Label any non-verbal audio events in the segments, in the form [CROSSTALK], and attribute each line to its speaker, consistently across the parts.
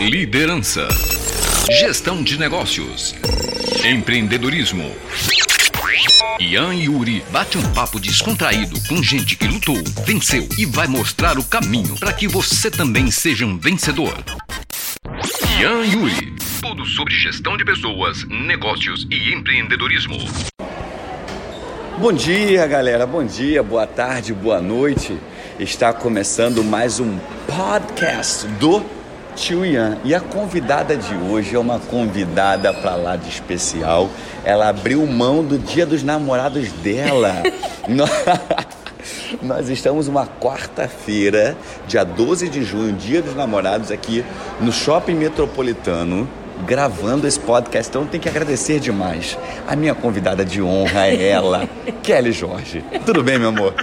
Speaker 1: Liderança. Gestão de negócios. Empreendedorismo. Ian Yuri bate um papo descontraído com gente que lutou, venceu e vai mostrar o caminho para que você também seja um vencedor. Ian Yuri. Tudo sobre gestão de pessoas, negócios e empreendedorismo.
Speaker 2: Bom dia, galera. Bom dia, boa tarde, boa noite. Está começando mais um podcast do Tio Ian. E a convidada de hoje é uma convidada para lá de especial. Ela abriu mão do Dia dos Namorados dela. Nó- Nós estamos uma quarta-feira, dia 12 de junho, Dia dos Namorados, aqui no Shopping Metropolitano, gravando esse podcast. Então tem que agradecer demais. A minha convidada de honra é ela,
Speaker 3: [LAUGHS]
Speaker 2: Kelly Jorge. Tudo bem, meu amor?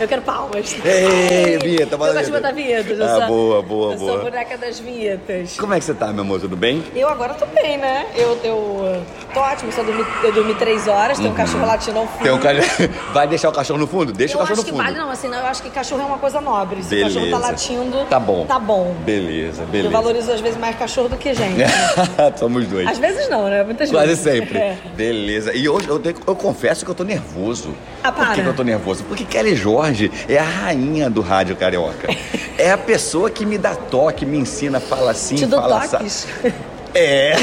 Speaker 3: Eu quero palmas.
Speaker 2: Ei, vinheta, bora
Speaker 3: Eu gosto
Speaker 2: vinheta.
Speaker 3: de botar vinhetas. eu
Speaker 2: Ah,
Speaker 3: sou-
Speaker 2: boa, boa,
Speaker 3: eu
Speaker 2: boa.
Speaker 3: sou a boneca das vinhetas.
Speaker 2: Como é que você tá, meu amor? Tudo bem?
Speaker 3: Eu agora tô bem, né? Eu, eu tô ótimo, só dormi, eu dormi três horas, tem um cachorro latindo ao fundo.
Speaker 2: Uhum. Tem um cachorro. [LAUGHS] Vai deixar o cachorro no fundo? Deixa o
Speaker 3: eu
Speaker 2: cachorro
Speaker 3: acho
Speaker 2: no
Speaker 3: que
Speaker 2: fundo.
Speaker 3: vale, não, assim, não, eu acho que cachorro é uma coisa nobre. Se
Speaker 2: Beleza.
Speaker 3: o cachorro tá latindo,
Speaker 2: Tá bom.
Speaker 3: Tá bom.
Speaker 2: Beleza,
Speaker 3: Eu
Speaker 2: beleza.
Speaker 3: valorizo às vezes mais cachorro do que gente.
Speaker 2: [LAUGHS] Somos dois.
Speaker 3: às vezes não, né? Muitas
Speaker 2: Quase
Speaker 3: vezes.
Speaker 2: sempre.
Speaker 3: É.
Speaker 2: Beleza. E hoje eu, tenho- eu confesso que eu tô nervoso.
Speaker 3: Ah,
Speaker 2: Por que,
Speaker 3: para.
Speaker 2: que eu tô nervoso? Porque Kelly Jorge é a rainha do rádio
Speaker 3: [LAUGHS]
Speaker 2: carioca. É a pessoa que me dá toque, me ensina, fala assim,
Speaker 3: Te dou
Speaker 2: fala
Speaker 3: toques. [LAUGHS]
Speaker 2: assim. É.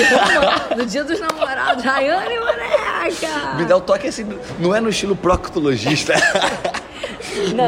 Speaker 3: No dia dos namorados, Rayane e Boneca.
Speaker 2: Me dá o toque assim, não é no estilo proctologista.
Speaker 3: Não,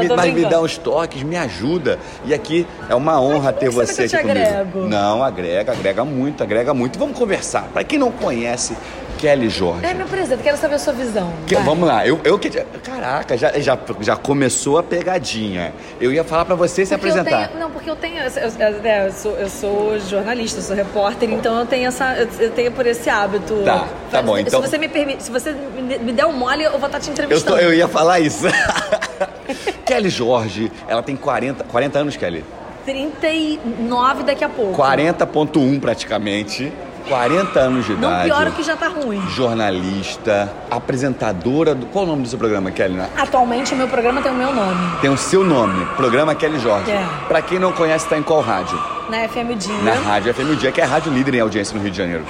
Speaker 2: [LAUGHS] Me-
Speaker 3: tô
Speaker 2: mas me
Speaker 3: brincando.
Speaker 2: dá um uns toques, me ajuda. E aqui é uma honra ter
Speaker 3: como que
Speaker 2: você
Speaker 3: você
Speaker 2: aqui
Speaker 3: sabe que eu te
Speaker 2: comigo.
Speaker 3: agrego?
Speaker 2: Não, agrega, agrega muito, agrega muito. Vamos conversar. Pra quem não conhece, Kelly Jorge.
Speaker 3: É meu presente, quero saber a sua visão.
Speaker 2: Que-
Speaker 3: Vai.
Speaker 2: vamos lá, eu, eu que. Caraca, já, já, já começou a pegadinha. Eu ia falar pra você se
Speaker 3: Porque eu
Speaker 2: apresentar.
Speaker 3: tenho- não, porque eu tenho. Eu, eu- eu- eu sou, eu sou jornalista, eu sou repórter, então eu tenho essa. Eu, eu tenho por esse hábito.
Speaker 2: Tá, tá
Speaker 3: Faz-
Speaker 2: bom, então-
Speaker 3: Se você me permite, se você me me der um mole, eu vou estar te
Speaker 2: Eu, tô-
Speaker 3: entrevistando.
Speaker 2: eu ia falar isso. [LAUGHS] Kelly Jorge, ela tem 40, 40 anos, Kelly.
Speaker 3: 39 daqui a pouco.
Speaker 2: 40.1 praticamente. 40 anos de
Speaker 3: Não
Speaker 2: idade.
Speaker 3: piora o que já tá ruim.
Speaker 2: Jornalista, apresentadora do. Qual o nome do seu programa, Kelly?
Speaker 3: Atualmente o meu programa tem o meu nome,
Speaker 2: Tem o seu nome, programa Kelly Jorge.
Speaker 3: É.
Speaker 2: Pra quem não conhece, tá em qual rádio?
Speaker 3: na FM Dia.
Speaker 2: Na Rádio FM o Dia, que é a rádio líder em audiência no Rio de Janeiro.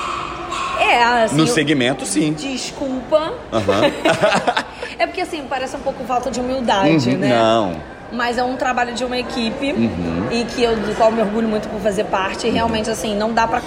Speaker 3: É, assim.
Speaker 2: No
Speaker 3: eu-
Speaker 2: segmento, sim. [LAUGHS]
Speaker 3: Desculpa.
Speaker 2: Aham.
Speaker 3: é porque assim, parece um pouco falta de humildade,
Speaker 2: Uhum,
Speaker 3: né?
Speaker 2: Não.
Speaker 3: mas é um trabalho de uma equipe
Speaker 2: Uhum.
Speaker 3: e que eu do qual eu me orgulho muito por fazer parte. E realmente assim, não dá para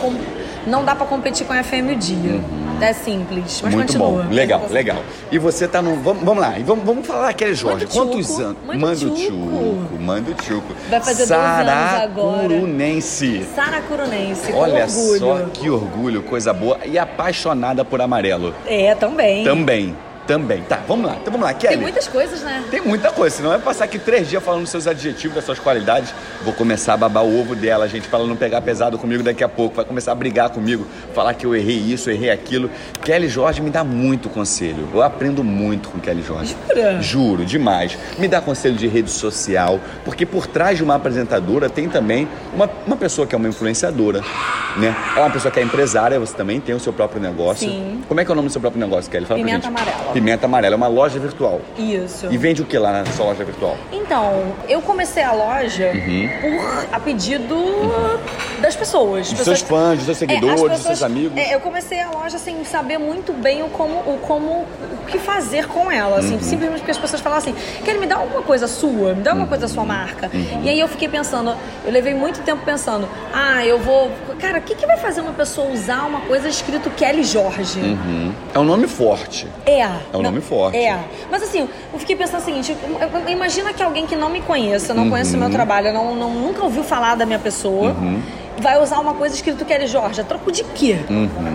Speaker 3: não dá para competir com a FM o dia. É simples, mas
Speaker 2: Uhum. Muito
Speaker 3: continua.
Speaker 2: bom. Legal, legal. E você tá no. Vamos, vamos lá, e vamos, vamos falar aquele Jorge.
Speaker 3: Manda o
Speaker 2: Quantos
Speaker 3: tchuco,
Speaker 2: anos?
Speaker 3: manda o tchuco.
Speaker 2: tchuco, manda o tchuco.
Speaker 3: Vai fazer 12 anos agora.
Speaker 2: Saracurunense.
Speaker 3: Sara Curunense, com
Speaker 2: Olha
Speaker 3: orgulho.
Speaker 2: só que orgulho, coisa boa. E apaixonada por amarelo.
Speaker 3: É, também.
Speaker 2: Também, também. Tá, vamos lá. Então vamos lá, Kelly.
Speaker 3: Tem muitas coisas, né?
Speaker 2: Tem muita coisa, senão vai passar aqui três dias falando seus adjetivos, das suas qualidades. Vou começar a babar o ovo dela, gente, pra ela não pegar pesado comigo daqui a pouco. Vai começar a brigar comigo, falar que eu errei isso, errei aquilo. Kelly Jorge me dá muito conselho. Eu aprendo muito com Kelly Jorge.
Speaker 3: Jura?
Speaker 2: Juro, demais. Me dá conselho de rede social, porque por trás de uma apresentadora tem também uma, uma pessoa que é uma influenciadora, né? É uma pessoa que é empresária, você também tem o seu próprio negócio.
Speaker 3: Sim.
Speaker 2: Como é que é o nome do seu próprio negócio, Kelly? Fala
Speaker 3: Pimenta
Speaker 2: pra gente.
Speaker 3: Amarela.
Speaker 2: Pimenta Amarela, é uma loja virtual.
Speaker 3: Isso.
Speaker 2: E vende o que lá na sua loja virtual?
Speaker 3: Então, eu comecei a loja
Speaker 2: Uhum.
Speaker 3: por a pedido das pessoas.
Speaker 2: Dos
Speaker 3: pessoas
Speaker 2: seus fãs, dos seus
Speaker 3: É, as
Speaker 2: seguidores, dos seus
Speaker 3: pessoas-
Speaker 2: amigos.
Speaker 3: é, eu comecei a loja sem saber muito bem o como o, como, o que fazer com ela.
Speaker 2: Uhum.
Speaker 3: Assim, Simplesmente porque as pessoas falavam assim, quer me dar alguma coisa sua, me dá
Speaker 2: Uhum.
Speaker 3: alguma coisa da sua marca. E aí eu fiquei pensando, eu levei muito tempo pensando, ah, eu vou. Cara, o que, que vai fazer uma pessoa usar uma coisa escrito Kelly Jorge?
Speaker 2: É um nome forte.
Speaker 3: É. É
Speaker 2: um nome forte.
Speaker 3: É. Mas assim, eu fiquei pensando o seguinte: eu- eu- imagina que alguém que não me conheça, não conhece o
Speaker 2: Uhum.
Speaker 3: meu trabalho, não, não- nunca ouviu falar da minha pessoa. Vai usar uma coisa escrito Kelly Jorge, a troco de quê?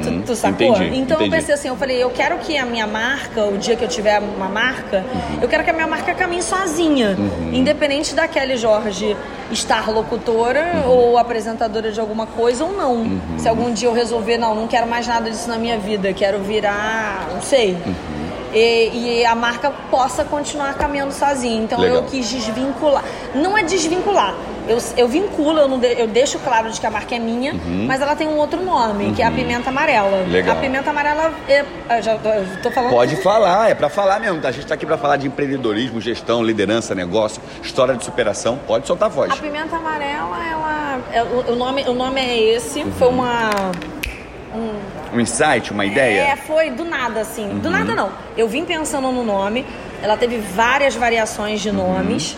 Speaker 3: Tu, tu sacou?
Speaker 2: Uhum. Entendi,
Speaker 3: então
Speaker 2: entendi.
Speaker 3: eu pensei assim, eu falei, eu quero que a minha marca, o dia que eu tiver uma marca, eu quero que a minha marca caminhe sozinha.
Speaker 2: Uhum.
Speaker 3: Independente da Kelly Jorge estar locutora
Speaker 2: Uhum.
Speaker 3: ou apresentadora de alguma coisa ou não. Se algum dia eu resolver, não, não quero mais nada disso na minha vida, quero virar, não sei.
Speaker 2: Uhum.
Speaker 3: E, e a marca possa continuar caminhando sozinha. Então
Speaker 2: Legal.
Speaker 3: eu quis desvincular. Não é desvincular. Eu, eu vinculo, eu, não de- eu deixo claro de que a marca é minha, mas ela tem um outro nome, que é a pimenta amarela.
Speaker 2: Uhum. Legal.
Speaker 3: A pimenta amarela é. eu já tô, eu tô falando.
Speaker 2: Pode falar, é pra falar mesmo. tá? A gente tá aqui pra falar de empreendedorismo, gestão, liderança, negócio, história de superação. Pode soltar a voz.
Speaker 3: A pimenta amarela, ela é, o, o nome, o nome é esse.
Speaker 2: Uhum.
Speaker 3: Foi uma.
Speaker 2: Um insight, uma ideia?
Speaker 3: É, foi do nada, assim.
Speaker 2: Uhum.
Speaker 3: Do nada, não. Eu vim pensando no nome. Ela teve várias variações de
Speaker 2: Uhum.
Speaker 3: nomes.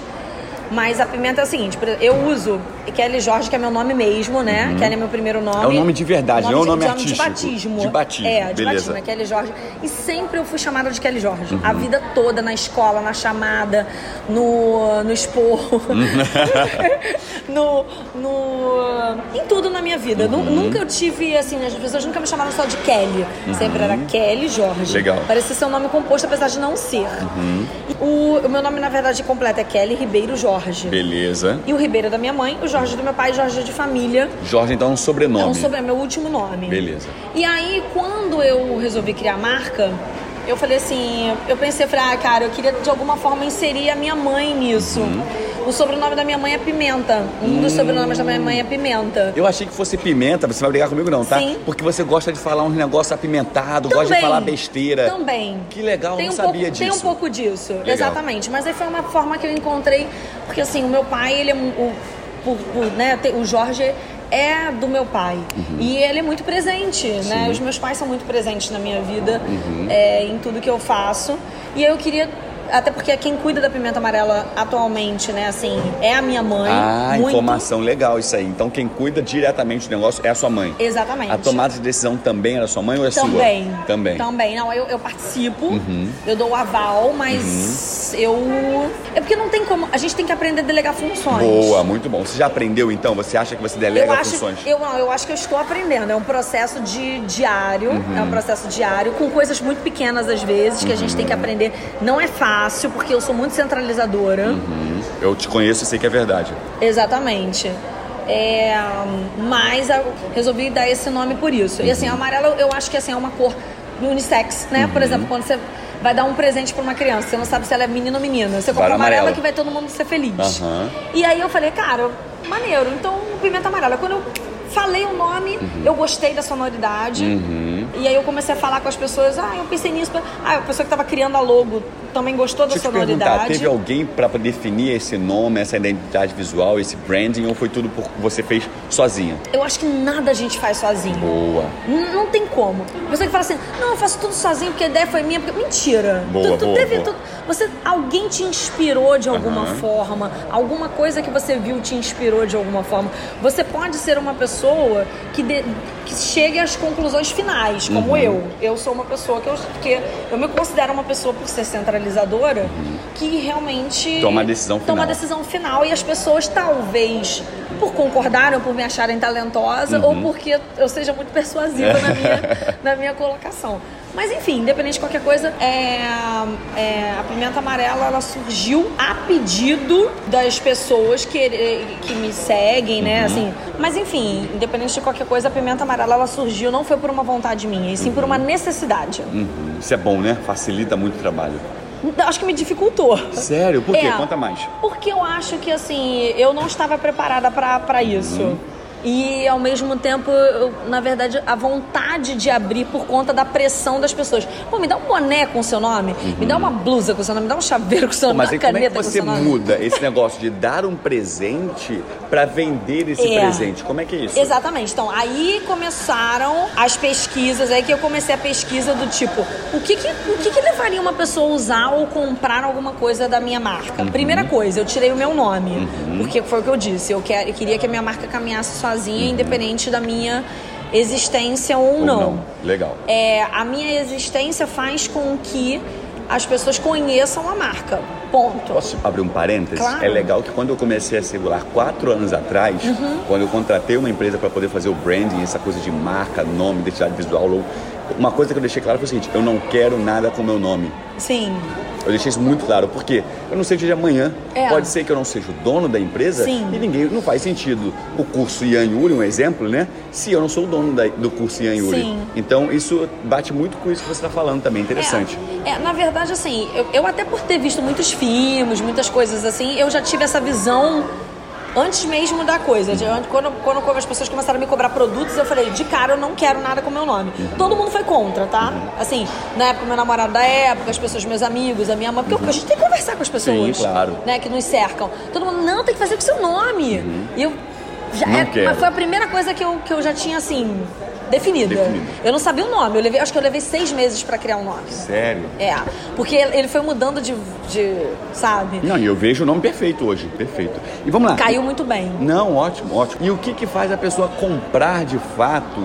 Speaker 3: Mas a pimenta é o seguinte, por exemplo, eu uso Kelly Jorge, que é meu nome mesmo, né? Kelly é meu primeiro nome.
Speaker 2: É o nome de verdade, não é o nome
Speaker 3: de,
Speaker 2: artístico.
Speaker 3: De batismo.
Speaker 2: De batismo,
Speaker 3: É, de
Speaker 2: beleza.
Speaker 3: batismo, é Kelly Jorge. E sempre eu fui chamada de Kelly Jorge.
Speaker 2: Uhum.
Speaker 3: A vida toda, na escola, na chamada, no, no esporro,
Speaker 2: [LAUGHS]
Speaker 3: no, no, em tudo na minha vida. Nu-
Speaker 2: Uhum.
Speaker 3: Nunca eu tive, assim, as pessoas nunca me chamaram só de Kelly. Sempre era Kelly Jorge.
Speaker 2: Legal. Uhum.
Speaker 3: Parecia ser um nome composto, apesar de não ser. O, o meu nome, na verdade, completo é Kelly Ribeiro Jorge.
Speaker 2: Beleza.
Speaker 3: E o Ribeiro é da minha mãe, o Jorge é do meu pai, Jorge é de família.
Speaker 2: Jorge, então, é um sobrenome.
Speaker 3: É um sobre é meu último nome.
Speaker 2: Beleza.
Speaker 3: E aí, quando eu resolvi criar a marca, eu falei assim, eu pensei, falei, ah, cara, eu queria de alguma forma inserir a minha mãe nisso. O sobrenome da minha mãe é Pimenta. Um dos sobrenomes da minha mãe é Pimenta.
Speaker 2: Eu achei que fosse pimenta, você vai brigar comigo não, tá?
Speaker 3: Sim.
Speaker 2: Porque você gosta de falar um negócio apimentado, gosta de falar besteira.
Speaker 3: Também.
Speaker 2: Que legal,
Speaker 3: tem
Speaker 2: não
Speaker 3: um
Speaker 2: sabia
Speaker 3: pouco,
Speaker 2: disso.
Speaker 3: Tem um pouco disso,
Speaker 2: Legal.
Speaker 3: exatamente. Mas aí foi uma forma que eu encontrei, porque assim, o meu pai, ele é um- o, por- por, né, te- o Jorge é do meu pai.
Speaker 2: Uhum.
Speaker 3: E ele é muito presente, né? Os meus pais são muito presentes na minha vida,
Speaker 2: Uhum.
Speaker 3: é, em tudo que eu faço. E eu queria. Até porque quem cuida da pimenta amarela atualmente, né, assim, é a minha mãe.
Speaker 2: Ah,
Speaker 3: muito.
Speaker 2: informação legal isso aí. Então quem cuida diretamente do negócio é a sua mãe.
Speaker 3: Exatamente.
Speaker 2: A tomada de decisão também era sua mãe ou é
Speaker 3: Também.
Speaker 2: sua? Também. Uhum.
Speaker 3: Também. Não, eu, eu participo, eu dou o aval, mas eu. É porque não tem como. A gente tem que aprender a delegar funções.
Speaker 2: Boa, muito bom. Você já aprendeu então? Você acha que você delega
Speaker 3: eu acho,
Speaker 2: funções?
Speaker 3: Eu, não, eu acho que eu estou aprendendo. É um processo de diário.
Speaker 2: Uhum.
Speaker 3: É um processo diário, com coisas muito pequenas às vezes, que a gente
Speaker 2: Uhum.
Speaker 3: tem que aprender. Não é fácil, porque eu sou muito centralizadora.
Speaker 2: Uhum. Eu te conheço e sei que é verdade.
Speaker 3: Exatamente. É, mas eu resolvi dar esse nome por isso. E
Speaker 2: Uhum.
Speaker 3: assim, amarelo eu acho que assim, é uma cor unissex, né? Por exemplo, quando você vai dar um presente pra uma criança, você não sabe se ela é menino ou menina. Você compra
Speaker 2: Para
Speaker 3: amarela,
Speaker 2: amarelo.
Speaker 3: que vai todo mundo ser feliz.
Speaker 2: Aham.
Speaker 3: E aí eu falei, cara, maneiro, então pimenta amarela. Quando eu falei o nome,
Speaker 2: Uhum.
Speaker 3: eu gostei da sonoridade. E aí eu comecei a falar com as pessoas, ah, eu pensei nisso. Ah, a pessoa que tava criando a logo também gostou da
Speaker 2: Deixa eu te perguntar,
Speaker 3: sonoridade.
Speaker 2: teve alguém pra definir esse nome, essa identidade visual, esse branding, ou foi tudo por você fez sozinha?
Speaker 3: Eu acho que nada a gente faz sozinho.
Speaker 2: Boa.
Speaker 3: N- Não tem como. Você que fala assim, não, eu faço tudo sozinho porque a ideia foi minha. Porque... Mentira.
Speaker 2: Boa,
Speaker 3: tu, tu
Speaker 2: boa,
Speaker 3: teve,
Speaker 2: boa.
Speaker 3: tu- você, alguém te inspirou de alguma
Speaker 2: Aham.
Speaker 3: forma. Alguma coisa que você viu te inspirou de alguma forma. Você pode ser uma pessoa que, de- que chegue às conclusões finais,
Speaker 2: Uhum.
Speaker 3: como eu. Eu sou uma pessoa que eu, que eu me considero uma pessoa por ser centralizadora que realmente
Speaker 2: Uhum. Toma a decisão
Speaker 3: Toma
Speaker 2: final.
Speaker 3: a decisão final e as pessoas talvez por concordarem, ou por me acharem talentosa ou porque eu seja muito persuasiva na, minha, na minha colocação. Mas enfim, independente de qualquer coisa, é, é, a pimenta amarela ela surgiu a pedido das pessoas que, eh, que me seguem, né? Assim, mas enfim, independente de qualquer coisa, a pimenta amarela ela surgiu não foi por uma vontade minha, e sim por uma necessidade.
Speaker 2: Uhum. Isso é bom, né? Facilita muito o trabalho.
Speaker 3: Acho que me dificultou.
Speaker 2: Sério? Por quê?
Speaker 3: É.
Speaker 2: Conta mais.
Speaker 3: Porque eu acho que assim, eu não estava preparada pra pra isso. E ao mesmo tempo, eu, na verdade, a vontade de abrir por conta da pressão das pessoas. Pô, me dá um boné com o seu nome, me dá uma blusa com o seu nome, me dá um chaveiro com o seu nome,
Speaker 2: Mas
Speaker 3: me
Speaker 2: aí
Speaker 3: dá uma
Speaker 2: como é
Speaker 3: caneta
Speaker 2: que você
Speaker 3: com o seu nome.
Speaker 2: muda esse negócio de dar um presente pra vender esse
Speaker 3: É.
Speaker 2: presente? Como é que é isso?
Speaker 3: Exatamente. Então, aí começaram as pesquisas, aí que eu comecei a pesquisa do tipo, o que que, o que, que levaria uma pessoa a usar ou comprar alguma coisa da minha marca? Primeira coisa, eu tirei o meu nome, porque foi o que eu disse, eu, quer, eu queria que a minha marca caminhasse sozinha, independente da minha existência Uhum. ou
Speaker 2: Ou
Speaker 3: não.
Speaker 2: Legal.
Speaker 3: É, a minha existência faz com que as pessoas conheçam a marca. Ponto.
Speaker 2: Posso abrir um parênteses?
Speaker 3: Claro.
Speaker 2: É legal que quando eu comecei a segurar quatro anos atrás,
Speaker 3: Uhum.
Speaker 2: quando eu contratei uma empresa para poder fazer o branding, essa coisa de marca, nome, identidade visual, logo, uma coisa que eu deixei claro foi o seguinte: eu não quero nada com o meu nome.
Speaker 3: Sim.
Speaker 2: Eu deixei isso muito claro, porque eu não sei o dia de amanhã.
Speaker 3: É.
Speaker 2: Pode ser que eu não seja o dono da empresa
Speaker 3: Sim.
Speaker 2: e ninguém. Não faz sentido o curso Ian Yuri, um exemplo, né? Se eu não sou o dono da- do curso Ian Yuri.
Speaker 3: Sim.
Speaker 2: Então isso bate muito com isso que você está falando também. Interessante.
Speaker 3: É, é, na verdade, assim, eu, eu até por ter visto muitos filmes, muitas coisas assim, eu já tive essa visão antes mesmo da coisa. De- quando, quando as pessoas começaram a me cobrar produtos, eu falei, de cara, eu não quero nada com o meu nome.
Speaker 2: Uhum.
Speaker 3: Todo mundo foi contra, tá? Assim, na época, meu namorado da época, as pessoas, meus amigos, a minha mãe, porque a gente tem que conversar com as pessoas
Speaker 2: Sim, claro.
Speaker 3: né, que nos cercam. Todo mundo, não, tem que fazer com seu nome. E eu Já
Speaker 2: Uhum. Não
Speaker 3: é-
Speaker 2: quero.
Speaker 3: mas foi a primeira coisa que eu, que eu já tinha, assim, definida.
Speaker 2: Definida.
Speaker 3: Eu não sabia o nome. Eu levei, acho que eu levei seis meses pra criar um nome.
Speaker 2: Sério?
Speaker 3: É, porque ele foi mudando de, de sabe?
Speaker 2: Não, e eu vejo o nome perfeito hoje. Perfeito. E vamos lá.
Speaker 3: Caiu muito bem.
Speaker 2: Não, ótimo, ótimo. E o que, que faz a pessoa comprar de fato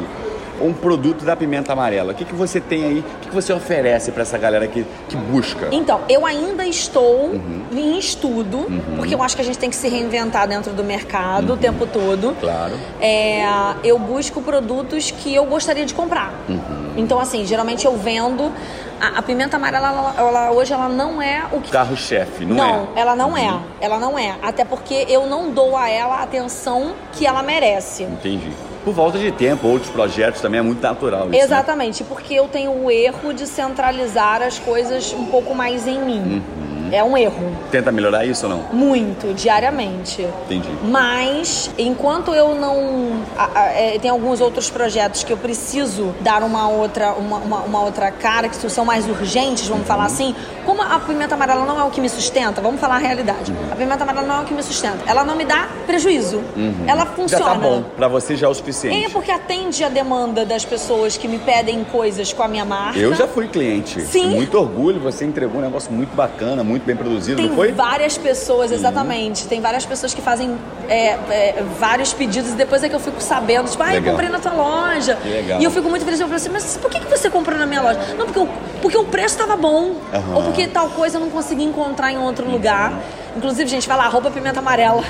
Speaker 2: um produto da pimenta amarela? O que, que você tem aí? O que, que você oferece pra essa galera que, que busca?
Speaker 3: Então, eu ainda estou
Speaker 2: Uhum.
Speaker 3: em estudo, porque eu acho que a gente tem que se reinventar dentro do mercado o tempo todo.
Speaker 2: Uhum. Claro.
Speaker 3: É, eu busco produtos que eu gostaria de comprar.
Speaker 2: Uhum.
Speaker 3: Então, assim, geralmente eu vendo. A, a pimenta amarela, ela- ela- hoje, ela não é o que
Speaker 2: Carro-chefe, não, é?
Speaker 3: Não, ela não é. Ela não é. Até porque eu não dou a ela a atenção que ela merece.
Speaker 2: Entendi. Por volta de tempo, outros projetos também é muito natural. Isso, né?
Speaker 3: Exatamente, porque eu tenho o erro de centralizar as coisas um pouco mais em mim.
Speaker 2: Uhum.
Speaker 3: É um erro.
Speaker 2: Tenta melhorar isso ou não?
Speaker 3: Muito, diariamente.
Speaker 2: Entendi.
Speaker 3: Mas, enquanto eu não. a- a- é, tem alguns outros projetos que eu preciso dar uma outra, uma, uma- uma outra cara, que são mais urgentes, vamos
Speaker 2: Uhum.
Speaker 3: falar assim. Como a pimenta amarela não é o que me sustenta, vamos falar a realidade.
Speaker 2: Uhum.
Speaker 3: A pimenta amarela não é o que me sustenta. Ela não me dá prejuízo. Ela
Speaker 2: Já
Speaker 3: funciona.
Speaker 2: tá bom, pra você já é o suficiente.
Speaker 3: É porque atende a demanda das pessoas que me pedem coisas com a minha marca.
Speaker 2: Eu já fui cliente.
Speaker 3: Sim.
Speaker 2: Muito orgulho, você entregou um negócio muito bacana, muito bem produzido,
Speaker 3: Tem
Speaker 2: não foi? Uhum.
Speaker 3: várias pessoas, exatamente. Tem várias pessoas que fazem é, é, vários pedidos e depois é que eu fico sabendo, tipo, ah, eu
Speaker 2: Legal.
Speaker 3: comprei na tua loja.
Speaker 2: Que legal.
Speaker 3: E eu fico muito feliz. Eu falo assim, mas por que, que você comprou na minha loja? Não, porque, o- porque o preço tava bom.
Speaker 2: Aham.
Speaker 3: Ou porque tal coisa eu não consegui encontrar em outro lugar.
Speaker 2: Uhum.
Speaker 3: Inclusive, gente, vai lá, arroba pimenta
Speaker 2: [LAUGHS]
Speaker 3: amarela.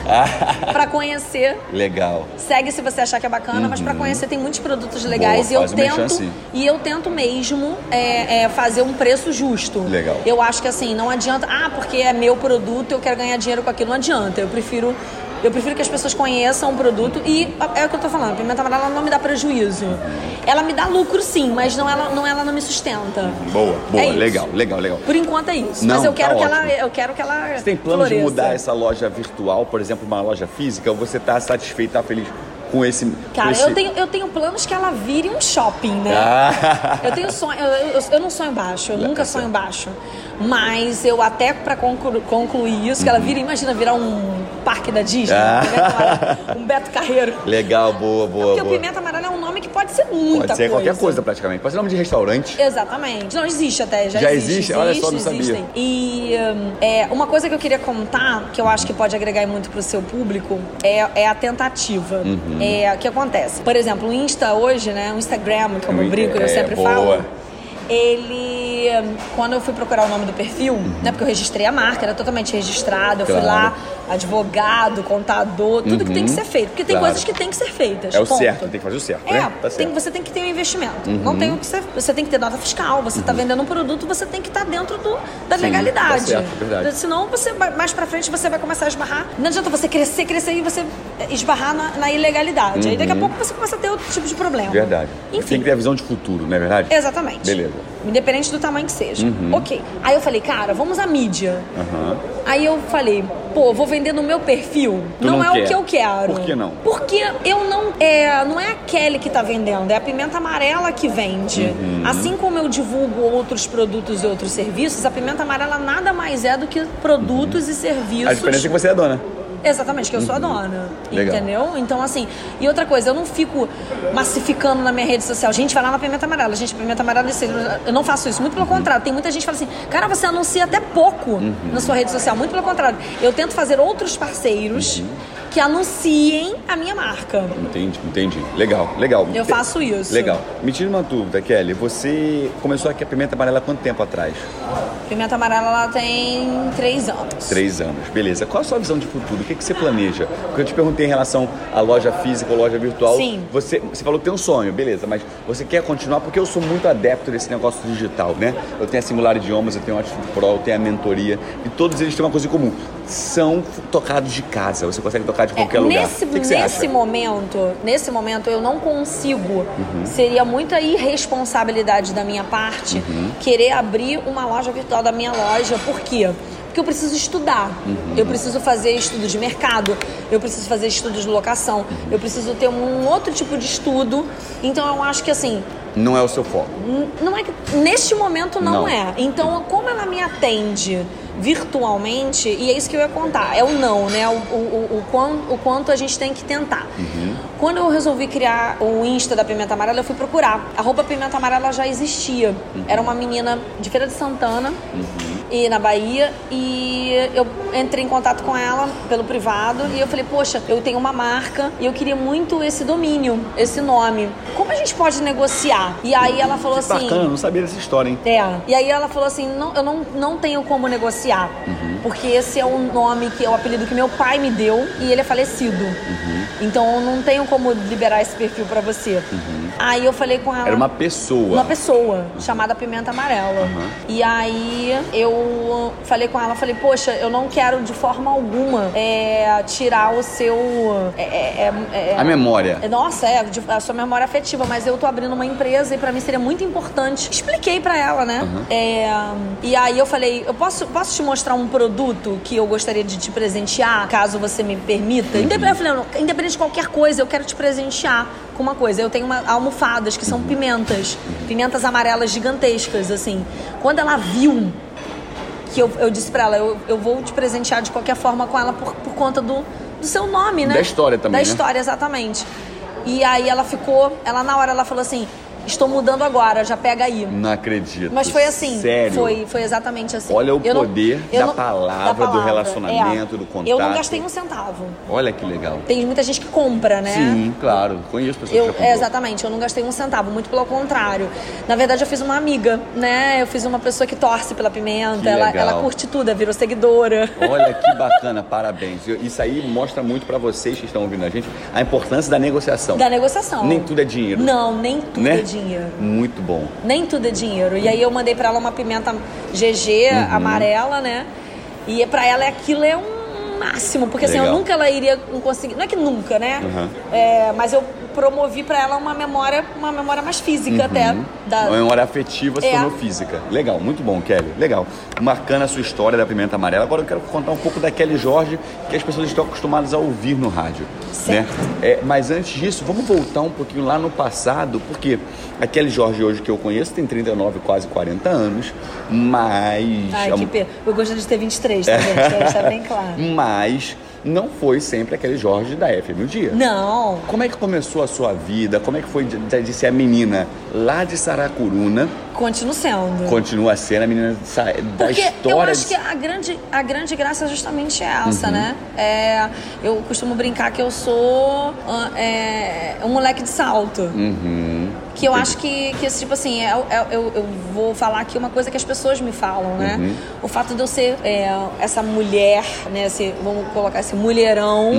Speaker 3: pra conhecer.
Speaker 2: [LAUGHS] Legal.
Speaker 3: Segue se você achar que é bacana, mas pra conhecer tem muitos produtos legais
Speaker 2: Uhum. Boa,
Speaker 3: e eu
Speaker 2: faz o merchan,
Speaker 3: tento
Speaker 2: sim.
Speaker 3: e eu tento mesmo é, é, fazer um preço justo.
Speaker 2: Legal.
Speaker 3: Eu acho que assim não adianta, ah, porque é meu produto, eu quero ganhar dinheiro com aquilo, não adianta. Eu prefiro eu prefiro que as pessoas conheçam o produto e é o que eu tô falando, a pimenta amarela ela não me dá prejuízo.
Speaker 2: Uhum.
Speaker 3: Ela me dá lucro sim, mas não ela não ela não me sustenta.
Speaker 2: Boa, boa,
Speaker 3: É isso.
Speaker 2: legal, legal, legal.
Speaker 3: Por enquanto é isso,
Speaker 2: Uhum. Não,
Speaker 3: mas eu
Speaker 2: tá
Speaker 3: quero que ela
Speaker 2: ótimo.
Speaker 3: eu quero que ela
Speaker 2: Você tem plano de
Speaker 3: floresça.
Speaker 2: mudar essa loja virtual, por exemplo, uma loja física, ou você tá satisfeito, tá feliz com esse. com
Speaker 3: Cara,
Speaker 2: esse-
Speaker 3: eu, tenho, eu tenho planos que ela vire um shopping, né?
Speaker 2: [LAUGHS] Ah,
Speaker 3: Eu tenho sonho, eu, eu- eu não sonho baixo, eu
Speaker 2: tá
Speaker 3: nunca sonho baixo. Mas eu até pra conclu- concluir isso, que ela vira, imagina virar um parque da Disney,
Speaker 2: Uhum. Ah.
Speaker 3: um, Beto Amarelo, um Beto Carreiro.
Speaker 2: legal, [LAUGHS] boa, boa,
Speaker 3: Porque o
Speaker 2: boa.
Speaker 3: Pimenta Amarela é um nome que pode ser muita
Speaker 2: Pode ser qualquer coisa praticamente. Pode ser nome de restaurante.
Speaker 3: Exatamente. Não existe até, já,
Speaker 2: Já existe? Olha só, não sabia.
Speaker 3: existem. E hum, é, uma coisa que eu queria contar, que eu acho que pode agregar muito pro seu público, é, é a tentativa.
Speaker 2: Uhum.
Speaker 3: É o que acontece. Por exemplo, o Insta hoje, né? O Instagram, que é o meu
Speaker 2: É,
Speaker 3: brinco, eu sempre
Speaker 2: boa.
Speaker 3: falo. Ele, hum, quando eu fui procurar o nome do perfil, né? Porque eu registrei a marca, era totalmente registrado, eu fui
Speaker 2: Uhum. Claro. Uhum.
Speaker 3: lá, advogado, contador, tudo que tem que ser feito. Porque tem
Speaker 2: Claro.
Speaker 3: coisas que tem que ser feitas.
Speaker 2: É o
Speaker 3: ponto.
Speaker 2: certo, tem que fazer o certo,
Speaker 3: É,
Speaker 2: né? Tá
Speaker 3: tem-
Speaker 2: certo. Uhum.
Speaker 3: você tem que ter um investimento. Não tem o que você, você tem que ter nota fiscal. Você está vendendo um produto, você tem que estar dentro do, da
Speaker 2: Sim,
Speaker 3: legalidade.
Speaker 2: tá certo, verdade.
Speaker 3: Senão você vai- mais pra frente você vai começar a esbarrar. Não adianta você crescer, crescer e você é, esbarrar na, na ilegalidade. Aí daqui a pouco você começa a ter outro tipo de problema.
Speaker 2: Uhum. Verdade. Tem
Speaker 3: Enfim.
Speaker 2: que ter a visão de futuro, não é verdade?
Speaker 3: Exatamente.
Speaker 2: Beleza. Uhum.
Speaker 3: Independente do tamanho que seja. Ok. Aí eu falei, cara, vamos à mídia.
Speaker 2: Aham.
Speaker 3: Aí eu falei, pô, vou vender no meu perfil.
Speaker 2: Tu
Speaker 3: não,
Speaker 2: não
Speaker 3: é
Speaker 2: quer.
Speaker 3: o que eu quero.
Speaker 2: Por que não?
Speaker 3: Porque eu não. É, não é a Kelly que tá vendendo, é a pimenta amarela que vende.
Speaker 2: Uhum.
Speaker 3: Assim como eu divulgo outros produtos e outros serviços, a pimenta amarela nada mais é do que produtos e serviços.
Speaker 2: A diferença é que você é dona.
Speaker 3: Exatamente, que eu sou a dona.
Speaker 2: Legal.
Speaker 3: Entendeu? Então, assim. E outra coisa, eu não fico massificando na minha rede social. Gente, vai lá na Pimenta Amarela. Gente, Pimenta Amarela, isso- eu não faço isso. Muito pelo contrário. Tem muita gente que fala assim, cara, você anuncia até pouco na sua rede social. Muito pelo contrário. Eu tento fazer outros parceiros que anunciem a minha marca.
Speaker 2: Entendi, entendi. Legal, legal.
Speaker 3: Eu faço isso.
Speaker 2: Legal. Me tira uma dúvida, Kelly. Você começou aqui a Pimenta Amarela há quanto tempo atrás?
Speaker 3: Pimenta Amarela, ela tem três anos.
Speaker 2: Três anos, beleza. Qual a sua visão de futuro? O que, que você planeja? Porque eu te perguntei em relação à loja física ou loja virtual.
Speaker 3: Sim.
Speaker 2: Você, você falou que tem um sonho, beleza, mas você quer continuar? Porque eu sou muito adepto desse negócio digital, né? Eu tenho a Singular Idiomas, eu tenho a Atitude Pro, eu tenho a mentoria. E todos eles têm uma coisa em comum. São f- tocados de casa. Você consegue tocar de
Speaker 3: É,
Speaker 2: qualquer lugar.
Speaker 3: Nesse,
Speaker 2: o que, que você
Speaker 3: nesse
Speaker 2: acha?
Speaker 3: momento, nesse momento eu não consigo.
Speaker 2: Uhum.
Speaker 3: Seria muita irresponsabilidade da minha parte
Speaker 2: Uhum.
Speaker 3: querer abrir uma loja virtual da minha loja. Por quê? Porque eu preciso estudar.
Speaker 2: Uhum.
Speaker 3: Eu preciso fazer estudo de mercado, eu preciso fazer estudo de locação,
Speaker 2: Uhum.
Speaker 3: eu preciso ter um outro tipo de estudo. Então eu acho que assim,
Speaker 2: Não é o seu foco.
Speaker 3: N- Não é que neste momento não,
Speaker 2: Não.
Speaker 3: é. Então, como ela me atende virtualmente, e é isso que eu ia contar, é o não, né? O, o, o, o quanto, o quanto a gente tem que tentar. Quando eu resolvi criar o Insta da Pimenta Amarela, eu fui procurar. A roupa Pimenta Amarela já existia. Era uma menina de Feira de Santana, e na Bahia, e eu entrei em contato com ela pelo privado, e eu falei, poxa, eu tenho uma marca, e eu queria muito esse domínio, esse nome. Como a gente pode negociar? E aí ela falou
Speaker 2: Que
Speaker 3: assim...
Speaker 2: Tipo bacana, não sabia dessa história, hein?
Speaker 3: É. E aí ela falou assim: não, eu não, não tenho como negociar.
Speaker 2: Uhum.
Speaker 3: Porque esse é o nome, que é o apelido que meu pai me deu e ele é falecido.
Speaker 2: Uhum.
Speaker 3: Então eu não tenho como liberar esse perfil pra você. Aí eu falei com ela.
Speaker 2: Uhum. Era uma Uhum. pessoa.
Speaker 3: Uma pessoa chamada Pimenta Amarela.
Speaker 2: Uhum.
Speaker 3: E aí eu falei com ela, falei, poxa, eu não quero de forma alguma é, tirar o seu. é, é, é, é,
Speaker 2: A memória.
Speaker 3: é, Nossa, é de- a sua memória afetiva, mas eu tô abrindo uma empresa e pra mim seria muito importante. Expliquei pra ela, né? É, e aí eu falei, eu posso, posso te mostrar um produto que eu gostaria de te presentear, caso você me
Speaker 2: Uhum.
Speaker 3: permita? Independente, eu falei, "Não, independente de qualquer coisa, eu quero te presentear com uma coisa. Eu tenho uma, almofadas que
Speaker 2: Uhum.
Speaker 3: são pimentas, pimentas amarelas gigantescas, assim. Quando ela viu que eu, eu disse pra ela, eu, eu vou te presentear de qualquer forma com ela por, por conta do, do seu nome, né?
Speaker 2: Da história também,
Speaker 3: Da
Speaker 2: né?
Speaker 3: história, exatamente. E aí ela ficou, ela na hora ela falou assim, estou mudando agora, já pega aí.
Speaker 2: Não acredito.
Speaker 3: Mas foi assim,
Speaker 2: Sério.
Speaker 3: foi, foi exatamente assim.
Speaker 2: Olha o
Speaker 3: Eu não-
Speaker 2: poder
Speaker 3: eu
Speaker 2: da
Speaker 3: não- é.
Speaker 2: palavra, do relacionamento, do
Speaker 3: Eu não
Speaker 2: contato.
Speaker 3: gastei um centavo.
Speaker 2: Olha que legal.
Speaker 3: Tem muita gente que compra, né?
Speaker 2: Sim, claro. Conheço pessoas
Speaker 3: Eu-
Speaker 2: que já
Speaker 3: é,
Speaker 2: comprou.
Speaker 3: exatamente, eu não gastei um centavo, muito pelo contrário. Na verdade, eu fiz uma amiga, né? Eu fiz uma pessoa que torce pela
Speaker 2: Que
Speaker 3: pimenta, ela,
Speaker 2: legal.
Speaker 3: ela curte tudo, ela virou seguidora. [LAUGHS]
Speaker 2: Olha que bacana, parabéns. Eu- Isso aí mostra muito pra vocês que estão ouvindo a gente a importância da negociação.
Speaker 3: Da negociação.
Speaker 2: Nem tudo é dinheiro.
Speaker 3: Não, nem tudo
Speaker 2: né?
Speaker 3: é dinheiro.
Speaker 2: Muito bom.
Speaker 3: Nem tudo é dinheiro. E aí eu mandei pra ela uma pimenta GG
Speaker 2: Uhum.
Speaker 3: amarela, né? E pra ela aquilo é um máximo, porque assim, eu
Speaker 2: Legal.
Speaker 3: nunca ela iria conseguir, não é que nunca, né?
Speaker 2: Uhum.
Speaker 3: É, mas eu promovi pra ela uma memória, uma memória mais física até
Speaker 2: Uhum.
Speaker 3: da
Speaker 2: é Uma memória afetiva se
Speaker 3: É.
Speaker 2: tornou física. Legal, muito bom, Kelly. Legal. Marcando a sua história da Pimenta Amarela. Agora eu quero contar um pouco da Kelly Jorge, que as pessoas estão acostumadas a ouvir no rádio.
Speaker 3: Certo.
Speaker 2: Né? É, mas antes disso, vamos voltar um pouquinho lá no passado, porque a Kelly Jorge hoje que eu conheço tem 39, quase 40 anos, mas... é um
Speaker 3: Ai,
Speaker 2: a-
Speaker 3: que pena. Eu gostaria de ter 23, tá,
Speaker 2: [LAUGHS]
Speaker 3: gente? Quero deixar bem claro.
Speaker 2: Mas não foi sempre aquele Jorge da FM o dia.
Speaker 3: Não.
Speaker 2: Como é que começou a sua vida? Como é que foi de, de, de ser a menina lá de Saracuruna?
Speaker 3: Continuo sendo.
Speaker 2: Continua sendo a menina de Sa- da
Speaker 3: Porque eu
Speaker 2: história.
Speaker 3: acho que a grande, a grande graça é justamente essa, né? É, eu costumo brincar que eu sou ah, é, um moleque de salto. Que eu acho que, que esse tipo assim, é- é- eu, eu vou falar aqui uma coisa que as pessoas me falam, né? O fato de eu ser é, essa mulher, né? Esse, vamos colocar esse mulherão,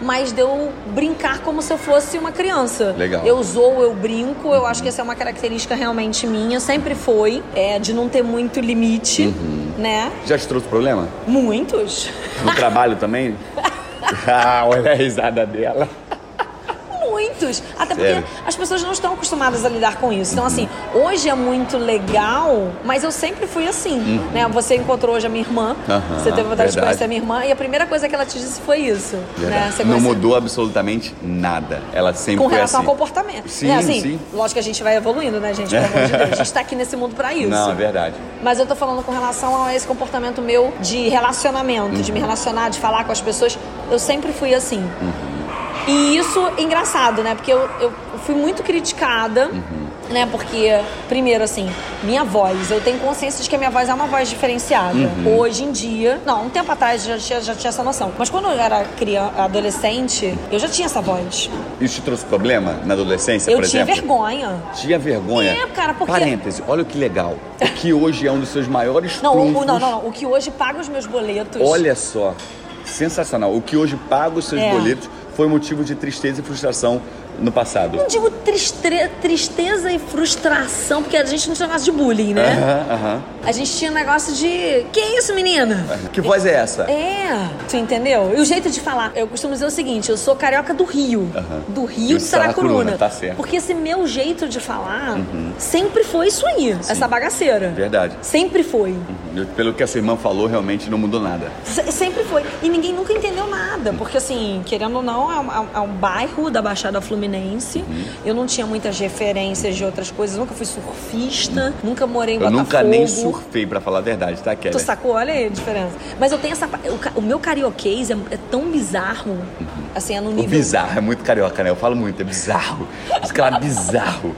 Speaker 3: mas de eu brincar como se eu fosse uma criança.
Speaker 2: Legal.
Speaker 3: Eu zoo, eu brinco, eu acho que essa é uma característica realmente minha, sempre foi, é, de não ter muito limite,
Speaker 2: Uhum.
Speaker 3: né?
Speaker 2: Já te trouxe problema?
Speaker 3: Muitos. [LAUGHS]
Speaker 2: No trabalho também? ah, olha a risada dela.
Speaker 3: Muitos. Até porque
Speaker 2: Sério? Uhum.
Speaker 3: as pessoas não estão acostumadas a lidar com isso. Então, assim, hoje é muito legal, mas eu sempre fui assim. Né? Você encontrou hoje a minha irmã,
Speaker 2: Uhum. Aham,
Speaker 3: você teve vontade de
Speaker 2: verdade.
Speaker 3: conhecer a minha irmã, e a primeira coisa que ela te disse foi isso. Né? Você
Speaker 2: Não
Speaker 3: conhece-
Speaker 2: mudou absolutamente nada. Ela sempre
Speaker 3: Com
Speaker 2: foi
Speaker 3: relação
Speaker 2: assim.
Speaker 3: ao comportamento.
Speaker 2: Sim,
Speaker 3: né? assim,
Speaker 2: sim.
Speaker 3: Lógico que a gente vai evoluindo, né, gente? Pelo amor de Deus. A gente tá aqui nesse mundo pra isso.
Speaker 2: Não, é verdade.
Speaker 3: Mas eu tô falando com relação a esse comportamento meu de relacionamento, de me
Speaker 2: Uhum.
Speaker 3: relacionar, de falar com as pessoas. Eu sempre fui assim. E isso, engraçado, né? Porque eu, eu fui muito criticada,
Speaker 2: Uhum.
Speaker 3: né? Porque, primeiro, assim, minha voz. Eu tenho consciência de que a minha voz é uma voz diferenciada.
Speaker 2: Uhum.
Speaker 3: Hoje em dia... Não, um tempo atrás já tinha, já tinha essa noção. Mas quando eu era criança, adolescente, eu já tinha essa voz.
Speaker 2: Isso te trouxe problema na adolescência,
Speaker 3: eu
Speaker 2: por
Speaker 3: tinha
Speaker 2: exemplo?
Speaker 3: vergonha.
Speaker 2: Tinha vergonha.
Speaker 3: É, cara, porque-
Speaker 2: Parêntese, olha o que legal. O que hoje é um dos seus maiores
Speaker 3: Não, o,
Speaker 2: trunfos.
Speaker 3: o- não, não, não. O que hoje paga os meus boletos...
Speaker 2: Olha só, sensacional. O que hoje paga os seus
Speaker 3: É.
Speaker 2: boletos foi motivo de tristeza e frustração no passado.
Speaker 3: não digo tristre- tristeza e frustração, porque a gente não tinha negócio de bullying, né?
Speaker 2: Aham, aham.
Speaker 3: A gente tinha negócio de. Que isso, menina?
Speaker 2: Que voz é essa?
Speaker 3: É, tu entendeu? E o jeito de falar. Eu costumo dizer o seguinte: eu sou carioca do Rio.
Speaker 2: Aham.
Speaker 3: Do
Speaker 2: E
Speaker 3: Rio
Speaker 2: o
Speaker 3: de Saracuruna.
Speaker 2: Saracuruna, tá certo. Uhum.
Speaker 3: Porque esse meu jeito de falar sempre foi isso aí, essa bagaceira.
Speaker 2: Verdade.
Speaker 3: Sempre foi.
Speaker 2: Eu- Pelo que a sua irmã falou, realmente não mudou nada.
Speaker 3: Se- Sempre foi. E ninguém nunca entendeu nada. Porque, assim, querendo ou não, é um, é um- é um bairro da Baixada Fluminense.
Speaker 2: Uhum.
Speaker 3: Eu não tinha muitas referências de outras coisas. Nunca fui surfista, nunca morei
Speaker 2: Uhum.
Speaker 3: em
Speaker 2: Eu
Speaker 3: Botafogo.
Speaker 2: nunca nem surfei, pra falar a verdade, tá, Kelly?
Speaker 3: Tu sacou? Olha aí a diferença. Mas eu tenho essa. pa- O, ca- o meu carioquês é, é tão bizarro. Assim, é no
Speaker 2: Uhum. O
Speaker 3: nível.
Speaker 2: bizarro, é muito carioca, né? Eu falo muito, é bizarro. Os caras é bizarro.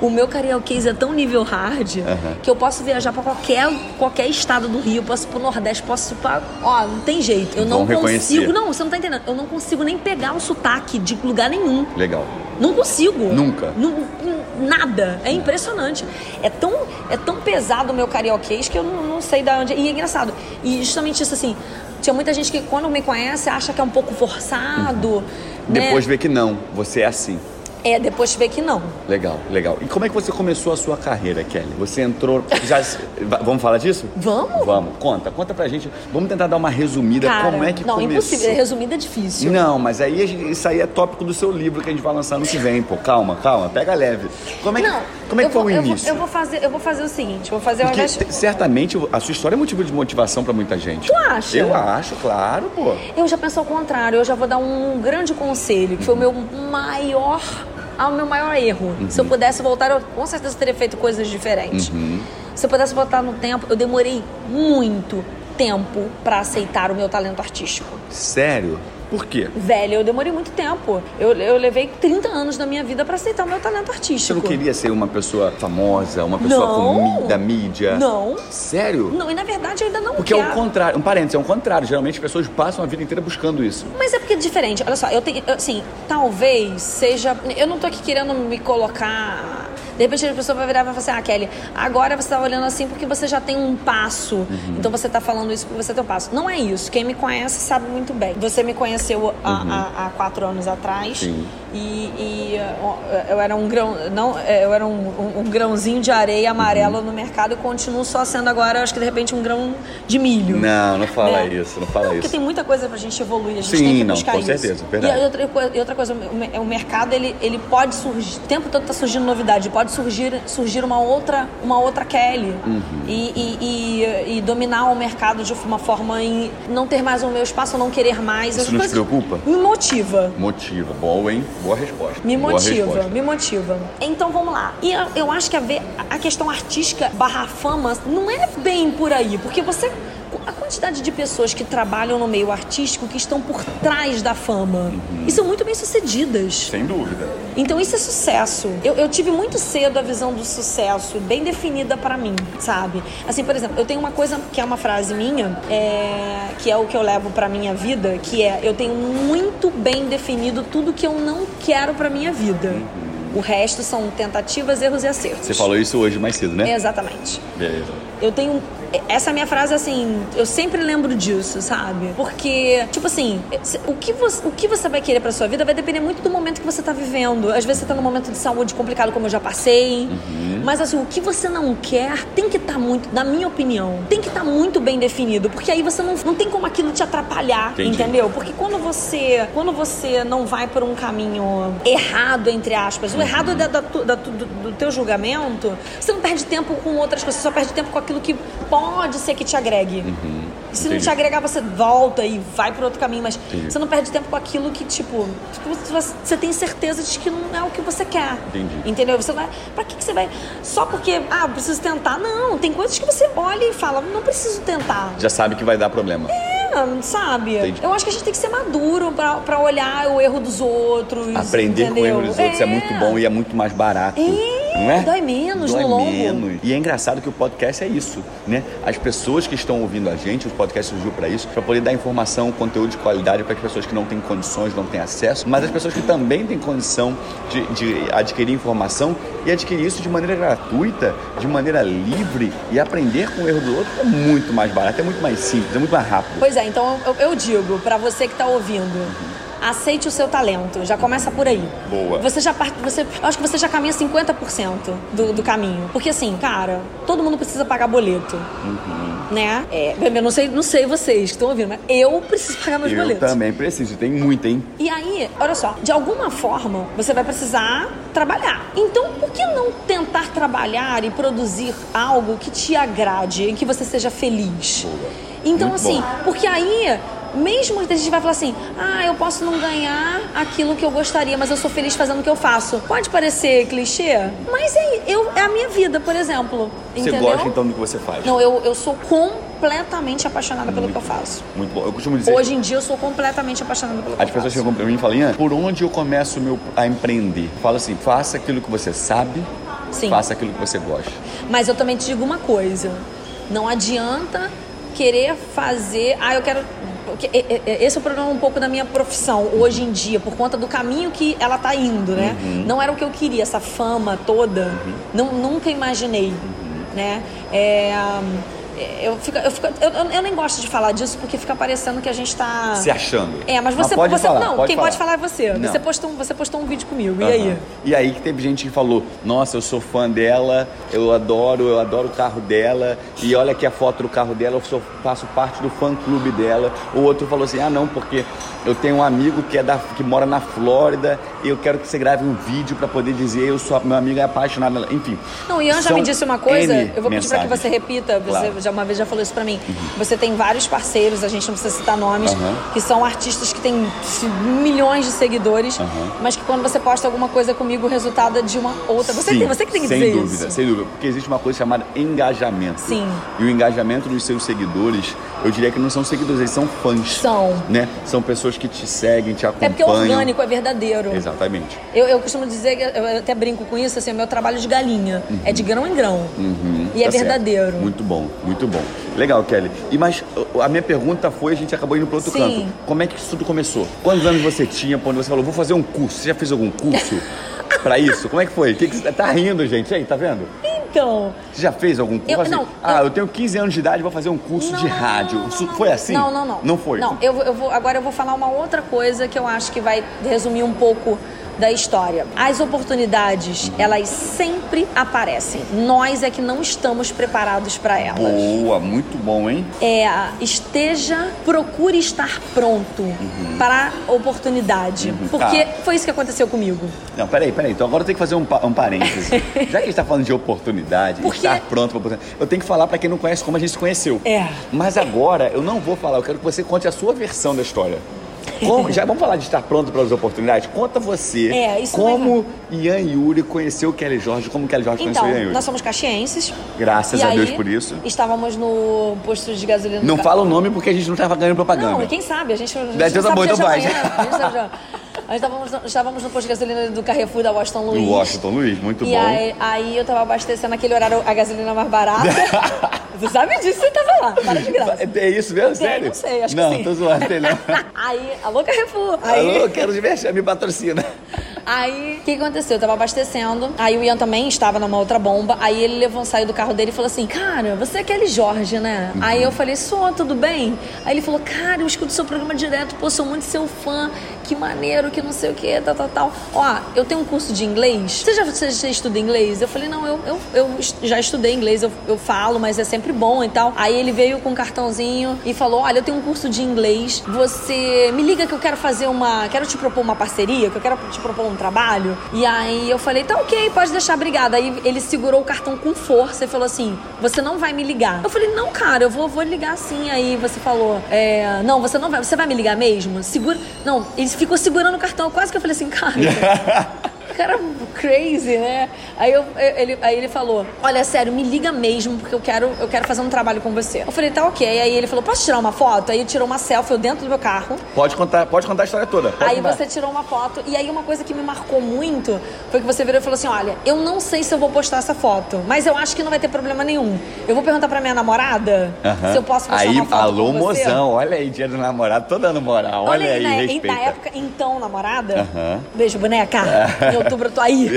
Speaker 3: O meu carioquês é tão nível hard que eu posso viajar pra qualquer, qualquer estado do Rio, posso ir pro Nordeste, posso ir pra. Ó, não tem jeito. Eu
Speaker 2: Vão
Speaker 3: não
Speaker 2: reconhecer.
Speaker 3: consigo. Não, você não tá entendendo. Eu não consigo nem pegar o sotaque de lugar nenhum.
Speaker 2: Legal.
Speaker 3: Não consigo.
Speaker 2: Nunca?
Speaker 3: Nu- nu- nada. É impressionante. É tão, é tão pesado o meu carioquês que eu não, não sei da onde. E é engraçado. E justamente isso assim. Tinha muita gente que, quando me conhece, acha que é um pouco forçado. né?
Speaker 2: Depois vê que não, você é assim.
Speaker 3: É, depois vê que não.
Speaker 2: Legal, legal. E como é que você começou a sua carreira, Kelly? Você entrou. Já, va- vamos falar disso?
Speaker 3: Vamos?
Speaker 2: Vamos, conta, conta pra gente. Vamos tentar dar uma resumida.
Speaker 3: Cara,
Speaker 2: como é que
Speaker 3: não,
Speaker 2: começou?
Speaker 3: impossível. Resumida é difícil.
Speaker 2: Não, mas aí a gente- isso aí é tópico do seu livro que a gente vai lançar ano que vem, pô. Calma, calma, pega leve. Como é que,
Speaker 3: Não,
Speaker 2: como é que
Speaker 3: eu
Speaker 2: foi
Speaker 3: vou-
Speaker 2: o
Speaker 3: eu vou-
Speaker 2: início?
Speaker 3: Eu vou, fazer, eu vou fazer o seguinte, Então, eu vou fazer
Speaker 2: Porque
Speaker 3: uma vez-
Speaker 2: te- certamente a sua história é motivo de motivação pra muita gente.
Speaker 3: Tu acha?
Speaker 2: Eu acho, claro, pô.
Speaker 3: Eu já penso ao contrário, eu já vou dar um grande conselho, que foi o meu maior, ao meu maior erro.
Speaker 2: Uhum.
Speaker 3: Se eu pudesse voltar, eu com certeza teria feito coisas diferentes.
Speaker 2: Uhum.
Speaker 3: Se eu pudesse voltar no tempo, eu demorei muito tempo pra aceitar o meu talento artístico.
Speaker 2: Sério? Por quê?
Speaker 3: Velho, eu demorei muito tempo. Eu, eu levei 30 anos da minha vida pra aceitar o meu talento
Speaker 2: Você
Speaker 3: artístico.
Speaker 2: não queria ser uma pessoa famosa, uma pessoa
Speaker 3: Tipo- Não.
Speaker 2: comi- da mídia?
Speaker 3: Não.
Speaker 2: Sério?
Speaker 3: Não, e na verdade eu ainda não
Speaker 2: Porque é
Speaker 3: quero.
Speaker 2: o contrário. Um parênteses, é o contrário. Geralmente as pessoas passam a vida inteira buscando isso.
Speaker 3: Mas é porque é diferente. Olha só, eu tenho. eu, Assim, talvez seja. Eu não tô aqui querendo me colocar. De repente a pessoa vai virar e vai falar assim: Ah, Kelly, agora você tá olhando assim porque você já tem um passo. Então você tá falando isso porque você tem um passo. Não é isso. Quem me conhece sabe muito bem. Você me conheceu há, há- há quatro anos atrás.
Speaker 2: Sim.
Speaker 3: E, e, ó, eu era um grão. Não, é, eu era um, um- um grãozinho de areia amarelo no mercado e continuo só sendo agora, acho que de repente, um grão de milho.
Speaker 2: Não, não fala
Speaker 3: Né?
Speaker 2: isso, não fala
Speaker 3: Não, porque
Speaker 2: isso.
Speaker 3: tem muita coisa pra gente evoluir, a gente
Speaker 2: Sim,
Speaker 3: tem que
Speaker 2: não,
Speaker 3: buscar
Speaker 2: com
Speaker 3: isso.
Speaker 2: certeza, verdade.
Speaker 3: E outra, coi- e outra coisa, o me- o mercado, ele, ele pode surgir, o tempo todo tá surgindo novidade, pode surgir, surgir uma outra, uma outra Kelly
Speaker 2: Uhum.
Speaker 3: e, e- e- e dominar o mercado de uma forma em não ter mais o meu espaço, não querer mais.
Speaker 2: Isso
Speaker 3: As
Speaker 2: não te
Speaker 3: coisas-
Speaker 2: preocupa?
Speaker 3: Me motiva.
Speaker 2: Motiva. Boa, hein? Boa resposta.
Speaker 3: Me
Speaker 2: Boa
Speaker 3: motiva,
Speaker 2: resposta.
Speaker 3: me motiva. Então vamos lá. E eu, eu acho que a, ver- a questão artística barra fama não é bem por aí, porque você. A quantidade de pessoas que trabalham no meio artístico que estão por trás da fama
Speaker 2: Uhum.
Speaker 3: e são muito bem sucedidas.
Speaker 2: Sem dúvida.
Speaker 3: Então isso é sucesso. Eu, eu tive muito cedo a visão do sucesso bem definida pra mim, sabe? Assim, por exemplo, eu tenho uma coisa que é uma frase minha, é, que é o que eu levo pra minha vida, que é eu tenho muito bem definido tudo que eu não quero pra minha vida. O resto são tentativas, erros e acertos.
Speaker 2: Uhum. Você falou isso hoje mais cedo,
Speaker 3: É.
Speaker 2: né?
Speaker 3: Exatamente.
Speaker 2: Beleza.
Speaker 3: Eu tenho. Essa minha frase, assim, eu sempre lembro disso, sabe? Porque, tipo assim, o que você, o que você vai querer pra sua vida vai depender muito do momento que você tá vivendo. Às vezes você tá num momento de saúde complicado, como eu já passei. Mas, assim, o que você não quer tem que estar muito, na minha opinião, tem que estar muito bem definido. Porque aí você não, não tem como aquilo te atrapalhar,
Speaker 2: Entendi.
Speaker 3: entendeu? Porque quando você, quando você não vai por um caminho errado, entre aspas, o errado é da, da tu- da tu- do, do teu julgamento, você não perde tempo com outras coisas, você só perde tempo com aquilo que pode ser que te agregue. E se não
Speaker 2: Uhum, entendi.
Speaker 3: te agregar, você volta e vai por outro caminho, mas
Speaker 2: Entendi.
Speaker 3: você não perde tempo com aquilo que, tipo, tipo, você- você tem certeza de que não é o que você quer.
Speaker 2: Entendi.
Speaker 3: Entendeu? Você vai. Pra que, que você vai. Só porque, ah, eu preciso tentar. Não, tem coisas que você olha e fala, não preciso tentar.
Speaker 2: Já sabe que vai dar problema.
Speaker 3: É, sabe?
Speaker 2: Entendi.
Speaker 3: Eu acho que a gente tem que ser maduro pra, pra olhar o erro dos outros.
Speaker 2: Aprender com o
Speaker 3: entendeu?
Speaker 2: erro dos outros é. muito bom e é muito mais barato.
Speaker 3: É,
Speaker 2: Não é?
Speaker 3: dói menos
Speaker 2: dói
Speaker 3: no longo.
Speaker 2: menos. E é engraçado que o podcast é isso, né? As pessoas que estão ouvindo a gente, o podcast surgiu para isso, para poder dar informação, conteúdo de qualidade para as pessoas que não têm condições, não têm acesso, mas as pessoas que também têm condição de, de adquirir informação e adquirir isso de maneira gratuita, de maneira livre e aprender com o erro do outro é muito mais barato, é muito mais simples, é muito mais rápido.
Speaker 3: Pois é, então eu, eu digo pra você que tá ouvindo. Aceite o seu talento, já começa por aí.
Speaker 2: Boa.
Speaker 3: Você já parte, você, eu acho que você já caminha 50% do, do caminho. Porque assim, cara, todo mundo precisa pagar boleto,
Speaker 2: Uhum.
Speaker 3: né? É, eu não sei, não sei vocês que estão ouvindo, mas eu preciso pagar meus
Speaker 2: Eu
Speaker 3: boletos.
Speaker 2: também preciso, tem muito, hein?
Speaker 3: E aí, olha só, de alguma forma você vai precisar trabalhar. Então, por que não tentar trabalhar e produzir algo que te agrade, em que você seja feliz? Então,
Speaker 2: Muito
Speaker 3: assim,
Speaker 2: bom.
Speaker 3: porque aí mesmo que a gente vai falar assim, ah, eu posso não ganhar aquilo que eu gostaria, mas eu sou feliz fazendo o que eu faço. Pode parecer clichê, mas é, eu, é a minha vida, por exemplo.
Speaker 2: Você
Speaker 3: entendeu?
Speaker 2: gosta então do que você faz?
Speaker 3: Não, eu, eu sou completamente apaixonada pelo que eu faço.
Speaker 2: Muito bom. Eu costumo dizer.
Speaker 3: Hoje em dia eu sou completamente apaixonada pelo que
Speaker 2: As
Speaker 3: eu
Speaker 2: pessoas
Speaker 3: faço.
Speaker 2: chegam pra mim e falam, Ian, por onde eu começo meu, a empreender? Eu falo assim, faça aquilo que você sabe,
Speaker 3: Sim.
Speaker 2: faça aquilo que você gosta.
Speaker 3: Mas eu também te digo uma coisa: não adianta querer fazer. Ah, eu quero. porque e- e- e- Esse é o problema um pouco da minha profissão hoje em dia, por conta do caminho que ela tá indo, né?
Speaker 2: Uhum.
Speaker 3: Não era o que eu queria, essa fama toda. Não, nunca imaginei,
Speaker 2: Uhum.
Speaker 3: né? É, eu, fico, eu, fico- eu, eu- eu nem gosto de falar disso porque fica parecendo que a gente tá.
Speaker 2: Se achando.
Speaker 3: É, mas você.
Speaker 2: pode
Speaker 3: você
Speaker 2: falar,
Speaker 3: não, quem pode falar é você.
Speaker 2: Não.
Speaker 3: Você postou, um- você postou um vídeo comigo,
Speaker 2: Aham.
Speaker 3: e aí?
Speaker 2: E aí que teve gente que falou, nossa, eu sou fã dela, eu adoro, eu adoro o carro dela, e olha aqui a foto do carro dela, eu sou, faço parte do fã clube dela. O outro falou assim, ah não, porque eu tenho um amigo que, é da, que mora na Flórida, e eu quero que você grave um vídeo pra poder dizer, eu sou, meu amigo é apaixonado, nela." enfim.
Speaker 3: Não, o Ian já
Speaker 2: são
Speaker 3: me disse uma coisa,
Speaker 2: N
Speaker 3: eu vou pedir pra que
Speaker 2: mensagens.
Speaker 3: você repita, você
Speaker 2: Claro.
Speaker 3: já uma vez já falou isso pra mim. Você tem vários parceiros, a gente não precisa citar nomes,
Speaker 2: Aham.
Speaker 3: que são artistas que têm milhões de seguidores,
Speaker 2: Aham.
Speaker 3: mas que quando você posta alguma coisa comigo, o resultado é de uma outra. Você,
Speaker 2: Sim,
Speaker 3: tem, você que tem que
Speaker 2: sem
Speaker 3: dizer
Speaker 2: dúvida,
Speaker 3: isso.
Speaker 2: Sem dúvida, porque existe uma coisa chamada engajamento.
Speaker 3: Sim.
Speaker 2: E o engajamento dos seus seguidores, eu diria que não são seguidores, eles são fãs.
Speaker 3: São.
Speaker 2: Né? São pessoas que te seguem, te
Speaker 3: É
Speaker 2: acompanham.
Speaker 3: porque é orgânico, é verdadeiro.
Speaker 2: Exatamente.
Speaker 3: Eu, eu costumo dizer, que eu até brinco com isso, assim, é meu trabalho de galinha. É de grão em grão. E é
Speaker 2: Tá certo.
Speaker 3: verdadeiro.
Speaker 2: Muito bom, muito bom. Legal, Kelly. E mas uh, a minha pergunta foi, a gente acabou indo para outro
Speaker 3: Sim.
Speaker 2: canto. Como é que isso tudo começou? Quantos anos você tinha quando você falou, vou fazer um curso? Você já fez algum
Speaker 3: [LAUGHS]
Speaker 2: curso para isso? Como é que foi? Que que você- tá rindo, gente. Aí, tá vendo?
Speaker 3: Então,
Speaker 2: Você já fez algum curso?
Speaker 3: Eu-
Speaker 2: assim,
Speaker 3: não,
Speaker 2: ah,
Speaker 3: eu-
Speaker 2: eu... tenho 15 anos de idade, vou fazer um curso de rádio.
Speaker 3: não,
Speaker 2: Isso
Speaker 3: não,
Speaker 2: foi
Speaker 3: não.
Speaker 2: assim?
Speaker 3: Não, não, não.
Speaker 2: Não foi?
Speaker 3: Não, eu, eu vou, agora eu vou falar uma outra coisa que eu acho que vai resumir um pouco da história. As oportunidades, elas sempre aparecem. Nós é que não estamos preparados para elas.
Speaker 2: Boa, muito bom, hein?
Speaker 3: É, esteja, procure estar pronto para a oportunidade. Porque
Speaker 2: Uhum. Tá.
Speaker 3: foi isso que aconteceu comigo.
Speaker 2: Não, peraí, peraí. Então agora eu tenho que fazer um, pa- um parênteses.
Speaker 3: [LAUGHS]
Speaker 2: Já que a gente tá falando de oportunidade,
Speaker 3: Porque-
Speaker 2: estar pronto pra oportunidade, eu tenho que falar pra quem não conhece como a gente se conheceu.
Speaker 3: É.
Speaker 2: Mas agora eu não vou falar, eu quero que você conte a sua versão da história.
Speaker 3: [LAUGHS]
Speaker 2: Como- já vamos falar de estar pronto para as oportunidades? Conta você
Speaker 3: É, isso
Speaker 2: como Ian Yuri conheceu Kelly Jorge, como Kelly Jorge
Speaker 3: Então,
Speaker 2: conheceu Ian Yuri.
Speaker 3: nós somos caxienses.
Speaker 2: Graças
Speaker 3: e
Speaker 2: a
Speaker 3: aí,
Speaker 2: Deus por isso.
Speaker 3: Estávamos no posto de gasolina do
Speaker 2: Não
Speaker 3: ca-
Speaker 2: fala o nome porque a gente não tava ganhando propaganda.
Speaker 3: Não, e quem sabe? A gente, a gente
Speaker 2: Deve ter
Speaker 3: não sabe
Speaker 2: sabor,
Speaker 3: o dia
Speaker 2: então
Speaker 3: de
Speaker 2: vai.
Speaker 3: amanhã, a gente sabe já. Nós estávamos, estávamos no posto de gasolina do Carrefour da Washington
Speaker 2: Do
Speaker 3: Luiz.
Speaker 2: Washington Luiz, muito
Speaker 3: E
Speaker 2: bom.
Speaker 3: aí, aí eu tava abastecendo naquele horário a gasolina mais
Speaker 2: [LAUGHS]
Speaker 3: barata. você sabe disso, você tava lá. Para de graça.
Speaker 2: É isso mesmo? Sério?
Speaker 3: então, não sei, acho que
Speaker 2: não,
Speaker 3: sim.
Speaker 2: tô zoando, sei não.
Speaker 3: Aí, alô Carrefour. [LAUGHS] Aí,
Speaker 2: Alô, quero diversão, me patrocina.
Speaker 3: Aí, o que aconteceu? Eu tava abastecendo, aí o Ian também estava numa outra bomba, aí ele levou, saiu do carro dele e falou assim, cara, você é aquele Jorge, né? Aí eu falei, sou, tudo bem? Aí ele falou, cara, eu escuto seu programa direto, pô, sou muito seu fã, que maneiro, que não sei o que, tal, tal, tal. Ó, eu tenho um curso de inglês, você já, você já estuda inglês? Eu falei, não, eu, eu, eu est- já estudei inglês, eu, eu falo, mas é sempre bom e tal. Aí ele veio com um cartãozinho e falou, olha, eu tenho um curso de inglês, você me liga que eu quero fazer uma, quero te propor uma parceria, que eu quero te propor um trabalho. E aí eu falei, tá ok, pode deixar, obrigada. Aí ele segurou o cartão com força e falou assim, você não vai me ligar. Eu falei, não, cara, eu vou, vou ligar sim. Aí você falou, é, não, você não vai, você vai me ligar mesmo? Segura, não, ele ficou segurando o cartão, quase que eu falei assim, cara... O cara crazy, né? Aí, eu- ele, aí ele falou: Olha, sério, me liga mesmo, porque eu quero, eu quero fazer um trabalho com você. Eu falei, tá ok. Aí ele falou: posso tirar uma foto? Aí ele tirou uma selfie eu dentro do meu carro.
Speaker 2: Pode contar, pode contar a história toda. pode
Speaker 3: Aí
Speaker 2: contar.
Speaker 3: você tirou uma foto. E aí uma coisa que me marcou muito foi que você virou e falou assim: Olha, eu não sei se eu vou postar essa foto, mas eu acho que não vai ter problema nenhum. Eu vou perguntar pra minha namorada
Speaker 2: Aham.
Speaker 3: se eu posso postar
Speaker 2: Aí,
Speaker 3: uma foto.
Speaker 2: alô,
Speaker 3: com você.
Speaker 2: mozão, olha aí, dia do namorado, tô dando moral, olha, aí,
Speaker 3: né?
Speaker 2: respeita.
Speaker 3: Na época, então, namorada.
Speaker 2: Aham. [LAUGHS]
Speaker 3: Beijo, boneca. em outubro eu tô aí.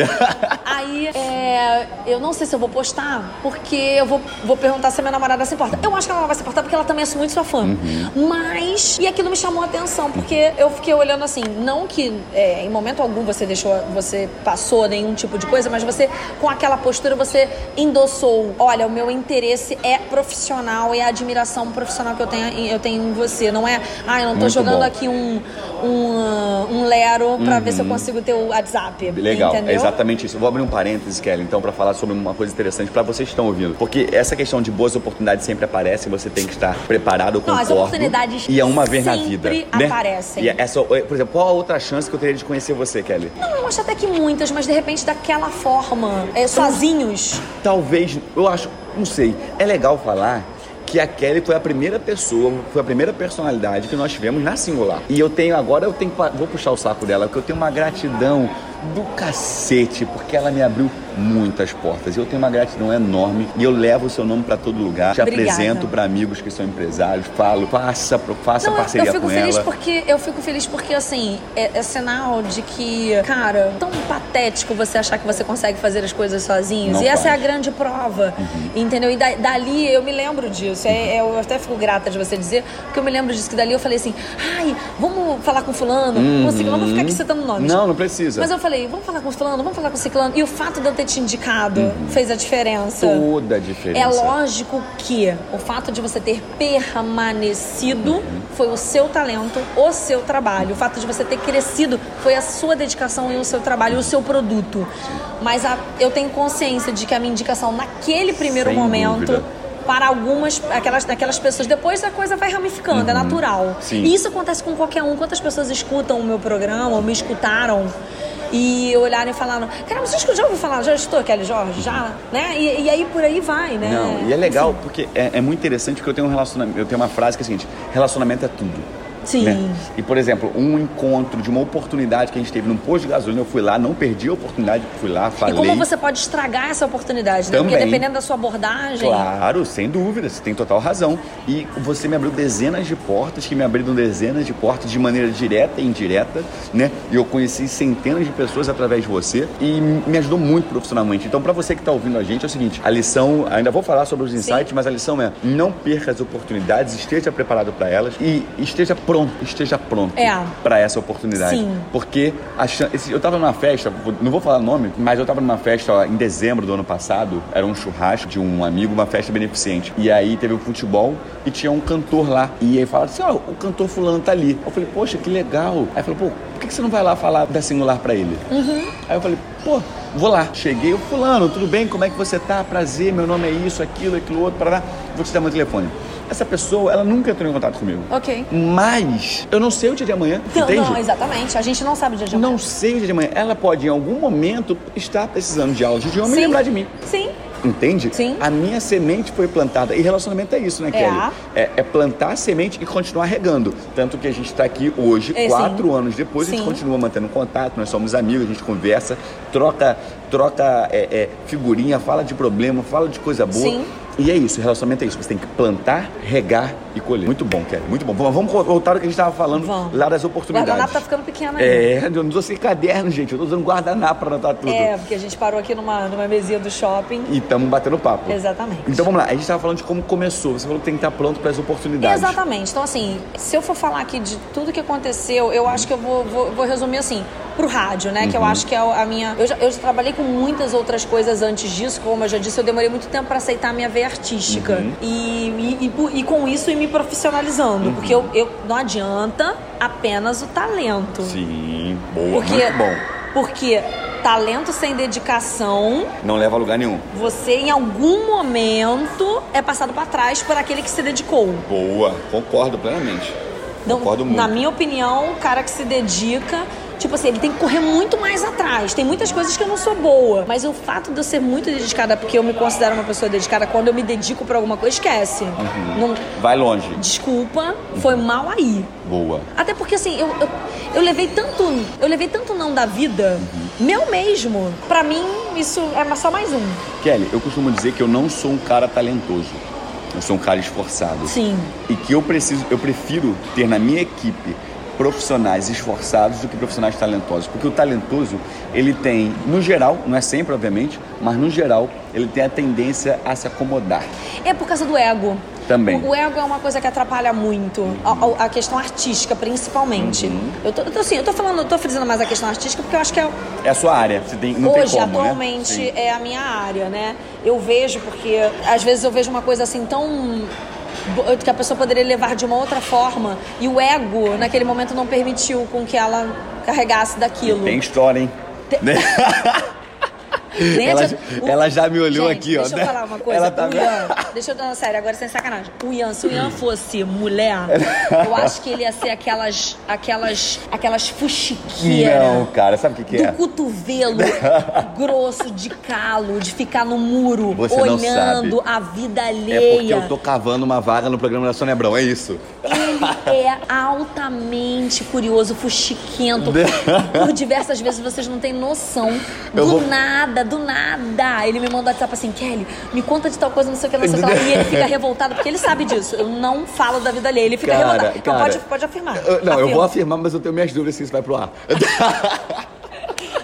Speaker 3: aí, é, eu não sei se eu vou postar, porque eu vou, vou perguntar se a minha namorada se importa. Eu acho que ela não vai se importar, porque ela também é muito sua fã.
Speaker 2: Uhum.
Speaker 3: Mas, e aquilo me chamou a atenção, porque eu fiquei olhando assim, não que é, em momento algum você deixou, você passou nenhum tipo de coisa, mas você, com aquela postura, você endossou. Olha, o meu interesse é profissional, é a admiração profissional que eu tenho, em- eu tenho em você. Não é, ah, eu não tô
Speaker 2: Muito
Speaker 3: jogando
Speaker 2: bom.
Speaker 3: aqui aqui um,
Speaker 2: Uhum.
Speaker 3: um, ah, um lero pra ver se eu consigo ter o WhatsApp.
Speaker 2: Legal,
Speaker 3: entendeu?
Speaker 2: é exatamente isso. Eu vou abrir um parênteses, Kelly, então, para falar sobre uma coisa interessante para vocês que estão ouvindo. Porque essa questão de boas oportunidades sempre aparece e você tem que estar preparado, eu
Speaker 3: Não,
Speaker 2: concordo.
Speaker 3: as oportunidades
Speaker 2: E é uma vez na
Speaker 3: sempre
Speaker 2: vida. né?
Speaker 3: aparecem.
Speaker 2: E essa, por exemplo, qual a outra chance que eu teria de conhecer você, Kelly?
Speaker 3: Não, eu acho até que muitas, mas de repente daquela forma,
Speaker 2: Então,
Speaker 3: é, sozinhos.
Speaker 2: Talvez, eu acho, não sei. É legal falar que a Kelly foi a primeira pessoa, foi a primeira personalidade que nós tivemos na singular. E eu tenho agora, eu tenho que pa- vou puxar o saco dela, porque eu tenho uma gratidão do cacete, porque ela me abriu muitas portas. Eu tenho uma gratidão enorme e eu levo o seu nome pra todo lugar. Te
Speaker 3: Obrigada.
Speaker 2: apresento pra amigos que são empresários, falo, faça, faça
Speaker 3: Não, eu-
Speaker 2: parceria
Speaker 3: eu fico
Speaker 2: com
Speaker 3: feliz
Speaker 2: ela.
Speaker 3: porque eu fico feliz porque assim é, é sinal de que, cara, tão patético você achar que você consegue fazer as coisas sozinhos.
Speaker 2: Não
Speaker 3: e essa é a
Speaker 2: faz. Uhum.
Speaker 3: grande prova, entendeu? E da- dali eu me lembro disso. É- é- eu até fico grata de você dizer porque eu me lembro disso que dali eu falei assim, ai, vamos falar com fulano, com ciclano, vamos ficar aqui citando nomes.
Speaker 2: Hum? Não, não precisa.
Speaker 3: Mas eu falei, vamos falar com fulano, vamos falar com ciclano. E o fato de eu ter te indicado fez a diferença.
Speaker 2: Uhum. Toda a diferença.
Speaker 3: É lógico que o fato de você ter permanecido
Speaker 2: Uhum.
Speaker 3: foi o seu talento, o seu trabalho. O fato de você ter crescido foi a sua dedicação e o seu trabalho, o seu produto. Mas a- eu tenho consciência de que a minha indicação naquele primeiro
Speaker 2: Sem
Speaker 3: momento.
Speaker 2: dúvida.
Speaker 3: Para algumas, aquelas, aquelas pessoas. Depois a coisa vai ramificando, é natural.
Speaker 2: Uhum. Sim.
Speaker 3: E isso acontece com qualquer um. Quantas pessoas escutam o meu programa, ou me escutaram, e olharam e falaram: Caramba, você escutou- já ouviu falar? Já estou, Kelly Jorge? Já? Né? E, e aí por aí vai, né?
Speaker 2: Uhum. Não, e é legal porque é, é muito interessante porque eu tenho um relacionamento, eu tenho uma frase que é a seguinte: relacionamento é tudo.
Speaker 3: Sim.
Speaker 2: né? E por exemplo, um encontro de uma oportunidade que a gente teve num posto de gasolina, eu fui lá, não perdi a oportunidade, fui lá,
Speaker 3: E
Speaker 2: falei.
Speaker 3: como você pode estragar essa oportunidade, né? Porque
Speaker 2: Também.
Speaker 3: dependendo da sua abordagem.
Speaker 2: Claro, sem dúvida, você tem total razão. E você me abriu dezenas de portas, que me abriram dezenas de portas de maneira direta e indireta, né? E eu conheci centenas de pessoas através de você e me ajudou muito profissionalmente. Então, pra você que tá ouvindo a gente, é o seguinte: a lição, ainda vou falar sobre os insights, mas a lição é: não perca as oportunidades, esteja preparado pra elas e esteja pronto, esteja pronto
Speaker 3: É.
Speaker 2: pra essa oportunidade.
Speaker 3: Sim.
Speaker 2: Porque a chan- esse- eu tava numa festa, vou- não vou falar o nome, mas eu tava numa festa ó, em dezembro do ano passado, era um churrasco de um amigo, uma festa beneficente. E aí teve o futebol e tinha um cantor lá. E aí falaram assim: ó, o cantor fulano tá ali. Eu falei, poxa, que legal. Aí falou, pô, por que que você não vai lá falar da singular pra ele?
Speaker 3: Uhum.
Speaker 2: Aí eu falei, pô, vou lá. Cheguei, eu, fulano, tudo bem? Como é que você tá? Prazer, meu nome é isso, aquilo, aquilo outro, parará. Vou te dar meu telefone. Essa pessoa, ela nunca entrou em contato comigo.
Speaker 3: Ok.
Speaker 2: Mas eu não sei o dia de amanhã,
Speaker 3: Não,
Speaker 2: entende?
Speaker 3: não, exatamente. A gente não sabe de onde é
Speaker 2: Não sei o dia de amanhã. Ela pode, em algum momento, estar precisando de aula de idioma e lembrar de mim.
Speaker 3: Sim.
Speaker 2: Entende?
Speaker 3: Sim.
Speaker 2: A minha semente foi plantada. E relacionamento é isso, né, Kelly?
Speaker 3: a-
Speaker 2: É, é plantar a semente e continuar regando. Tanto que a gente está aqui hoje,
Speaker 3: É, sim.
Speaker 2: quatro anos depois, a gente
Speaker 3: Sim.
Speaker 2: continua mantendo contato, nós somos amigos, a gente conversa, troca, troca é, é, figurinha, fala de problema, fala de coisa boa.
Speaker 3: Sim.
Speaker 2: E é isso, relacionamento é isso. Você tem que plantar, regar e colher. Muito bom, Kelly. Muito bom. Vamos vamos voltar ao que a gente estava falando
Speaker 3: Vamos.
Speaker 2: lá das
Speaker 3: O
Speaker 2: oportunidades.
Speaker 3: guardanapo tá ficando pequeno ainda.
Speaker 2: É, eu não tô sem caderno, gente. Eu tô usando guardanapo pra anotar tudo.
Speaker 3: É, porque a gente parou aqui numa, numa mesinha do shopping.
Speaker 2: E estamos batendo papo.
Speaker 3: Exatamente.
Speaker 2: Então vamos lá, a gente tava falando de como começou. Você falou que tem que estar pronto para as oportunidades.
Speaker 3: Exatamente. Então, assim, se eu for falar aqui de tudo que aconteceu, eu acho que eu vou, vou, vou resumir assim, pro rádio, né? Que eu acho que é a minha. Eu já, eu já trabalhei com muitas outras coisas antes disso, como eu já disse, eu demorei muito tempo pra aceitar a minha veia artística. E, e, e por- e com isso, e me profissionalizando. Porque eu, eu não adianta apenas o talento.
Speaker 2: Sim, boa,
Speaker 3: Porque,
Speaker 2: muito bom.
Speaker 3: porque talento sem dedicação
Speaker 2: Não leva a lugar nenhum.
Speaker 3: você em algum momento é passado pra trás por aquele que se dedicou.
Speaker 2: Boa, concordo plenamente.
Speaker 3: Não,
Speaker 2: concordo muito.
Speaker 3: na minha opinião, o cara que se dedica, tipo assim, ele tem que correr muito mais atrás. Tem muitas coisas que eu não sou boa, mas o fato de eu ser muito dedicada, porque eu me considero uma pessoa dedicada, quando eu me dedico pra alguma coisa, esquece. Não,
Speaker 2: Vai longe.
Speaker 3: desculpa, foi mal aí.
Speaker 2: Boa.
Speaker 3: Até porque assim, eu, eu, eu levei tanto, eu levei tanto não da vida, meu mesmo. Pra mim, isso é só mais um.
Speaker 2: Kelly, eu costumo dizer que eu não sou um cara talentoso. Eu sou um cara esforçado.
Speaker 3: Sim.
Speaker 2: E que eu preciso, eu prefiro ter na minha equipe profissionais esforçados do que profissionais talentosos, porque o talentoso, ele tem, no geral, não é sempre obviamente, mas no geral, ele tem a tendência a se acomodar.
Speaker 3: É por causa do ego.
Speaker 2: Também.
Speaker 3: O, o ego é uma coisa que atrapalha muito. A, a- a questão artística, principalmente.
Speaker 2: Uhum.
Speaker 3: Eu, tô, eu tô, assim, eu tô falando, eu tô frisando mais a questão artística porque eu acho que é,
Speaker 2: É a sua área, você tem, não
Speaker 3: hoje,
Speaker 2: tem como,
Speaker 3: atualmente,
Speaker 2: né? Sim.
Speaker 3: é a minha área, né? Eu vejo, porque às vezes eu vejo uma coisa assim tão. bo- que a pessoa poderia levar de uma outra forma e o ego, naquele momento, não permitiu com que ela carregasse daquilo.
Speaker 2: Tem história, hein? Né?
Speaker 3: Nem
Speaker 2: Ela,
Speaker 3: adianta- o-
Speaker 2: ela já me olhou
Speaker 3: Gente,
Speaker 2: aqui, ó.
Speaker 3: Deixa eu falar uma coisa.
Speaker 2: Ela tá Hum.
Speaker 3: o Ian, deixa eu dar sério, agora sem sacanagem. O Ian, se o Ian fosse mulher, eu acho que ele ia ser aquelas. aquelas. aquelas
Speaker 2: Não,
Speaker 3: fuxiqueiras.
Speaker 2: cara, sabe o que, que
Speaker 3: Do
Speaker 2: é? [LAUGHS]
Speaker 3: cotovelo grosso de calo, de ficar no muro,
Speaker 2: Você não
Speaker 3: olhando
Speaker 2: sabe.
Speaker 3: a vida
Speaker 2: É porque
Speaker 3: alheia.
Speaker 2: eu tô cavando uma vaga no programa da Sônia Abrão, é isso.
Speaker 3: Ele é altamente curioso, fuxiquento.
Speaker 2: De-
Speaker 3: Por diversas vezes vocês não têm noção.
Speaker 2: Eu
Speaker 3: do
Speaker 2: vou-
Speaker 3: nada, do nada. Ele me manda WhatsApp assim, Kelly, me conta de tal coisa, não sei o que, não sei o que. lá. E ele fica revoltado, porque ele sabe disso. Eu não falo da vida alheia. Ele fica
Speaker 2: Cara,
Speaker 3: revoltado. Então
Speaker 2: cara.
Speaker 3: pode, pode afirmar.
Speaker 2: Eu- Não, eu
Speaker 3: Afirma.
Speaker 2: vou afirmar, mas eu tenho minhas dúvidas se isso vai pro ar.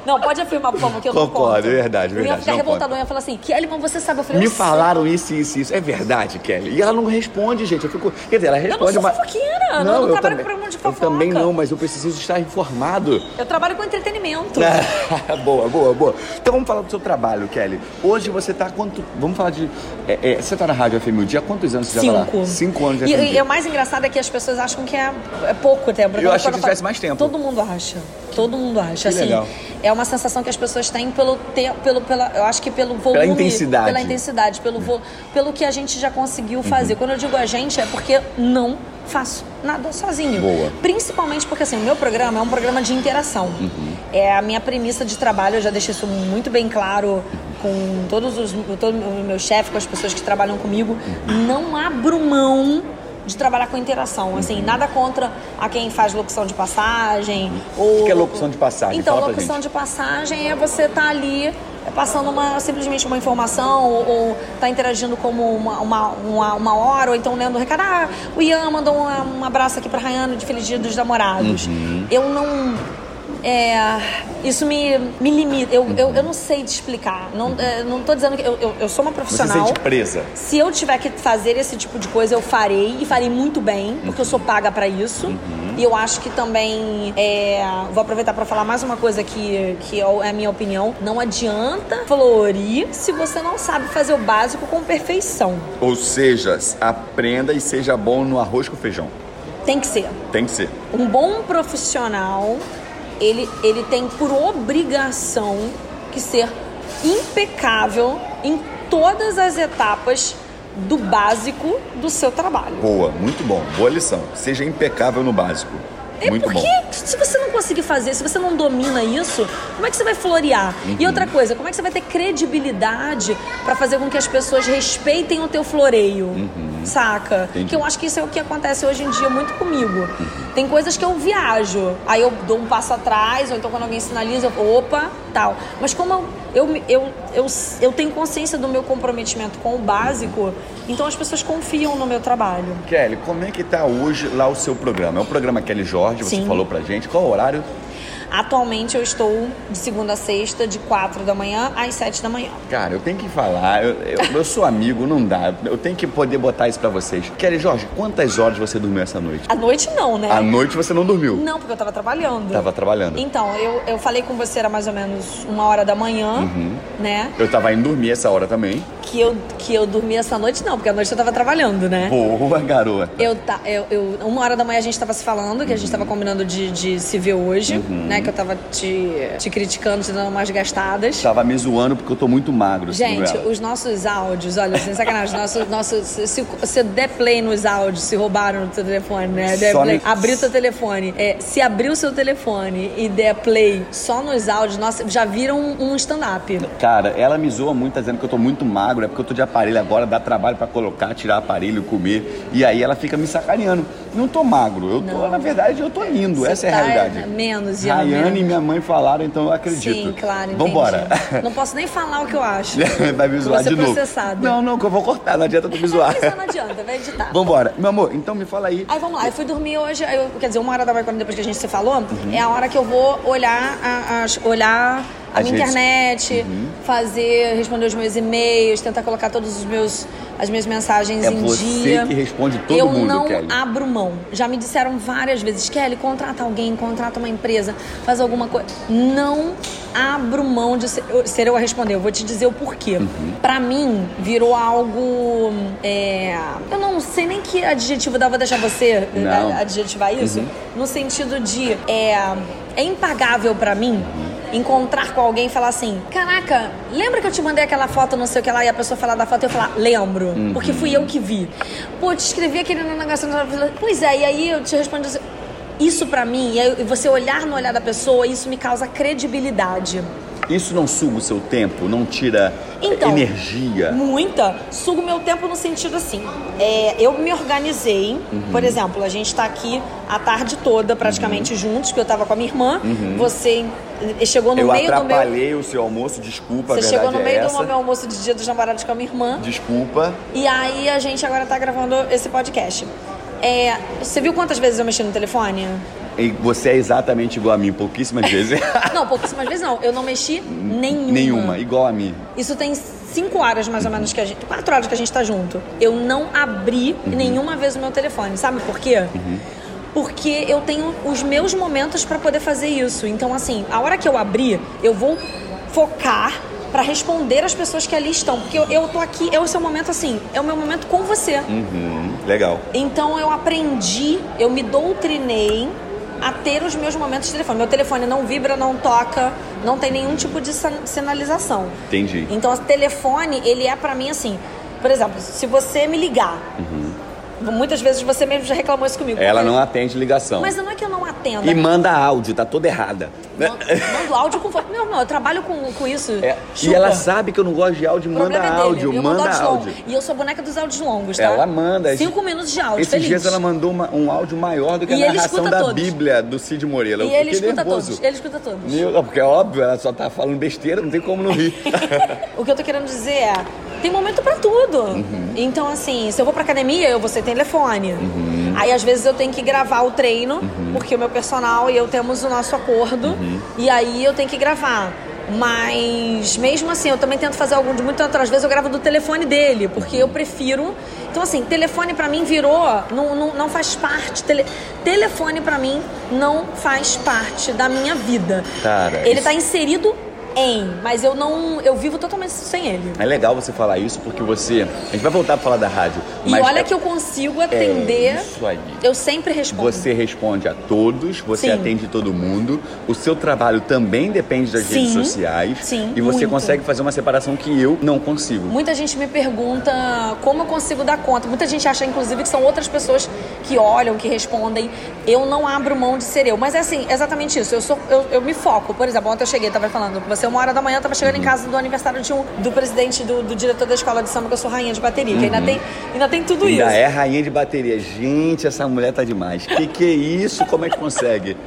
Speaker 3: Não, pode afirmar, por favor, que eu não
Speaker 2: Concordo,
Speaker 3: conto.
Speaker 2: é verdade,
Speaker 3: Eu ia
Speaker 2: verdade,
Speaker 3: ficar
Speaker 2: não
Speaker 3: revoltado.
Speaker 2: conto.
Speaker 3: Eu ia falar assim, Kelly, mas você sabe. Eu falei,
Speaker 2: Me
Speaker 3: eu sei.
Speaker 2: falaram isso, isso, isso. É verdade, Kelly. E ela não responde, gente. Eu fico. Quer dizer, ela
Speaker 3: não
Speaker 2: responde.
Speaker 3: sou
Speaker 2: mas-
Speaker 3: fofoqueira, não- não
Speaker 2: eu
Speaker 3: trabalho
Speaker 2: também-
Speaker 3: com programa de
Speaker 2: Eu também
Speaker 3: fofoca.
Speaker 2: não, mas eu preciso estar informado. [LAUGHS]
Speaker 3: Eu trabalho com entretenimento.
Speaker 2: É. boa, boa, boa. Então vamos falar do seu trabalho, Kelly. Hoje você tá há quanto. Vamos falar de. é, é, você tá na Rádio FM o dia? Há quantos anos você já tá
Speaker 3: Cinco.
Speaker 2: lá? Cinco anos de
Speaker 3: E,
Speaker 2: FM.
Speaker 3: e o mais engraçado é que as pessoas acham que é, é pouco tempo.
Speaker 2: Eu achei que
Speaker 3: Quando
Speaker 2: tivesse mais tempo.
Speaker 3: Todo mundo acha. Todo mundo acha. assim,
Speaker 2: legal.
Speaker 3: É uma sensação que as pessoas têm pelo tempo, pelo, pela, eu acho que pelo volume.
Speaker 2: intensidade.
Speaker 3: Pela intensidade, pelo, vo, pelo que a gente já conseguiu fazer.
Speaker 2: Uhum.
Speaker 3: Quando eu digo a gente, é porque não faço nada sozinho.
Speaker 2: Boa.
Speaker 3: Principalmente porque, assim, o meu programa é um programa de interação.
Speaker 2: Uhum.
Speaker 3: É a minha premissa de trabalho, eu já deixei isso muito bem claro com todos os com todo o meu chefe, com as pessoas que trabalham comigo.
Speaker 2: Uhum.
Speaker 3: Não abro mão de trabalhar com interação. Assim,
Speaker 2: Uhum.
Speaker 3: nada contra a quem faz locução de passagem ou...
Speaker 2: que é locução de passagem?
Speaker 3: Então,
Speaker 2: Fala pra
Speaker 3: locução
Speaker 2: gente.
Speaker 3: de passagem é você estar ali passando uma, simplesmente uma informação ou, ou tá interagindo como uma, uma, uma, uma hora, ou então lendo um recado. Ah, o Ian mandou uma- um, abraço aqui pra Rayane de Feliz Dia dos Namorados.
Speaker 2: Uhum.
Speaker 3: Eu não... é, isso me, me limita. Eu, eu, eu não sei te explicar. Não, é, não tô dizendo que... Eu, eu, eu sou uma
Speaker 2: Você se
Speaker 3: profissional.
Speaker 2: sente presa.
Speaker 3: Se eu tiver que fazer esse tipo de coisa, eu farei e farei muito bem, porque eu sou paga pra isso. E eu acho que também é, vou aproveitar pra falar mais uma coisa que, que é o- é a minha opinião. Não adianta florir se você não sabe fazer o básico com perfeição.
Speaker 2: Ou seja, aprenda e seja bom no arroz com feijão.
Speaker 3: Tem que ser.
Speaker 2: Tem que ser.
Speaker 3: Um bom profissional, ele, ele tem por obrigação que ser impecável em todas as etapas do básico do seu trabalho.
Speaker 2: Boa, muito bom. Boa lição. Seja impecável no básico.
Speaker 3: É
Speaker 2: muito
Speaker 3: porque
Speaker 2: bom.
Speaker 3: se você não conseguir fazer, se você não domina isso, como é que você vai florear?
Speaker 2: Uhum.
Speaker 3: E outra coisa, como é que você vai ter credibilidade pra fazer com que as pessoas respeitem o teu floreio? Saca?
Speaker 2: Uhum. Entendi. Uhum.
Speaker 3: Que eu acho que isso é o que acontece hoje em dia muito comigo. Tem coisas que eu viajo, aí eu dou um passo atrás, ou então quando alguém sinaliza, eu, opa, tal. Mas como eu, eu, me- eu, eu, eu tenho consciência do meu comprometimento com o básico, então as pessoas confiam no meu trabalho.
Speaker 2: Kelly, como é que tá hoje lá o seu programa? É o programa Kelly Jorge, você
Speaker 3: Sim.
Speaker 2: falou pra gente. Qual o horário?
Speaker 3: Atualmente eu estou de segunda a sexta, de 4 da manhã às 7 da manhã.
Speaker 2: Cara, eu tenho que falar, eu, eu- eu sou amigo, não dá. Eu tenho que poder botar isso pra vocês. Kelly Jorge, quantas horas você dormiu essa noite?
Speaker 3: À noite não, né?
Speaker 2: À noite você não dormiu.
Speaker 3: Não, porque eu tava trabalhando.
Speaker 2: Tava trabalhando.
Speaker 3: Então, eu, eu falei com você, era mais ou menos uma hora da manhã,
Speaker 2: Uhum.
Speaker 3: né?
Speaker 2: Eu tava indo dormir essa hora também.
Speaker 3: Que eu, que eu dormi essa noite não, porque à noite eu tava trabalhando, né?
Speaker 2: Boa, garota.
Speaker 3: Eu, tá, eu, eu- uma hora da manhã a gente tava se falando, que a gente
Speaker 2: Uhum.
Speaker 3: tava combinando de, de se ver hoje, né? Que eu tava te, te criticando, te dando umas gastadas.
Speaker 2: Tava me zoando porque eu tô muito magro. segundo
Speaker 3: Gente,
Speaker 2: ela.
Speaker 3: os nossos áudios, olha, sem sacanagem, nosso, nosso, se, se, se der play nos áudios, se roubaram no seu telefone, né? Der
Speaker 2: Só
Speaker 3: play,
Speaker 2: me-
Speaker 3: Abriu seu telefone. É, se abrir o seu telefone e der play só nos áudios, nossa, já viram um um stand-up.
Speaker 2: Cara, ela me zoa muito, tá dizendo que eu tô muito magro, é porque eu tô de aparelho agora, dá trabalho pra colocar, tirar aparelho, comer. E aí ela fica me sacaneando. Não tô magro, eu tô,
Speaker 3: Não.
Speaker 2: na verdade, eu tô lindo,
Speaker 3: Você
Speaker 2: essa é a
Speaker 3: tá
Speaker 2: realidade.
Speaker 3: menos, Ian,
Speaker 2: Rayane e
Speaker 3: menos.
Speaker 2: minha mãe falaram, então eu acredito.
Speaker 3: Sim, claro, entendi.
Speaker 2: Vambora. [LAUGHS]
Speaker 3: Não posso nem falar o que eu acho.
Speaker 2: Vai me
Speaker 3: Porque
Speaker 2: zoar
Speaker 3: vou ser
Speaker 2: de novo.
Speaker 3: processada.
Speaker 2: Não, não, que eu vou cortar, não adianta tu me [LAUGHS] zoar. [LAUGHS]
Speaker 3: Isso não adianta, vai editar.
Speaker 2: Vambora. Meu amor, então me fala aí.
Speaker 3: Aí vamos lá, eu fui dormir hoje, aí eu- quer dizer, uma hora da manhã, quando depois que a gente se falou, é a hora que eu vou olhar a, as- olhar a
Speaker 2: As
Speaker 3: minha
Speaker 2: redes. Uhum.
Speaker 3: internet, fazer, responder os meus e-mails, tentar colocar todos os meus as minhas mensagens
Speaker 2: É
Speaker 3: em
Speaker 2: você
Speaker 3: dia.
Speaker 2: que responde todo
Speaker 3: eu
Speaker 2: mundo,
Speaker 3: não
Speaker 2: Kelly.
Speaker 3: abro mão. Já me disseram várias vezes, Kelly, contrata alguém, contrata uma empresa, faz alguma coisa. Não abro mão de ser eu, ser eu a responder. Eu vou te dizer o porquê. Pra mim, virou algo. é, eu não sei nem que adjetivo dava deixar você né,
Speaker 2: Não.
Speaker 3: a- adjetivar isso. No sentido de. É, é impagável pra mim encontrar com alguém e falar assim: Caraca, lembra que eu te mandei aquela foto, não sei o que lá, e a pessoa falar da foto e eu falar, lembro, porque fui eu que vi. Pô, te escrevi aquele negócio, pois é, e aí eu te respondo assim. Isso pra mim, e aí você olhar no olhar da pessoa, isso me causa credibilidade.
Speaker 2: Isso não suga o seu tempo, não tira é,
Speaker 3: Então,
Speaker 2: energia.
Speaker 3: Muita. Sugo meu tempo no sentido assim. é, eu me organizei.
Speaker 2: Uhum.
Speaker 3: Por exemplo, a gente tá aqui a tarde toda praticamente
Speaker 2: Uhum.
Speaker 3: juntos, porque eu tava com a minha irmã. Você eh, chegou no
Speaker 2: eu
Speaker 3: meio do meu.
Speaker 2: atrapalhei o seu almoço, desculpa, a
Speaker 3: Você
Speaker 2: verdade
Speaker 3: chegou no
Speaker 2: é
Speaker 3: meio
Speaker 2: essa.
Speaker 3: do meu almoço de dia dos namorados com a minha irmã.
Speaker 2: Desculpa.
Speaker 3: E aí a gente agora tá gravando esse podcast. É, você viu quantas vezes eu mexi
Speaker 2: [LAUGHS]
Speaker 3: no telefone?
Speaker 2: E você é exatamente igual a mim, pouquíssimas
Speaker 3: [LAUGHS]
Speaker 2: vezes. [LAUGHS]
Speaker 3: Não, pouquíssimas vezes não. Eu não mexi nenhuma.
Speaker 2: Nenhuma, igual a mim.
Speaker 3: Isso tem cinco horas mais ou menos que a gente. Quatro horas que a gente tá junto. Eu não abri nenhuma vez o meu telefone. Sabe por quê? Porque eu tenho os meus momentos pra poder fazer isso. Então, assim, a hora que eu abrir, eu vou focar pra responder as pessoas que ali estão. Porque eu, eu tô aqui, é o seu momento assim, é o meu momento com você.
Speaker 2: Uhum, legal.
Speaker 3: Então eu aprendi, eu me doutrinei a ter os meus momentos de telefone. Meu telefone não vibra, não toca, não tem nenhum tipo de sin- sinalização.
Speaker 2: Entendi.
Speaker 3: Então, o telefone, ele é pra mim assim. Por exemplo, se você me ligar, muitas vezes você mesmo já reclamou isso comigo.
Speaker 2: Uhum. Ela
Speaker 3: Mas-
Speaker 2: não atende ligação.
Speaker 3: Mas não é que eu não atendo.
Speaker 2: E manda áudio, tá toda errada.
Speaker 3: Mando mando áudio com força. Meu irmão, eu trabalho com, com isso.
Speaker 2: É, e
Speaker 3: Chupa.
Speaker 2: ela sabe que eu não gosto de áudio,
Speaker 3: O
Speaker 2: manda
Speaker 3: problema é dele.
Speaker 2: áudio,
Speaker 3: Eu mando
Speaker 2: manda
Speaker 3: áudio longo.
Speaker 2: áudio.
Speaker 3: E eu sou a boneca dos áudios longos, tá?
Speaker 2: Ela manda.
Speaker 3: Cinco minutos de áudio,
Speaker 2: Esses
Speaker 3: feliz.
Speaker 2: dias ela mandou uma- um áudio maior do que
Speaker 3: E
Speaker 2: a
Speaker 3: ele
Speaker 2: narração
Speaker 3: escuta
Speaker 2: da
Speaker 3: todos.
Speaker 2: Bíblia do Cid Moreira. Eu
Speaker 3: E ele
Speaker 2: fiquei
Speaker 3: escuta
Speaker 2: nervoso.
Speaker 3: todos. Ele escuta todos.
Speaker 2: Meu, porque é óbvio, ela só tá falando besteira, não tem como não
Speaker 3: [LAUGHS]
Speaker 2: rir.
Speaker 3: O que eu tô querendo dizer é, tem momento pra tudo. Então, assim, se eu vou pra academia, eu vou sem telefone. Aí, às vezes, eu tenho que gravar o treino, porque o meu personal e eu temos o nosso acordo. E aí, eu tenho que gravar. Mas, mesmo assim, eu também tento fazer algum de muito tanto. Às vezes, eu gravo do telefone dele, porque eu prefiro. Então, assim, telefone pra mim virou. Não, não, não faz parte. Tele- telefone pra mim não faz parte da minha vida.
Speaker 2: Cara,
Speaker 3: Ele
Speaker 2: isso-
Speaker 3: tá inserido em, mas eu não. Eu vivo totalmente sem ele.
Speaker 2: é legal você falar isso porque você. A gente vai voltar a falar da rádio.
Speaker 3: E
Speaker 2: mas
Speaker 3: olha
Speaker 2: é-
Speaker 3: que eu consigo atender.
Speaker 2: isso aí.
Speaker 3: Eu sempre respondo.
Speaker 2: Você responde a todos, você
Speaker 3: Sim.
Speaker 2: atende todo mundo, o seu trabalho também depende das redes
Speaker 3: Sim.
Speaker 2: sociais
Speaker 3: Sim,
Speaker 2: e você
Speaker 3: muito.
Speaker 2: consegue fazer uma separação que eu não consigo.
Speaker 3: Muita gente me pergunta como eu consigo dar conta. Muita gente acha, inclusive, que são outras pessoas que olham, que respondem. Eu não abro mão de ser eu. Mas é assim, exatamente isso. Eu, sou, eu, eu me foco. Por exemplo, ontem eu cheguei, tava falando com você, é uma hora da manhã, eu tava chegando em
Speaker 2: Uhum.
Speaker 3: casa do aniversário de um, do presidente, do, do diretor da escola de samba, que eu sou rainha de bateria. Que ainda tem, ainda tem tudo
Speaker 2: Uhum. Ainda
Speaker 3: isso.
Speaker 2: é rainha de bateria. Gente, essa mulher tá demais. Que que é isso? Como é que consegue?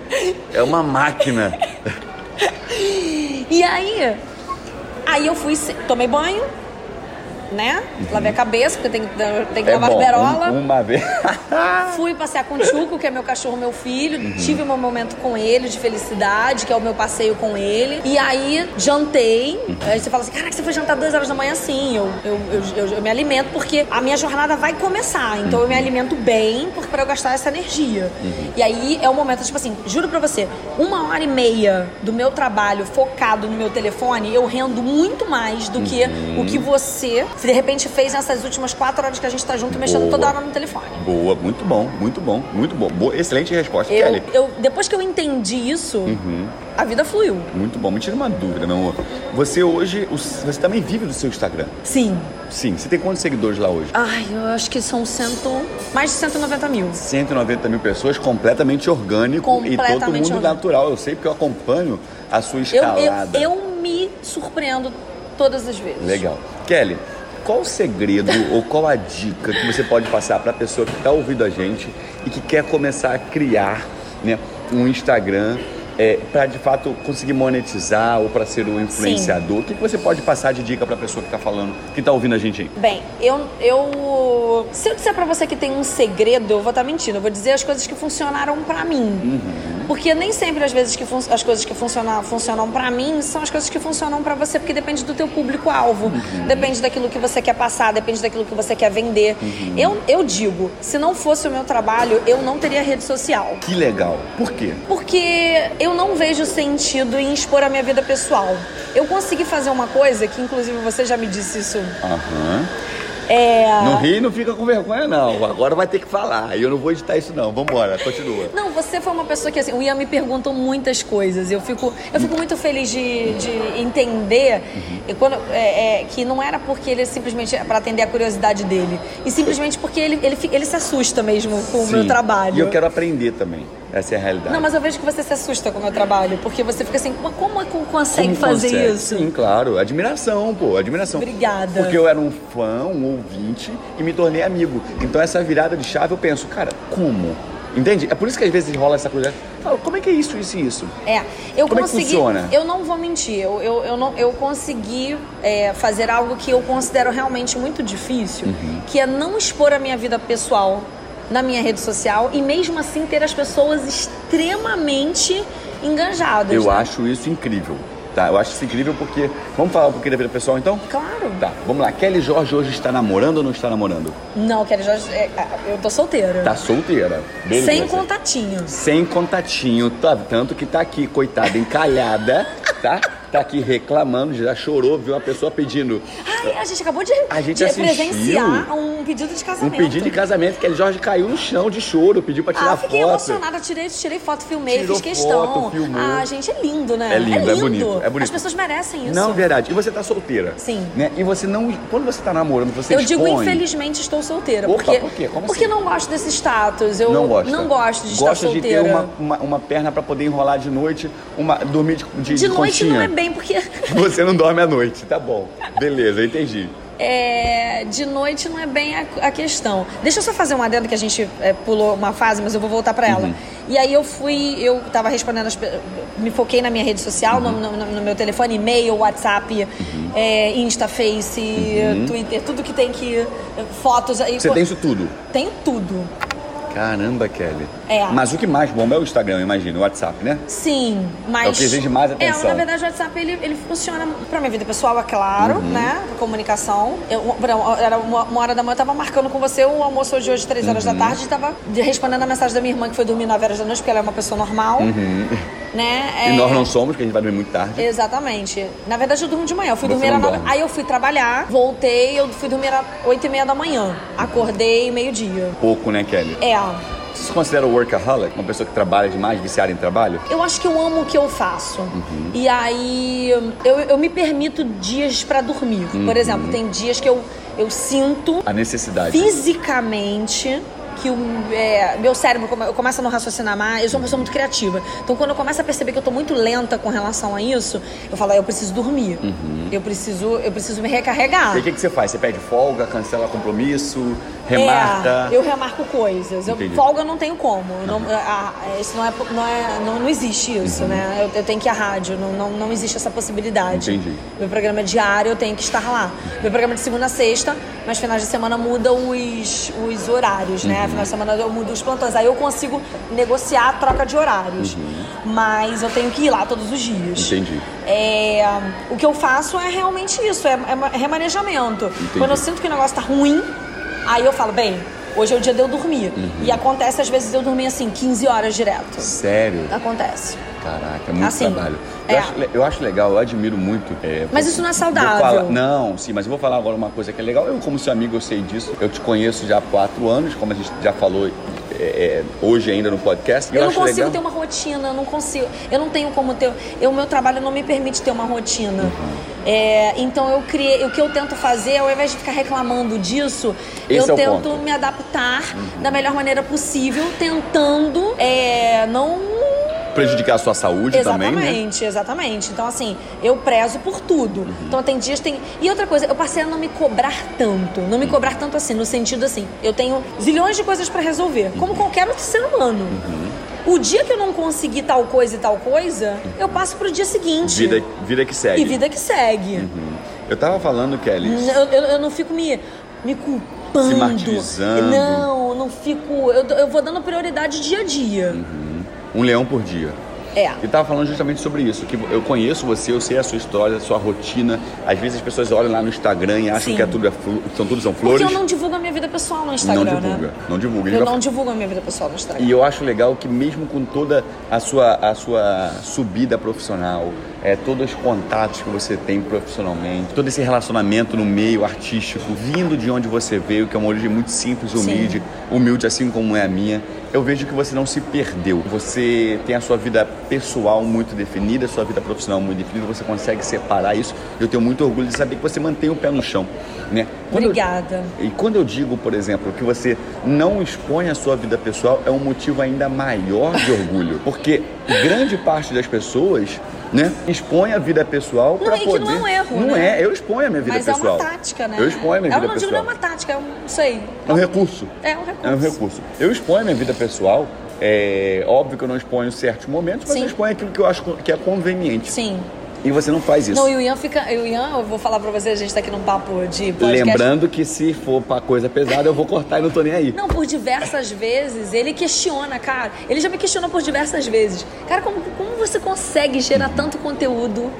Speaker 2: É uma máquina.
Speaker 3: E aí, aí eu fui, se- tomei banho, né? Lavei a cabeça, porque tem, tem que
Speaker 2: Uhum. É
Speaker 3: lavar
Speaker 2: bom.
Speaker 3: berola.
Speaker 2: um- uma vez.
Speaker 3: Fui passear com o Chuco, que é meu cachorro, meu filho. Tive meu momento com ele de felicidade, que é o meu passeio com ele. E aí, jantei. Aí você fala assim, caraca, você foi jantar duas horas da manhã? Sim, eu, eu, eu, eu- eu me alimento, porque a minha jornada vai começar. Então, eu me alimento bem porque pra eu gastar essa energia. E aí, é o momento, tipo assim, juro pra você, uma hora e meia do meu trabalho focado no meu telefone, eu rendo muito mais do que o que você, de repente, fez nessas últimas quatro horas que a gente tá junto, mexendo
Speaker 2: Boa.
Speaker 3: toda hora no telefone.
Speaker 2: [LAUGHS] Boa, muito bom, muito bom, muito bom. Boa, excelente resposta,
Speaker 3: Eu,
Speaker 2: Kelly.
Speaker 3: eu- depois que eu entendi isso, a vida fluiu.
Speaker 2: Muito bom. Me tira uma dúvida, meu amor. Você hoje, o- você também vive do seu Instagram?
Speaker 3: Sim.
Speaker 2: Sim. Você tem quantos seguidores lá hoje?
Speaker 3: Ai, eu acho que são cento, mais de 190 mil.
Speaker 2: 190 mil pessoas, completamente orgânico e todo
Speaker 3: Completamente
Speaker 2: mundo
Speaker 3: orgânico.
Speaker 2: natural. Eu sei porque eu acompanho a sua
Speaker 3: Eu,
Speaker 2: escalada.
Speaker 3: eu, eu me surpreendo todas as vezes.
Speaker 2: Legal. Kelly, qual o
Speaker 3: [LAUGHS]
Speaker 2: segredo ou qual a dica que você pode passar para a pessoa que está ouvindo a gente e que quer começar a criar né, um Instagram para de fato conseguir monetizar ou para ser um influenciador? O que, que você pode passar de dica para a pessoa que está falando, que está ouvindo a gente aí?
Speaker 3: Bem, eu, eu. Se eu disser pra você que tem um segredo, eu vou estar mentindo. Eu vou dizer as coisas que funcionaram pra mim. Porque nem sempre as vezes que fun- as coisas que funcionam, funcionam para mim são as coisas que funcionam pra você, porque depende do teu público-alvo, depende daquilo que você quer passar, depende daquilo que você quer vender. Eu, eu digo, se não fosse o meu trabalho, eu não teria rede social.
Speaker 2: Que legal. Por quê?
Speaker 3: Porque eu não vejo sentido em expor a minha vida pessoal. Eu consegui fazer uma coisa que, inclusive, você já me disse isso
Speaker 2: Aham.
Speaker 3: É...
Speaker 2: Não ri e não fica com vergonha, não. Agora vai ter que falar. E eu não vou editar isso, não. Vambora, continua.
Speaker 3: Não, você foi uma pessoa que assim, o Ian me perguntou muitas coisas. Eu fico, eu fico muito feliz de, de entender
Speaker 2: Uhum.
Speaker 3: e quando, é, é, que não era porque ele simplesmente para atender a curiosidade dele. E simplesmente porque ele, ele, fi- ele se assusta mesmo com o
Speaker 2: Sim.
Speaker 3: meu trabalho.
Speaker 2: E eu quero aprender também. Essa é a realidade.
Speaker 3: Não, mas eu vejo que você se assusta com o meu trabalho, porque você fica assim, "Mas como é que consegue
Speaker 2: Como
Speaker 3: fazer
Speaker 2: consegue?
Speaker 3: isso?
Speaker 2: Sim, claro. Admiração, pô. Admiração.
Speaker 3: Obrigada.
Speaker 2: Porque eu era um fã, um ouvinte e me tornei amigo. Então essa virada de chave eu penso, cara, como? Entende? É por isso que às vezes rola essa coisa. Eu Falo, como é que é isso, isso e isso?
Speaker 3: É, eu
Speaker 2: Como é que
Speaker 3: consegui.
Speaker 2: funciona?
Speaker 3: Eu não vou mentir, eu, eu, eu, não, eu consegui é, fazer algo que eu considero realmente muito difícil,
Speaker 2: Uhum.
Speaker 3: que é não expor a minha vida pessoal na minha rede social e mesmo assim ter as pessoas extremamente enganjadas.
Speaker 2: Eu
Speaker 3: né?
Speaker 2: acho isso incrível. Tá, eu acho isso incrível porque. Vamos falar um pouquinho da vida pessoal então?
Speaker 3: Claro.
Speaker 2: Tá, vamos lá. Kelly Jorge hoje está namorando ou não está namorando?
Speaker 3: Não, quero já. é, eu tô solteira.
Speaker 2: Tá solteira. Beleza.
Speaker 3: Sem contatinho.
Speaker 2: Sem contatinho, tá- tanto que tá aqui, coitada, encalhada, tá? Tá aqui reclamando, já chorou, viu uma pessoa pedindo
Speaker 3: Ai, a gente acabou de,
Speaker 2: A gente
Speaker 3: de
Speaker 2: assistiu.
Speaker 3: presenciar um pedido de
Speaker 2: um
Speaker 3: casamento.
Speaker 2: pedido de casamento, que ele Jorge caiu no chão de choro, pediu pra tirar
Speaker 3: Ah, fiquei
Speaker 2: foto.
Speaker 3: emocionada, tirei, tirei foto, filmei,
Speaker 2: Tirou
Speaker 3: fiz questão.
Speaker 2: foto, filmou.
Speaker 3: Ah, gente, é lindo, né?
Speaker 2: É lindo, é bonito, é bonito.
Speaker 3: As pessoas merecem isso.
Speaker 2: Não, verdade. E você tá solteira.
Speaker 3: Sim.
Speaker 2: Né? E você não. Quando você tá namorando, você
Speaker 3: eu
Speaker 2: expõe.
Speaker 3: digo, infelizmente, estou solteira.
Speaker 2: Opa,
Speaker 3: porque,
Speaker 2: por quê? Como
Speaker 3: Porque
Speaker 2: assim?
Speaker 3: não gosto desse status. Eu
Speaker 2: Não gosta.
Speaker 3: não gosto de estar
Speaker 2: Gosta de ter
Speaker 3: solteira.
Speaker 2: uma, uma, uma perna pra poder enrolar de noite, uma, dormir de, de,
Speaker 3: De noite
Speaker 2: conchinha.
Speaker 3: não é bem, porque.
Speaker 2: [LAUGHS] Você não dorme à noite, tá bom. Beleza, eu entendi.
Speaker 3: é, de noite não é bem a, a questão. Deixa eu só fazer um adendo que a gente é, pulou uma fase, mas eu vou voltar pra ela.
Speaker 2: Uhum.
Speaker 3: E aí eu fui, eu tava respondendo, as pe- me foquei na minha rede social,
Speaker 2: Uhum.
Speaker 3: no- no, no meu telefone, e-mail, WhatsApp, é, Insta, Face, Twitter, tudo que tem que. fotos. aí
Speaker 2: Uhum. Você tem isso tudo.
Speaker 3: Tenho tudo.
Speaker 2: Caramba, Kelly.
Speaker 3: É.
Speaker 2: Mas o que mais bomba é o Instagram, imagina, o WhatsApp, né?
Speaker 3: Sim, mas.
Speaker 2: É o que exige mais atenção.
Speaker 3: É, na verdade, o WhatsApp ele, ele funciona pra minha vida pessoal, é claro,
Speaker 2: Uhum.
Speaker 3: né? Comunicação. Eu, por exemplo, era uma, uma hora da manhã, eu tava marcando com você o almoço hoje, hoje, três horas
Speaker 2: Uhum.
Speaker 3: da tarde, e tava de- respondendo a mensagem da minha irmã que foi dormir 9 horas da noite, porque ela é uma pessoa normal. Né? É,
Speaker 2: Uhum. E nós não somos, porque a gente vai dormir muito tarde.
Speaker 3: Exatamente. Na verdade, eu durmo de manhã. Eu fui
Speaker 2: Você
Speaker 3: dormir
Speaker 2: não
Speaker 3: às nove.
Speaker 2: dorme.
Speaker 3: Aí eu fui trabalhar, voltei, eu fui dormir às oito e meia da manhã. Acordei meio-dia.
Speaker 2: Pouco, né, Kelly?
Speaker 3: É.
Speaker 2: Você se considera um workaholic? Uma pessoa que trabalha demais, viciada em trabalho?
Speaker 3: Eu acho que eu amo o que eu faço. E aí eu, eu me permito dias pra dormir. Por exemplo, tem dias que eu, eu sinto
Speaker 2: A necessidade.
Speaker 3: fisicamente que o é, meu cérebro come, eu começo a não raciocinar mais. Eu sou uma pessoa muito criativa. Então quando eu começo a perceber que eu tô muito lenta com relação a isso, eu falo, "Ah, eu preciso dormir. Eu preciso eu preciso me recarregar.
Speaker 2: E o que, que você faz? Você pede folga, cancela compromisso, remarca?
Speaker 3: É, eu remarco coisas. Eu,
Speaker 2: Entendi.
Speaker 3: folga eu não tenho como. Eu não- a- a- isso não é, não, é- não- não existe isso,
Speaker 2: Uhum.
Speaker 3: né? Eu, eu tenho que ir à rádio, não, não, não existe essa possibilidade.
Speaker 2: Entendi.
Speaker 3: Meu programa é diário, eu tenho que estar lá. Meu programa é de segunda a sexta, mas finais de semana muda os, os horários, né?
Speaker 2: Uhum.
Speaker 3: Finais de semana eu mudo os plantões. Aí eu consigo negociar a troca de horários. Mas eu tenho que ir lá todos os dias.
Speaker 2: Uhum. Entendi.
Speaker 3: É, o que eu faço é realmente isso, é, é ma- remanejamento. Quando eu sinto que o negócio tá ruim, aí eu falo, bem, hoje é o dia de eu dormir.
Speaker 2: Uhum.
Speaker 3: E acontece, às vezes, eu dormir assim, 15 horas direto.
Speaker 2: Sério?
Speaker 3: Acontece.
Speaker 2: Caraca, é muito
Speaker 3: Assim,
Speaker 2: trabalho. Eu,
Speaker 3: é.
Speaker 2: acho, le- eu acho legal, eu admiro muito. é,
Speaker 3: Mas
Speaker 2: vou-
Speaker 3: isso não é
Speaker 2: vou
Speaker 3: saudável.
Speaker 2: falar- não, sim, mas eu vou falar agora uma coisa que é legal. Eu, como seu amigo, eu sei disso. Eu te conheço já há quatro anos, como a gente já falou é, é, hoje ainda no podcast. E
Speaker 3: Eu, não
Speaker 2: acho
Speaker 3: consigo
Speaker 2: legal.
Speaker 3: ter uma rotina, eu não consigo. Eu não tenho como ter. O meu trabalho não me permite ter uma rotina.
Speaker 2: Uhum.
Speaker 3: É, então eu criei. O que eu tento fazer, ao invés de ficar reclamando disso,
Speaker 2: Esse
Speaker 3: eu
Speaker 2: é o
Speaker 3: tento
Speaker 2: ponto. Uhum.
Speaker 3: me adaptar da melhor maneira possível, tentando é, não
Speaker 2: Prejudicar a sua saúde
Speaker 3: um- Exatamente,
Speaker 2: também, né?
Speaker 3: exatamente. Então, assim, eu prezo por tudo.
Speaker 2: Uhum.
Speaker 3: Então, tem dias, tem. E outra coisa, eu passei a não me cobrar tanto. Não me
Speaker 2: Uhum.
Speaker 3: cobrar tanto assim, no sentido assim, eu tenho zilhões de coisas pra resolver,
Speaker 2: Uhum.
Speaker 3: como qualquer outro ser humano. O dia que eu não conseguir tal coisa e tal coisa, eu passo pro dia seguinte.
Speaker 2: Uhum. Vida, vida que Uhum. segue.
Speaker 3: E vida que segue.
Speaker 2: Eu tava falando, Kelly,
Speaker 3: Eu, eu, eu não fico me, me culpando.
Speaker 2: Se martirizando.
Speaker 3: Não, eu não fico. Eu, eu vou dando prioridade dia a dia.
Speaker 2: um leão por dia.
Speaker 3: É.
Speaker 2: E tava falando justamente sobre isso, que eu conheço você, eu sei a sua história, a sua rotina. Às vezes as pessoas olham lá no Instagram e acham
Speaker 3: Sim.
Speaker 2: que é tudo é flu- são tudo são
Speaker 3: Porque
Speaker 2: flores.
Speaker 3: eu não divulgo a minha vida pessoal no Instagram,
Speaker 2: não divulga,
Speaker 3: né?
Speaker 2: não divulga. A gente
Speaker 3: Eu
Speaker 2: vai-
Speaker 3: não divulgo a minha vida pessoal no Instagram.
Speaker 2: E eu acho legal que mesmo com toda a sua, a sua subida profissional, é, todos os contatos que você tem profissionalmente, todo esse relacionamento no meio artístico, vindo de onde você veio, que é uma origem muito simples, humilde, humilde assim como é a minha, eu vejo que você não se perdeu. Você tem a sua vida pessoal muito definida, a sua vida profissional muito definida, você consegue separar isso. Eu tenho muito orgulho de saber que você mantém o pé no chão, né? Quando eu-
Speaker 3: Obrigada.
Speaker 2: e quando eu digo, por exemplo, que você não expõe a sua vida pessoal, é um motivo ainda maior de orgulho. Porque grande parte das pessoas, né, expõe a vida pessoal para
Speaker 3: e que
Speaker 2: poder.
Speaker 3: não é um erro,
Speaker 2: Não
Speaker 3: né?
Speaker 2: é, eu exponho a minha vida
Speaker 3: Mas
Speaker 2: pessoal.
Speaker 3: é uma tática, né?
Speaker 2: Eu exponho a minha
Speaker 3: É,
Speaker 2: vida
Speaker 3: não digo
Speaker 2: pessoal.
Speaker 3: não é uma tática, é um, não sei.
Speaker 2: É um recurso.
Speaker 3: É um recurso.
Speaker 2: É um recurso. Eu exponho a minha vida pessoal. É óbvio que eu não exponho certos momentos, mas
Speaker 3: Sim.
Speaker 2: eu exponho aquilo que eu acho que é conveniente.
Speaker 3: Sim.
Speaker 2: E você não faz isso.
Speaker 3: Não, e o Ian fica. e O Ian, eu vou falar pra você, a gente tá aqui num papo de podcast.
Speaker 2: Lembrando que se for pra coisa pesada, eu vou cortar e não tô nem aí.
Speaker 3: Não, por diversas vezes ele questiona, cara. Ele já me questionou por diversas vezes. Cara, como, como você consegue gerar tanto conteúdo?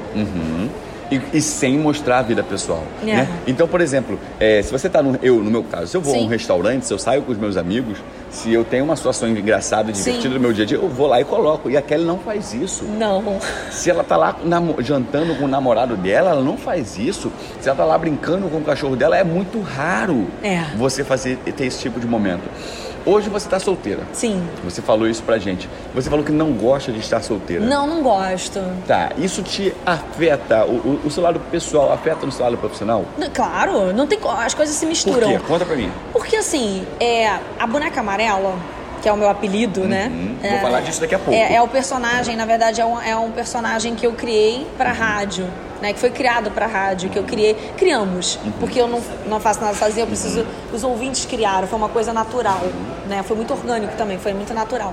Speaker 2: e, e sem mostrar a vida pessoal.
Speaker 3: É.
Speaker 2: né? Então, por exemplo, é, se você tá no. Eu, no meu caso, se eu vou a um
Speaker 3: Sim.
Speaker 2: restaurante, se eu saio com os meus amigos, se eu tenho uma situação engraçada, divertida
Speaker 3: Sim.
Speaker 2: no meu dia a dia, eu vou lá e coloco. E a Kelly não faz isso.
Speaker 3: Não.
Speaker 2: Se ela tá lá namo- jantando com o namorado dela, ela não faz isso. Se ela tá lá brincando com o cachorro dela, é muito raro
Speaker 3: É.
Speaker 2: você fazer ter esse tipo de momento. Hoje você tá solteira.
Speaker 3: Sim.
Speaker 2: Você falou isso pra gente. Você falou que não gosta de estar solteira.
Speaker 3: Não, não gosto.
Speaker 2: Tá, isso te afeta, o, o, o seu lado pessoal afeta no seu lado profissional?
Speaker 3: Não, Claro, não tem co- as coisas se
Speaker 2: Por
Speaker 3: misturam.
Speaker 2: quê? Conta pra mim.
Speaker 3: Porque assim, é, a boneca amarela, que é o meu apelido, né?
Speaker 2: Uhum.
Speaker 3: É,
Speaker 2: Vou falar disso daqui a pouco.
Speaker 3: É, é o personagem, na verdade, é um, é um personagem que eu criei pra rádio, né? Que foi criado pra rádio, que eu criei. Criamos,
Speaker 2: Uhum.
Speaker 3: porque eu não, não faço nada sozinha, eu preciso. Os ouvintes criaram, foi uma coisa natural,
Speaker 2: Uhum.
Speaker 3: né? Foi muito orgânico também, foi muito natural.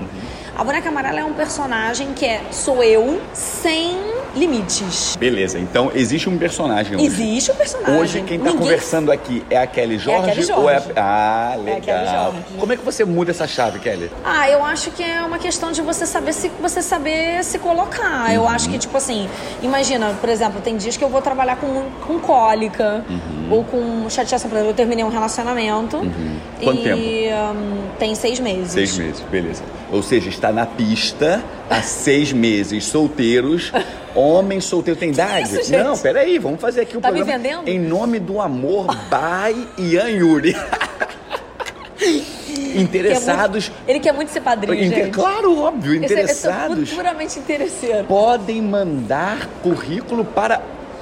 Speaker 3: A boneca amarela é um personagem que é sou eu sem limites.
Speaker 2: Beleza, então existe um personagem hoje.
Speaker 3: Existe o personagem.
Speaker 2: Hoje quem tá
Speaker 3: Ninguém-
Speaker 2: conversando aqui é a Kelly Jorge,
Speaker 3: Kelly
Speaker 2: ou é
Speaker 3: Jorge.
Speaker 2: a... Ah,
Speaker 3: É a Kelly
Speaker 2: legal.
Speaker 3: Jorge.
Speaker 2: Como é que você muda essa chave, Kelly?
Speaker 3: Ah, eu acho que é uma questão de você saber se você saber se colocar. Eu acho que, tipo assim, imagina, por exemplo, tem dias que eu vou trabalhar com, com cólica
Speaker 2: Uhum.
Speaker 3: ou com chateação. Por exemplo, eu terminei um relacionamento.
Speaker 2: Quanto
Speaker 3: e,
Speaker 2: tempo?
Speaker 3: hum, tem seis meses.
Speaker 2: Seis meses, beleza. Ou seja, está na pista há seis meses, solteiros, homem solteiro tem idade?
Speaker 3: isso, gente?
Speaker 2: Não, peraí, vamos fazer aqui o
Speaker 3: Tá me
Speaker 2: programa.
Speaker 3: vendendo?
Speaker 2: Em nome do amor, by Ian Yuri.
Speaker 3: [LAUGHS] Ele quer muito-
Speaker 2: Interessados.
Speaker 3: ele quer muito ser padrinho,
Speaker 2: Inter-
Speaker 3: gente. é
Speaker 2: Claro, óbvio,
Speaker 3: Eu sou- Eu
Speaker 2: interessados
Speaker 3: sou puramente interesseiro.
Speaker 2: podem mandar currículo para.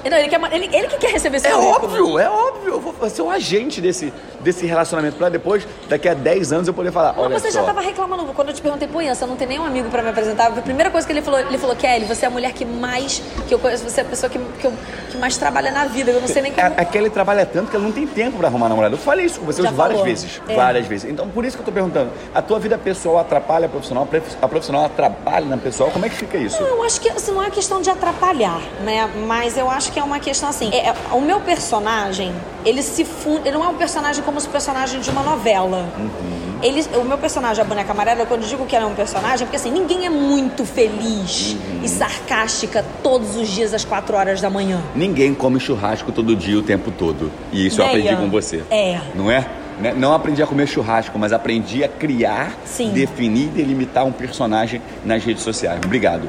Speaker 3: Não, ele, quer, ma- ele, ele que quer receber esse
Speaker 2: É
Speaker 3: currículo.
Speaker 2: óbvio, é óbvio. Eu vou ser o agente desse, desse relacionamento para depois, daqui a 10 anos, eu poder falar.
Speaker 3: Não,
Speaker 2: Olha
Speaker 3: você
Speaker 2: só.
Speaker 3: já tá tava reclamando. Quando eu te perguntei, pô, Ian, você não tem nenhum amigo pra me apresentar? A primeira coisa que ele falou, ele falou, Kelly, você é a mulher que mais. que eu conheço, você é a pessoa que, que, eu, que mais trabalha na vida. Eu não sei nem como.
Speaker 2: A, a Kelly trabalha tanto É, que ela não tem tempo pra arrumar namorado. Eu falei isso com você
Speaker 3: Já
Speaker 2: hoje várias
Speaker 3: falou.
Speaker 2: vezes.
Speaker 3: É.
Speaker 2: Várias vezes. Então, por isso que eu tô perguntando. A tua vida pessoal atrapalha a profissional? A prof- A profissional atrapalha na pessoal? Como é que fica isso?
Speaker 3: Eu acho que isso não é questão de atrapalhar, né? Mas eu acho que é uma questão assim. é- é- o meu personagem, ele se funde. Ele não é um personagem como os personagens de uma novela.
Speaker 2: Uhum.
Speaker 3: Ele, o meu personagem, a boneca amarela, quando eu digo que ela é um personagem, é porque assim, ninguém é muito feliz
Speaker 2: Uhum.
Speaker 3: e sarcástica todos os dias às quatro horas da manhã.
Speaker 2: Ninguém come churrasco todo dia o tempo todo. E isso eu
Speaker 3: Né,
Speaker 2: aprendi
Speaker 3: Ian?
Speaker 2: com você.
Speaker 3: É.
Speaker 2: Não é? Né? Não aprendi a comer churrasco, mas aprendi a criar,
Speaker 3: Sim.
Speaker 2: definir e delimitar um personagem nas redes sociais. Obrigado.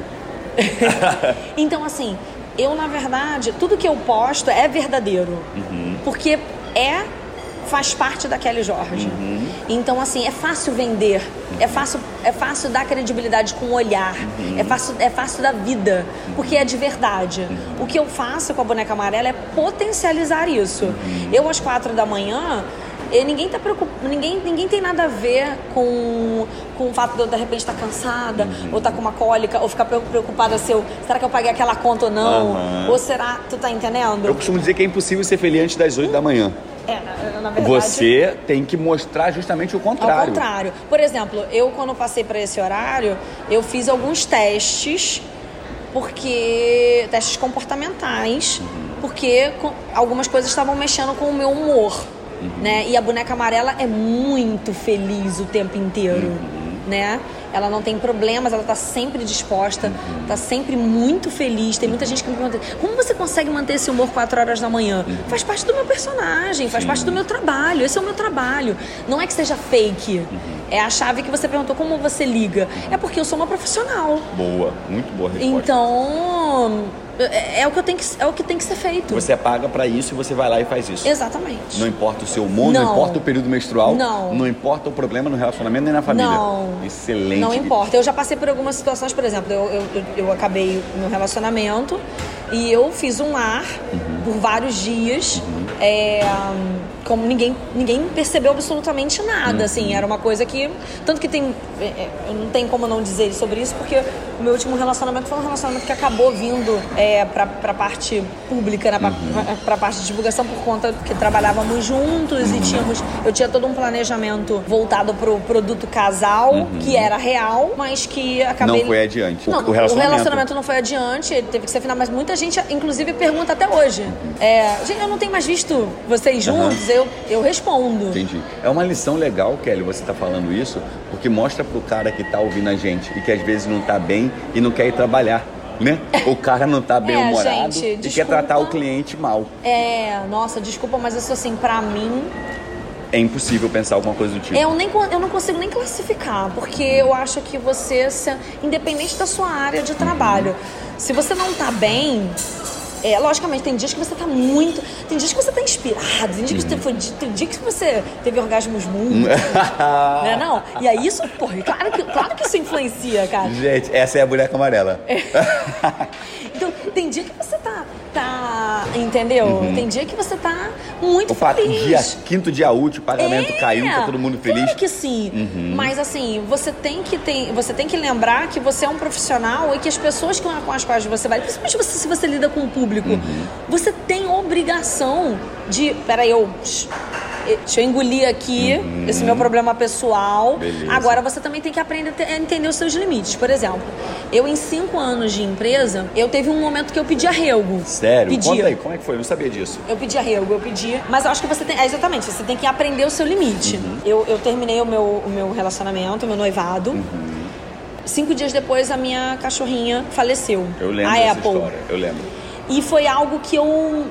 Speaker 3: Então, assim, eu, na verdade, tudo que eu posto é verdadeiro. Porque é. Faz parte da Kelly Jorge. Então, assim, é fácil vender, é fácil, é fácil dar credibilidade com o olhar, é, fácil, é fácil da vida, porque é de verdade. O que eu faço com a boneca amarela é potencializar isso. Eu, às quatro da manhã, e ninguém tá preocup... ninguém, ninguém tem nada a ver com, com o fato de eu de repente estar cansada,
Speaker 2: Uhum.
Speaker 3: ou estar com uma cólica, ou ficar pre- preocupada se eu. Será que eu paguei aquela conta ou não?
Speaker 2: Aham.
Speaker 3: Ou será. Tu tá entendendo?
Speaker 2: Eu costumo dizer que é impossível ser feliz antes das 8 da manhã.
Speaker 3: É, na, na verdade.
Speaker 2: Você tem que mostrar justamente o
Speaker 3: Ao
Speaker 2: contrário.
Speaker 3: contrário. Por exemplo, eu quando passei para esse horário, eu fiz alguns testes, porque. testes comportamentais, porque co- algumas coisas estavam mexendo com o meu humor. Né? E a boneca amarela é muito feliz o tempo inteiro. Né? Ela não tem problemas, ela tá sempre disposta,
Speaker 2: Uhum.
Speaker 3: tá sempre muito feliz. Tem muita gente que me pergunta: como você consegue manter esse humor 4 horas da manhã?
Speaker 2: Uhum.
Speaker 3: Faz parte do meu personagem, faz parte do meu trabalho. Esse é o meu trabalho. Não é que seja fake.
Speaker 2: Uhum.
Speaker 3: É a chave que você perguntou: como você liga? É porque eu sou uma profissional.
Speaker 2: Boa, muito boa resposta.
Speaker 3: Então, É, é o que eu tenho que, é o que tem que ser feito.
Speaker 2: Você paga pra isso e você vai lá e faz isso.
Speaker 3: Exatamente.
Speaker 2: Não importa o seu humor, não.
Speaker 3: Não.
Speaker 2: importa o período menstrual,
Speaker 3: Não.
Speaker 2: importa o problema no relacionamento nem na família.
Speaker 3: Não.
Speaker 2: Excelente.
Speaker 3: Não importa. Eu já passei por algumas situações, por exemplo, eu, eu, eu- eu acabei meu relacionamento e eu fiz um ar
Speaker 2: Uhum.
Speaker 3: por vários dias. é, como ninguém, ninguém percebeu absolutamente
Speaker 2: Uhum.
Speaker 3: nada, assim, era uma coisa que. Tanto que tem. é, é, eu não tem como não dizer sobre isso, porque o meu último relacionamento foi um relacionamento que acabou vindo é, pra, pra parte pública, né, pra,
Speaker 2: Uhum.
Speaker 3: pra- pra parte de divulgação, por conta que trabalhávamos juntos e tínhamos. Eu tinha todo um planejamento voltado pro produto casal, que era real, mas que acabei.
Speaker 2: Uhum. Não foi adiante. O-
Speaker 3: Não,
Speaker 2: o relacionamento.
Speaker 3: não foi adiante, ele teve que ser final, mas muita gente, inclusive, pergunta até hoje. É, gente, eu não tenho mais visto vocês
Speaker 2: Uhum. Aham.
Speaker 3: juntos, eu, eu respondo.
Speaker 2: Entendi. É uma lição legal, Kelly, você tá falando isso, porque mostra pro cara que tá ouvindo a gente e que às vezes não tá bem e não quer ir trabalhar,
Speaker 3: [LAUGHS]
Speaker 2: né? O cara não tá bem humorado
Speaker 3: É, gente,
Speaker 2: e quer
Speaker 3: desculpa.
Speaker 2: tratar o cliente mal.
Speaker 3: É, nossa, desculpa, mas isso assim, pra mim,
Speaker 2: É impossível pensar alguma coisa do tipo.
Speaker 3: Eu, nem, con- eu não consigo nem classificar, porque eu acho que você, se- independente da sua área de trabalho, se você não tá bem. É, logicamente, tem dias que você tá muito. Tem dias que você tá inspirado, tem dias que você foi. Tem dias que você teve orgasmos múltiplos,
Speaker 2: Ah,
Speaker 3: né? Não? E aí isso, porra, claro que, claro que isso influencia, cara.
Speaker 2: Gente, essa é a boneca amarela.
Speaker 3: Então, tem dia que você tá. tá entendeu? Tem dia que você tá muito
Speaker 2: O fato,
Speaker 3: feliz.
Speaker 2: dia, quinto dia útil, o pagamento
Speaker 3: É,
Speaker 2: caiu, tá todo mundo feliz. Uhum.
Speaker 3: Claro que sim. Mas assim, você tem que tem, você tem que lembrar que você é um profissional e que as pessoas com com as quais você vai, principalmente você, se você lida com o público,
Speaker 2: Uhum.
Speaker 3: você tem obrigação de, peraí, eu eh, Deixa eu engolir aqui esse meu problema pessoal.
Speaker 2: Uhum. Beleza.
Speaker 3: Agora você também tem que aprender a te- a entender os seus limites. Por exemplo, eu em cinco anos de empresa, eu teve um momento que eu pedi arrego.
Speaker 2: Sério?
Speaker 3: Pedi.
Speaker 2: Conta aí, como é que foi? Eu não sabia disso.
Speaker 3: Eu pedi arrego, eu pedi. Mas eu acho que você tem. É, exatamente, você tem que aprender o seu limite.
Speaker 2: Uhum.
Speaker 3: Eu, eu terminei o meu, o meu relacionamento, o meu noivado.
Speaker 2: Uhum.
Speaker 3: Cinco dias depois, a minha cachorrinha faleceu.
Speaker 2: Eu lembro
Speaker 3: a
Speaker 2: dessa
Speaker 3: Ah, Apple.
Speaker 2: história, eu lembro.
Speaker 3: E foi algo que eu.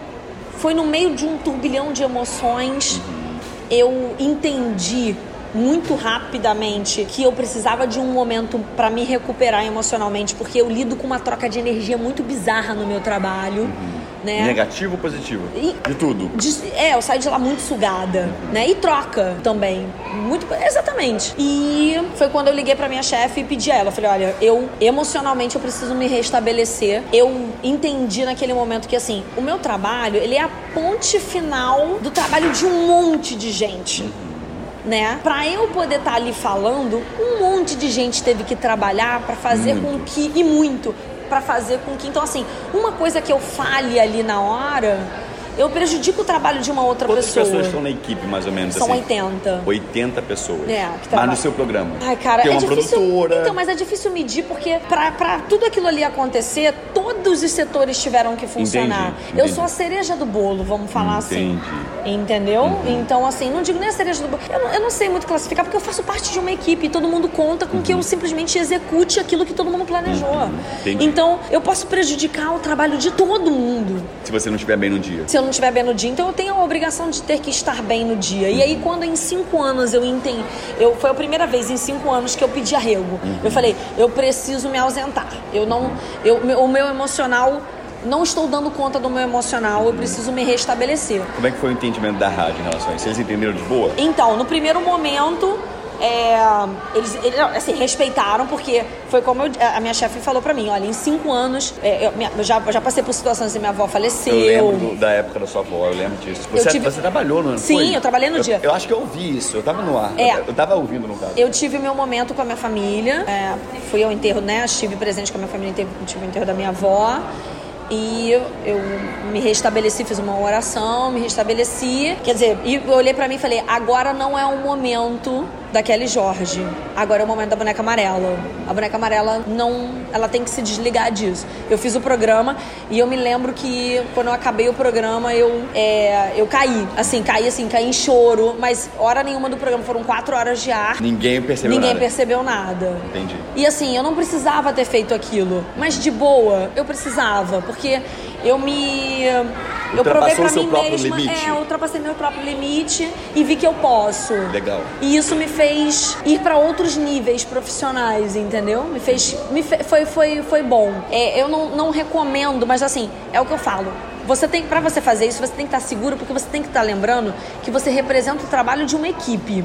Speaker 3: Foi no meio de um turbilhão de emoções.
Speaker 2: Uhum.
Speaker 3: Eu entendi muito rapidamente que eu precisava de um momento pra me recuperar emocionalmente, porque eu lido com uma troca de energia muito bizarra no meu trabalho.
Speaker 2: Uhum.
Speaker 3: Né?
Speaker 2: Negativo ou positivo?
Speaker 3: E-
Speaker 2: De tudo.
Speaker 3: de- é, eu saí de lá muito sugada, né? E troca também. Muito, exatamente. E foi quando eu liguei pra minha chefe e pedi a ela. Eu Falei, olha, eu emocionalmente eu preciso me restabelecer. Eu entendi naquele momento que, assim, o meu trabalho, ele é a ponte final do trabalho de um monte de gente né? Para eu poder estar ali falando, um monte de gente teve que trabalhar para fazer com que e muito para fazer com que então assim, uma coisa que eu fale ali na hora, eu prejudico o trabalho de uma outra
Speaker 2: Quantas
Speaker 3: pessoa.
Speaker 2: pessoas estão na equipe, mais ou menos?
Speaker 3: São
Speaker 2: assim?
Speaker 3: 80.
Speaker 2: 80 pessoas.
Speaker 3: É, que
Speaker 2: Mas
Speaker 3: trabalha.
Speaker 2: no seu programa.
Speaker 3: Ai, cara,
Speaker 2: Tem
Speaker 3: é
Speaker 2: uma
Speaker 3: difícil.
Speaker 2: produtora.
Speaker 3: Então, mas é difícil medir porque pra, pra tudo aquilo ali acontecer, todos os setores tiveram que funcionar.
Speaker 2: Entendi,
Speaker 3: Eu
Speaker 2: entendi.
Speaker 3: sou a cereja do bolo, vamos falar assim. Entendeu?
Speaker 2: Uhum.
Speaker 3: Então, assim, não digo nem a cereja do bolo. Eu, não- eu não sei muito classificar porque eu faço parte de uma equipe e todo mundo conta com
Speaker 2: Uhum.
Speaker 3: que eu simplesmente execute aquilo que todo mundo planejou.
Speaker 2: entendi.
Speaker 3: Então, eu posso prejudicar o trabalho de todo mundo
Speaker 2: Se você não estiver bem no dia.
Speaker 3: se eu não estiver bem no dia, então eu tenho a obrigação de ter que estar bem no dia. E aí, quando em cinco anos eu entendi, eu, foi a primeira vez em cinco anos que eu pedi arrego. Eu falei, eu preciso me ausentar. Eu não, eu, meu- o meu emocional, não estou dando conta do meu emocional. Eu preciso me restabelecer.
Speaker 2: Como é que foi o entendimento da rádio em relação a isso? Vocês entenderam de boa?
Speaker 3: Então, no primeiro momento, é, eles, eles, assim, respeitaram, porque foi como eu- a minha chefe falou pra mim: olha, em cinco anos, é, eu, minha- eu já, eu já passei por situações em minha avó faleceu.
Speaker 2: Eu lembro do- da época da sua avó, eu lembro disso.
Speaker 3: Eu
Speaker 2: Você,
Speaker 3: tive-
Speaker 2: você trabalhou no ano?
Speaker 3: Sim,
Speaker 2: foi?
Speaker 3: eu trabalhei no
Speaker 2: Eu-
Speaker 3: dia.
Speaker 2: Eu acho que eu ouvi isso, eu tava no ar.
Speaker 3: É.
Speaker 2: Eu, eu tava ouvindo no caso.
Speaker 3: Eu tive meu momento com a minha família. é, fui ao enterro, né? Estive presente com a minha família, teve- tive o enterro da minha avó. E eu, eu me restabeleci, fiz uma oração, me restabeleci. Quer dizer, e eu olhei pra mim e falei: agora não é o momento da Kelly Jorge. Agora é o momento da boneca amarela. A boneca amarela não. Ela tem que se desligar disso. Eu fiz o programa e eu me lembro que quando eu acabei o programa, eu, é, eu caí. Assim, caí assim, caí em choro. Mas hora nenhuma do programa. Foram quatro horas de ar.
Speaker 2: Ninguém percebeu
Speaker 3: Ninguém
Speaker 2: nada.
Speaker 3: percebeu nada.
Speaker 2: Entendi.
Speaker 3: E assim, eu não precisava ter feito aquilo. Mas de boa, eu precisava. Porque eu me. Eu provei
Speaker 2: Ultrapassou
Speaker 3: pra
Speaker 2: seu
Speaker 3: mim
Speaker 2: próprio
Speaker 3: mesma.
Speaker 2: limite.
Speaker 3: É, eu ultrapassei meu próprio limite e vi que eu posso.
Speaker 2: Legal.
Speaker 3: E isso me fez ir pra outros níveis profissionais, entendeu? Me fez. Me fe- foi, foi, foi bom. É, eu não, não recomendo, mas assim, é o que eu falo. Você tem, pra você fazer isso, você tem que estar seguro, porque você tem que estar lembrando que você representa o trabalho de uma equipe.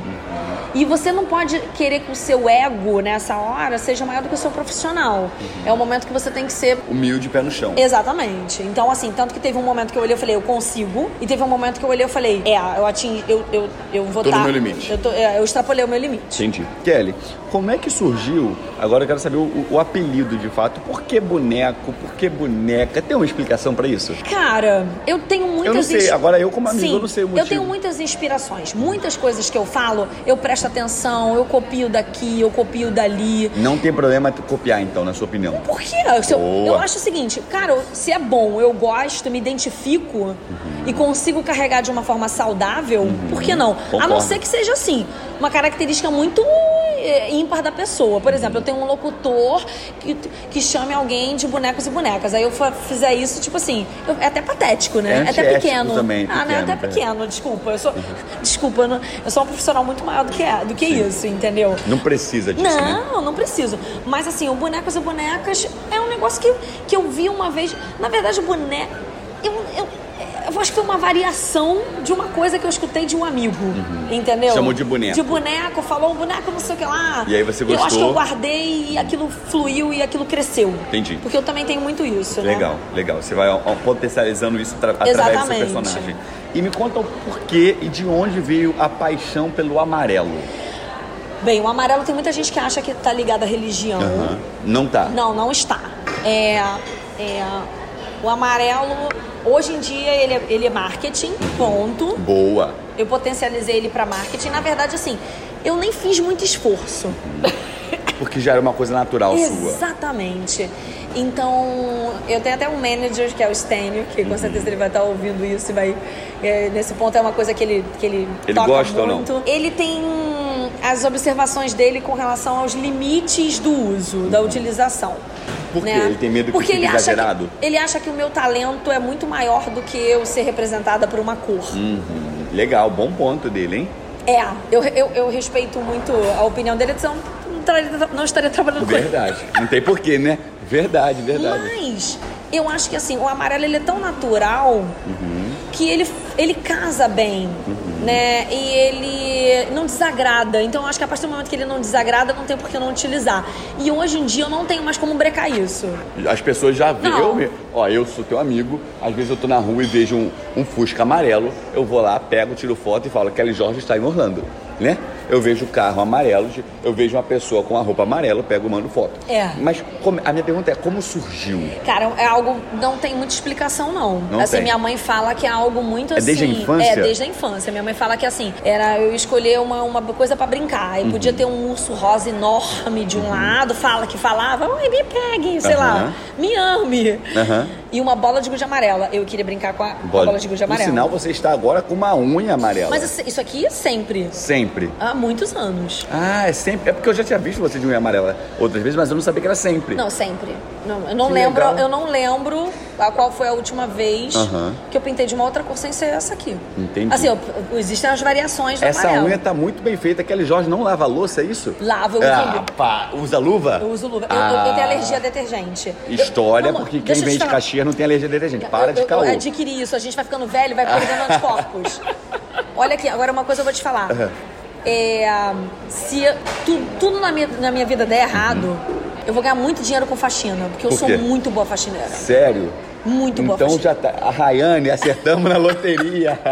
Speaker 3: E você não pode querer que o seu ego nessa hora seja maior do que o seu profissional. É o momento que você tem que ser
Speaker 2: Humilde, pé no chão.
Speaker 3: Exatamente. Então, assim, tanto que teve um momento que eu olhei e falei, eu consigo. E teve um momento que eu olhei e falei, é, eu atingi, eu, eu, eu vou
Speaker 2: Tô no
Speaker 3: tá-
Speaker 2: meu limite.
Speaker 3: Eu, tô- é, eu extrapolei o meu limite.
Speaker 2: Entendi. Kelly, como é que surgiu? Agora eu quero saber o, o apelido de fato. Por que boneco? Por que boneca? Tem uma explicação pra isso?
Speaker 3: Cara, eu tenho muitas...
Speaker 2: Eu não sei,
Speaker 3: ins-
Speaker 2: agora eu como amigo, eu não sei o motivo.
Speaker 3: Eu tenho muitas inspirações. Muitas coisas que eu falo, eu presto atenção, eu copio daqui, eu copio dali.
Speaker 2: Não tem problema tu copiar, então, na sua opinião.
Speaker 3: Por quê? Se eu,
Speaker 2: Boa.
Speaker 3: eu acho o seguinte, cara, se é bom, eu gosto, me identifico
Speaker 2: Uhum.
Speaker 3: e consigo carregar de uma forma saudável, por que não? A
Speaker 2: Concordo.
Speaker 3: não ser que seja assim, uma característica muito é, ímpar da pessoa. Por exemplo, eu tenho um locutor que, que chame alguém de bonecos e bonecas. Aí eu fa- fizer isso, tipo assim, eu- é até patético,
Speaker 2: É
Speaker 3: né? É, até
Speaker 2: antiético
Speaker 3: pequeno.
Speaker 2: também,
Speaker 3: ah, né? É
Speaker 2: pequeno,
Speaker 3: até
Speaker 2: é. Uhum.
Speaker 3: pequeno, desculpa. Eu sou, desculpa, eu, não- eu sou um profissional muito maior do que, é- do que isso, entendeu?
Speaker 2: Não precisa disso, né?
Speaker 3: Não, não preciso. Mas assim, o Bonecos e Bonecas é um negócio que, que eu vi uma vez. Na verdade, o boneco. Eu, eu, eu acho que foi uma variação de uma coisa que eu escutei de um amigo. Entendeu?
Speaker 2: Uhum. Chamou de boneco.
Speaker 3: De boneco, falou um boneco, não sei o que lá.
Speaker 2: E aí você
Speaker 3: Eu acho que
Speaker 2: gostou.
Speaker 3: eu guardei e aquilo fluiu e aquilo cresceu.
Speaker 2: Entendi.
Speaker 3: Porque eu também tenho muito isso, né?
Speaker 2: Legal, legal. Você vai ó, ó, potencializando isso tra- através do seu
Speaker 3: Exatamente.
Speaker 2: personagem. E me conta o porquê e de onde veio a paixão pelo amarelo.
Speaker 3: Bem, o amarelo tem muita gente que acha que tá ligado à religião.
Speaker 2: Aham. Não tá.
Speaker 3: Não, não está. É, é, o amarelo, hoje em dia, ele é, ele é marketing, ponto.
Speaker 2: Boa.
Speaker 3: Eu potencializei ele para marketing. Na verdade, assim, eu nem fiz muito esforço.
Speaker 2: Porque já era uma coisa natural sua.
Speaker 3: Exatamente. Então, eu tenho até um manager que é o Stênio, que
Speaker 2: Uhum.
Speaker 3: com certeza ele vai estar ouvindo isso e vai. é, nesse ponto é uma coisa que ele, que ele,
Speaker 2: Ele
Speaker 3: toca
Speaker 2: gosta ou não?
Speaker 3: muito. Ele tem as observações dele com relação aos limites do uso, da utilização.
Speaker 2: Uhum. Por
Speaker 3: né?
Speaker 2: quê? Ele tem medo que
Speaker 3: Porque
Speaker 2: fique
Speaker 3: ele acha
Speaker 2: exagerado?
Speaker 3: que- ele acha que o meu talento é muito maior do que eu ser representada por uma cor.
Speaker 2: Uhum. Legal, bom ponto dele, hein?
Speaker 3: É, eu, eu, eu respeito muito a opinião dele, senão não estaria, não estaria trabalhando com ele.
Speaker 2: Verdade. Não tem porquê, né? Verdade, verdade.
Speaker 3: Mas eu acho que assim, o amarelo ele é tão natural que ele, ele casa bem, né? E ele não desagrada. Então eu acho que a partir do momento que ele não desagrada, não tem por que não utilizar. E hoje em dia eu não tenho mais como brecar isso.
Speaker 2: As pessoas já veem.
Speaker 3: Não.
Speaker 2: Eu, me- ó, eu sou teu amigo, às vezes eu tô na rua e vejo um, um Fusca amarelo, eu vou lá, pego, tiro foto e falo, Kelly Jorge está em Orlando, né? Eu vejo o carro amarelo, eu vejo uma pessoa com a roupa amarela, eu pego e mando foto.
Speaker 3: É.
Speaker 2: Mas como- a minha pergunta é, como surgiu?
Speaker 3: Cara, é algo não tem muita explicação não.
Speaker 2: Não
Speaker 3: assim,
Speaker 2: tem.
Speaker 3: minha mãe fala que é algo muito
Speaker 2: É
Speaker 3: assim.
Speaker 2: desde a infância?
Speaker 3: É, desde a infância. Minha mãe fala que assim, era eu escolher uma, uma coisa pra brincar. E
Speaker 2: Uhum.
Speaker 3: podia ter um urso rosa enorme de um lado, fala que falava, oi, me pegue, sei lá,
Speaker 2: Aham.
Speaker 3: me ame.
Speaker 2: Aham.
Speaker 3: E uma bola de gude amarela. Eu queria brincar com a, com a bola de gude
Speaker 2: Por
Speaker 3: amarela.
Speaker 2: sinal, você está agora com uma unha amarela.
Speaker 3: Mas assim, isso aqui é sempre.
Speaker 2: Sempre.
Speaker 3: Há muitos anos.
Speaker 2: Ah, é sempre. É porque eu já tinha visto você de unha amarela outras vezes, mas eu não sabia que era sempre.
Speaker 3: Não, sempre. Não, eu não
Speaker 2: Que
Speaker 3: lembro,
Speaker 2: legal.
Speaker 3: eu não lembro a qual foi a última vez
Speaker 2: Aham.
Speaker 3: que eu pintei de uma outra cor sem ser essa aqui.
Speaker 2: Entendi.
Speaker 3: Assim, eu- existem as variações do
Speaker 2: Essa
Speaker 3: amarelo.
Speaker 2: unha tá muito bem feita. Aquele Jorge não lava a louça, é isso?
Speaker 3: Lava, eu uso
Speaker 2: Ah,
Speaker 3: luva.
Speaker 2: pá. Usa luva?
Speaker 3: Eu uso luva. Eu- Eu,
Speaker 2: Ah.
Speaker 3: eu tenho alergia a detergente.
Speaker 2: História,
Speaker 3: Eu- não,
Speaker 2: porque quem
Speaker 3: deixa eu te
Speaker 2: vende
Speaker 3: falar.
Speaker 2: Caxias não tem alergia dele, gente. Para
Speaker 3: eu,
Speaker 2: de
Speaker 3: eu- é
Speaker 2: caô.
Speaker 3: Eu adquiri isso, a gente vai ficando velho, vai
Speaker 2: [LAUGHS]
Speaker 3: perdendo anticorpos. Olha aqui, agora uma coisa eu vou te falar. É, se tu- tudo na minha, na minha vida der errado, eu vou ganhar muito dinheiro com faxina, porque eu
Speaker 2: Por
Speaker 3: sou
Speaker 2: quê?
Speaker 3: muito boa faxineira.
Speaker 2: Sério?
Speaker 3: Muito boa
Speaker 2: Então
Speaker 3: faxina.
Speaker 2: já tá. A Rayane, acertamos na loteria. [LAUGHS]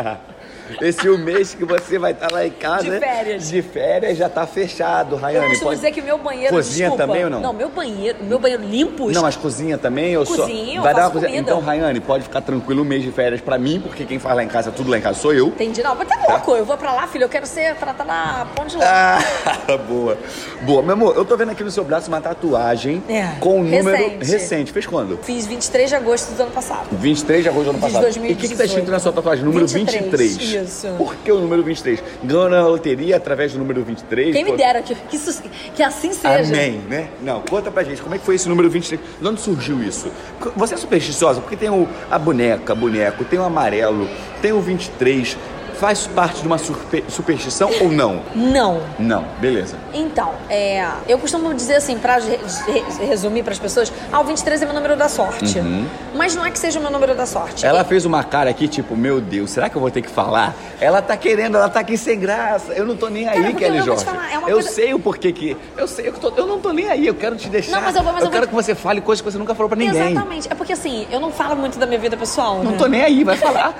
Speaker 2: Esse é o mês que você vai estar lá em casa.
Speaker 3: De férias.
Speaker 2: De férias já tá fechado,
Speaker 3: Eu
Speaker 2: Rayane.
Speaker 3: costumo dizer que meu banheiro.
Speaker 2: Cozinha
Speaker 3: desculpa,
Speaker 2: também ou não?
Speaker 3: Não, meu banheiro, meu banheiro limpo.
Speaker 2: Não, mas cozinha também? Eu só...
Speaker 3: Cozinho, eu
Speaker 2: Vai dar uma
Speaker 3: faço
Speaker 2: cozinha.
Speaker 3: comida.
Speaker 2: Então, Rayane, pode ficar tranquilo um mês de férias pra mim, porque quem faz lá em casa, tudo lá em casa sou eu.
Speaker 3: Entendi, não, mas tá louco. Eu vou pra lá, filho, eu quero ser tratada na ponte de lá.
Speaker 2: Ah, [LAUGHS] boa. Boa. Meu amor, eu tô vendo aqui no seu braço uma tatuagem
Speaker 3: É,
Speaker 2: com um número
Speaker 3: recente.
Speaker 2: recente. Fez quando?
Speaker 3: Fiz 23 de agosto do ano passado.
Speaker 2: 23 de agosto do ano
Speaker 3: De
Speaker 2: passado.
Speaker 3: 2018.
Speaker 2: E o que, que tá escrito na sua tatuagem? Número 23.
Speaker 3: 23. Isso.
Speaker 2: Por que o número 23? Ganhou na loteria através do número 23?
Speaker 3: Quem me
Speaker 2: Pô,
Speaker 3: dera que, que, isso- que assim seja.
Speaker 2: Amém, né? Não, conta pra gente, como é que foi esse número 23? De onde surgiu isso? C- Você é supersticiosa porque tem o, a boneca, boneco, tem o amarelo, tem o 23. Faz parte de uma surpe- superstição ou não?
Speaker 3: Não.
Speaker 2: Não, beleza.
Speaker 3: Então, é, eu costumo dizer assim, pra re- re- resumir pras pessoas, ah, o 23 é meu número da sorte. Mas não é que seja o meu número da sorte.
Speaker 2: Uhum. Ela fez uma cara aqui, tipo, meu Deus, será que eu vou ter que falar? Ela tá querendo, ela tá aqui sem graça. Eu não tô nem aí,
Speaker 3: Cara, porque
Speaker 2: Kelly
Speaker 3: eu vou te
Speaker 2: Jorge.
Speaker 3: falar, é uma
Speaker 2: eu
Speaker 3: coisa-
Speaker 2: sei o porquê que. Eu sei, eu, tô- eu não tô nem aí, eu quero te deixar.
Speaker 3: Não, mas eu vou- mas eu vou
Speaker 2: quero
Speaker 3: te-
Speaker 2: que você fale coisas que você nunca falou pra ninguém.
Speaker 3: Exatamente. É porque assim, eu não falo muito da minha vida pessoal.
Speaker 2: Não
Speaker 3: né?
Speaker 2: tô nem aí, vai
Speaker 3: [LAUGHS]
Speaker 2: falar.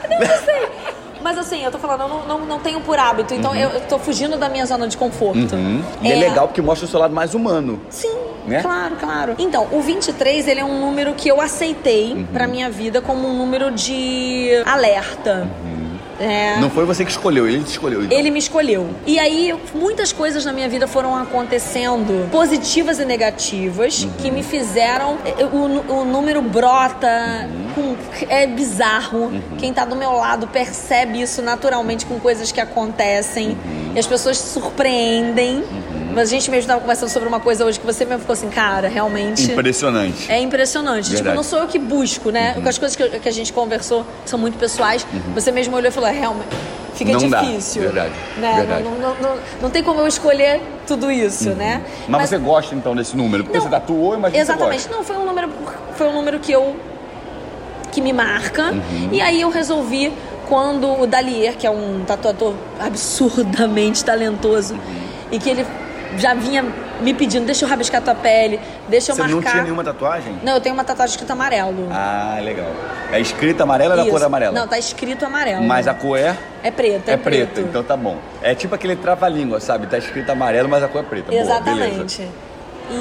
Speaker 3: Mas assim, eu tô falando, eu não, não, não tenho por hábito, então eu, eu tô fugindo da minha zona de conforto.
Speaker 2: Uhum. E é legal porque mostra o seu lado mais humano.
Speaker 3: Sim,
Speaker 2: Né?
Speaker 3: claro, claro. Então, o 23, ele é um número que eu aceitei
Speaker 2: Uhum.
Speaker 3: pra minha vida como um número de alerta.
Speaker 2: Uhum.
Speaker 3: É.
Speaker 2: Não foi você que escolheu, ele te escolheu. então.
Speaker 3: Ele me escolheu. E aí, muitas coisas na minha vida foram acontecendo, positivas e negativas,
Speaker 2: Uhum.
Speaker 3: que me fizeram. eh, O, nu- o número brota,
Speaker 2: Uhum.
Speaker 3: com- é bizarro. Quem tá do meu lado percebe isso naturalmente com coisas que acontecem.
Speaker 2: Uhum.
Speaker 3: E as pessoas se surpreendem. Mas a gente mesmo tava conversando sobre uma coisa hoje que você mesmo ficou assim, cara, realmente.
Speaker 2: Impressionante.
Speaker 3: É impressionante. Tipo,
Speaker 2: Verdade. Uhum.
Speaker 3: não sou eu que busco, né? As coisas que, eu- que a gente conversou são muito pessoais. Você mesmo olhou e falou, é, realmente, fica
Speaker 2: Não dá.
Speaker 3: difícil.
Speaker 2: Verdade.
Speaker 3: Né?
Speaker 2: Verdade. Uhum.
Speaker 3: Não, não, não, não tem como eu escolher tudo isso, né?
Speaker 2: Mas, você gosta então desse número? Porque
Speaker 3: Não,
Speaker 2: você tatuou, mas
Speaker 3: Exatamente.
Speaker 2: você
Speaker 3: Não, foi um número, foi um número que eu que me marca.
Speaker 2: Uhum.
Speaker 3: E aí eu resolvi quando o Dalier, que é um tatuador absurdamente talentoso,
Speaker 2: Uhum.
Speaker 3: e que ele já vinha me pedindo, deixa eu rabiscar tua pele, deixa eu
Speaker 2: gosta. Você não
Speaker 3: marcar.
Speaker 2: tinha nenhuma tatuagem?
Speaker 3: Não, eu tenho uma tatuagem escrita amarelo.
Speaker 2: Ah, legal. É escrita amarela ou da
Speaker 3: Isso.
Speaker 2: cor amarela?
Speaker 3: Não, tá escrito amarelo.
Speaker 2: Mas a cor é?
Speaker 3: É preta.
Speaker 2: É preta,
Speaker 3: preto.
Speaker 2: então tá bom. É tipo aquele trava-língua, sabe? Tá escrito amarelo, mas a cor é preta. Boa, beleza.
Speaker 3: Exatamente. e,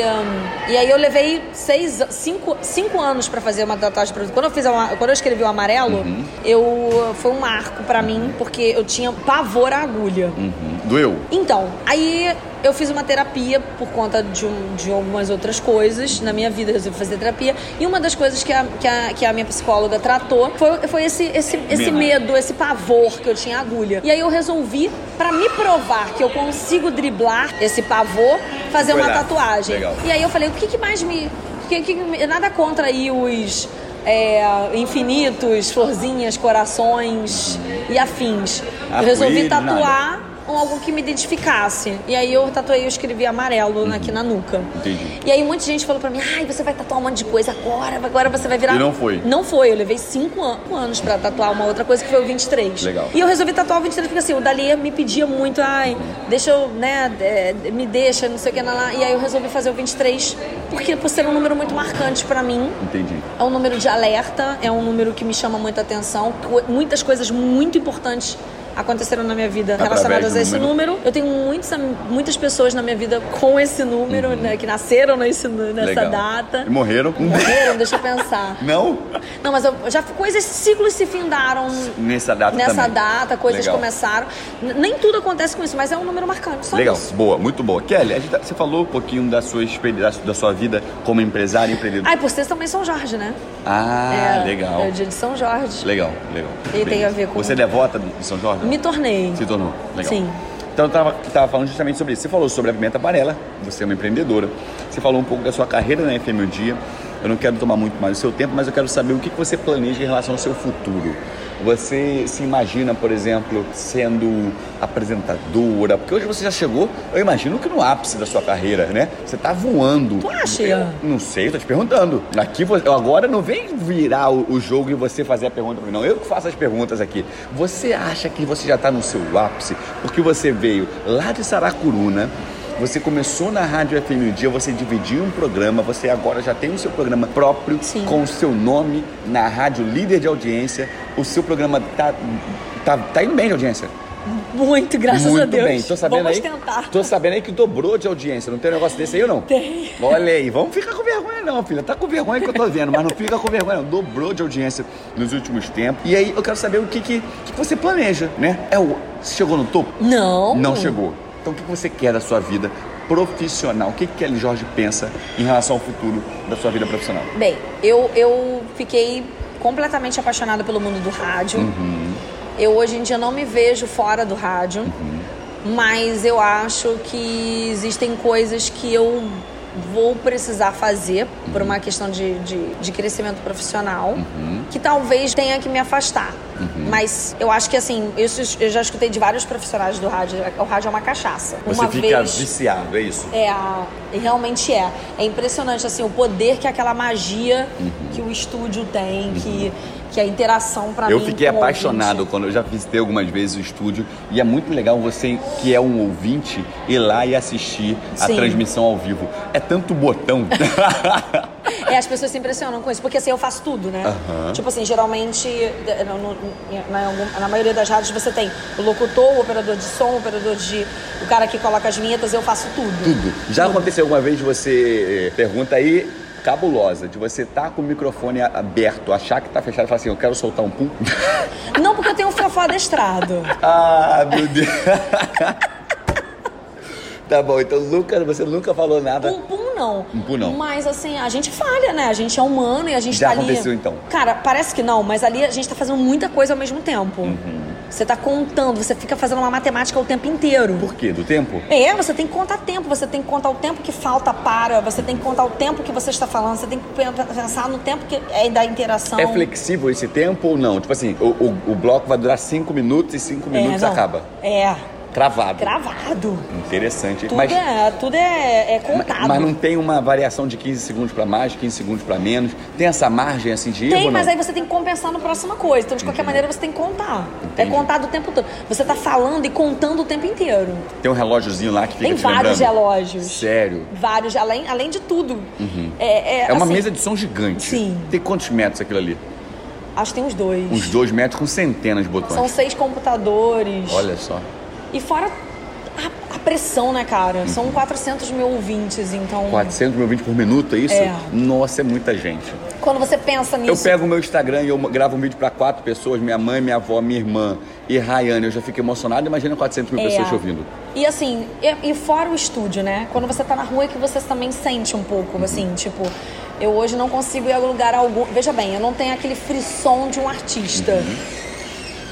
Speaker 3: hum, e aí eu levei seis, cinco, cinco anos pra fazer uma tatuagem pra- quando eu fiz a- quando eu escrevi o amarelo
Speaker 2: Uhum.
Speaker 3: eu foi um marco pra mim porque eu tinha pavor à agulha
Speaker 2: Uhum. Doeu?
Speaker 3: Então, aí eu fiz uma terapia por conta de, um- de algumas outras coisas na minha vida, eu resolvi fazer terapia. E uma das coisas que a, que a, que a minha psicóloga tratou foi, foi esse, esse, esse
Speaker 2: Medo.
Speaker 3: medo, esse pavor que eu tinha à agulha. E aí eu resolvi, pra me provar que eu consigo driblar esse pavor, fazer
Speaker 2: Foi
Speaker 3: uma
Speaker 2: lá.
Speaker 3: tatuagem.
Speaker 2: Legal.
Speaker 3: E aí eu falei, o que, que mais me. que- que- nada contra aí os é, infinitos, florzinhas, corações e afins. eu resolvi
Speaker 2: Arco-íris, nada.
Speaker 3: tatuar ou algo que me identificasse. E aí eu tatuei, eu escrevi amarelo aqui na nuca.
Speaker 2: Uhum. Entendi.
Speaker 3: E aí muita gente falou pra mim, ai, você vai tatuar um monte de coisa agora, agora você vai virar...
Speaker 2: E não foi?
Speaker 3: Não foi, eu levei cinco an- anos pra tatuar uma outra coisa que foi o 23.
Speaker 2: Legal. Uhum.
Speaker 3: E eu resolvi tatuar o 23 porque assim, o Dali me pedia muito, ai, deixa eu, né, é, me deixa, não sei o que, lá, lá. E aí eu resolvi fazer o 23 porque por ser um número muito marcante pra mim.
Speaker 2: Entendi.
Speaker 3: É um número de alerta, é um número que me chama muita atenção. Co- Muitas coisas muito importantes aconteceram na minha vida
Speaker 2: Através
Speaker 3: relacionadas
Speaker 2: do
Speaker 3: a esse
Speaker 2: número.
Speaker 3: número. Eu tenho muitos, am- muitas pessoas na minha vida com esse número, né, que nasceram nesse nu- nessa
Speaker 2: Uhum. Legal.
Speaker 3: data.
Speaker 2: E morreram? um
Speaker 3: Morreram, deixa eu pensar.
Speaker 2: [LAUGHS] Não?
Speaker 3: Não, mas eu eu já coisas, ciclos se findaram
Speaker 2: Nessa data
Speaker 3: nessa
Speaker 2: também.
Speaker 3: data, coisas
Speaker 2: Legal.
Speaker 3: começaram. N- Nem tudo acontece com isso, mas é um número marcante. Só
Speaker 2: Legal,
Speaker 3: isso.
Speaker 2: boa, muito boa. Kelly, a gente tá- você falou um pouquinho da sua, experi- da da sua vida como empresária, empreendedora.
Speaker 3: Ai, por ser também São Jorge, né?
Speaker 2: Ah,
Speaker 3: Ah, É,
Speaker 2: legal.
Speaker 3: É o dia de São Jorge.
Speaker 2: Legal, legal.
Speaker 3: E tem
Speaker 2: Beleza.
Speaker 3: a ver com-
Speaker 2: Você é devota de São Jorge?
Speaker 3: Me tornei.
Speaker 2: Se tornou. Legal.
Speaker 3: Sim.
Speaker 2: Então eu tava, tava falando justamente sobre isso. Você falou sobre a pimenta amarela, você é uma empreendedora. Você falou um pouco da sua carreira na FM um dia. Eu não quero tomar muito mais o seu tempo, mas eu quero saber o que que você planeja em relação ao seu futuro. Você se imagina, por exemplo, sendo apresentadora? Porque hoje você já chegou, eu imagino que no ápice da sua carreira, né? Você tá voando.
Speaker 3: Tu acha,
Speaker 2: Eu-
Speaker 3: Ian?
Speaker 2: não sei, tô te perguntando. Aqui você, agora não vem virar o, o jogo e você fazer a pergunta pra mim, não. Eu que faço as perguntas aqui. Você acha que você já tá no seu ápice? Porque você veio lá de Saracuruna, você começou na Rádio FM um dia, você dividiu um programa, você agora já tem o seu programa próprio
Speaker 3: Sim.
Speaker 2: com o seu nome na rádio líder de audiência. O seu programa tá, tá, tá indo bem de audiência.
Speaker 3: Muito, graças
Speaker 2: Muito
Speaker 3: a Deus.
Speaker 2: bem, tô sabendo
Speaker 3: Vamos
Speaker 2: aí.
Speaker 3: tentar.
Speaker 2: Tô sabendo aí que dobrou de audiência. Não tem um negócio desse aí ou não? Tem. Olha aí, vamos ficar com vergonha não, filha. Tá com vergonha que eu tô vendo, mas não fica com vergonha não. Dobrou de audiência nos últimos tempos. E aí eu quero saber o que que, que você planeja, né? É o você chegou no topo?
Speaker 3: Não.
Speaker 2: Não chegou. Então o que que você quer da sua vida profissional? O que que Kelly Jorge pensa em relação ao futuro da sua vida profissional? Uhum.
Speaker 3: Bem, eu, eu fiquei completamente apaixonada pelo mundo do rádio. Eu hoje em dia não me vejo fora do rádio,
Speaker 2: Uhum.
Speaker 3: mas eu acho que existem coisas que eu vou precisar fazer por
Speaker 2: Uhum.
Speaker 3: uma questão de, de, de crescimento profissional, que talvez tenha que me afastar.
Speaker 2: Uhum.
Speaker 3: Mas eu acho que assim, eu, sus- eu já escutei de vários profissionais do rádio, o rádio é uma cachaça.
Speaker 2: Você
Speaker 3: uma
Speaker 2: fica
Speaker 3: vez
Speaker 2: viciado, é isso?
Speaker 3: é, a- realmente é. É impressionante assim o poder que aquela magia
Speaker 2: Uhum.
Speaker 3: que o estúdio tem, que, que a interação pra
Speaker 2: Eu
Speaker 3: mim.
Speaker 2: fiquei
Speaker 3: como
Speaker 2: apaixonado
Speaker 3: ouvinte.
Speaker 2: quando eu já visitei algumas vezes o estúdio e é muito legal você que é um ouvinte ir lá e assistir a
Speaker 3: Sim.
Speaker 2: transmissão ao vivo. É tanto
Speaker 3: [LAUGHS]
Speaker 2: botão.
Speaker 3: É, as pessoas se impressionam com isso, porque assim eu faço tudo, né?
Speaker 2: Aham.
Speaker 3: Tipo assim, geralmente de- no- no- na, algum- na maioria das rádios você tem o locutor, o operador de som, o operador de o cara que coloca as vinhetas, eu faço
Speaker 2: Tudo. Já aconteceu alguma vez de você eh, pergunta aí cabulosa, de você tá com o microfone a- aberto, achar que tá fechado e falar assim, eu quero soltar um pum. [LAUGHS]
Speaker 3: Não porque eu tenho um fiofó adestrado.
Speaker 2: ah, meu Deus. [LAUGHS] tá bom, então nunca, você nunca falou nada.
Speaker 3: Pum, pum não.
Speaker 2: Um pum, não.
Speaker 3: Mas assim, a gente falha, né? A gente é humano e a gente
Speaker 2: Já
Speaker 3: tá ali.
Speaker 2: aconteceu, então?
Speaker 3: Cara, parece que não, mas ali a gente tá fazendo muita coisa ao mesmo tempo.
Speaker 2: Uhum.
Speaker 3: Você tá contando, você fica fazendo uma matemática o tempo inteiro.
Speaker 2: Por quê? Do tempo?
Speaker 3: É, você tem que contar tempo, você tem que contar o tempo que falta para, você tem que contar o tempo que você está falando, você tem que pen- pensar no tempo que é da interação.
Speaker 2: É flexível esse tempo ou não? Tipo assim, o, o- o bloco vai durar cinco minutos e cinco
Speaker 3: É,
Speaker 2: minutos
Speaker 3: não.
Speaker 2: acaba.
Speaker 3: É,
Speaker 2: Travado.
Speaker 3: gravado.
Speaker 2: Interessante.
Speaker 3: Tudo,
Speaker 2: mas,
Speaker 3: é, tudo é, é contado.
Speaker 2: mas não tem uma variação de 15 segundos pra mais, 15 segundos pra menos. Tem essa margem assim de erro
Speaker 3: Tem,
Speaker 2: ou não?
Speaker 3: mas aí você tem que compensar na próxima coisa. Então, de qualquer maneira, você tem que contar.
Speaker 2: Entendi.
Speaker 3: É contado o tempo todo. Você tá falando e contando o tempo inteiro.
Speaker 2: Tem um relógiozinho lá que fica
Speaker 3: é- tem
Speaker 2: te
Speaker 3: vários
Speaker 2: lembrando.
Speaker 3: relógios.
Speaker 2: Sério.
Speaker 3: Vários, além, além de tudo. É,
Speaker 2: É uma
Speaker 3: assim,
Speaker 2: mesa de som gigante.
Speaker 3: Sim.
Speaker 2: Tem quantos metros aquilo ali?
Speaker 3: Acho que tem uns dois.
Speaker 2: Uns dois metros com centenas de
Speaker 3: São É.
Speaker 2: botões.
Speaker 3: seis computadores.
Speaker 2: Olha só.
Speaker 3: E fora a, a pressão, né, cara?
Speaker 2: Uhum.
Speaker 3: São 400 mil ouvintes, então...
Speaker 2: 400 mil vídeos por minuto, é isso?
Speaker 3: É.
Speaker 2: Nossa, é muita gente.
Speaker 3: Quando você pensa nisso...
Speaker 2: Eu pego o meu Instagram e eu gravo um vídeo pra quatro pessoas, minha mãe, minha avó, minha irmã e Rayane. Eu já fico emocionado, imagina 400 mil
Speaker 3: É.
Speaker 2: pessoas te ouvindo.
Speaker 3: E assim, e, e fora o estúdio, né? Quando você tá na rua é que você também sente um pouco, assim, tipo, eu hoje não consigo ir a lugar algum. Veja bem, eu não tenho aquele frisson de um artista.
Speaker 2: Uhum.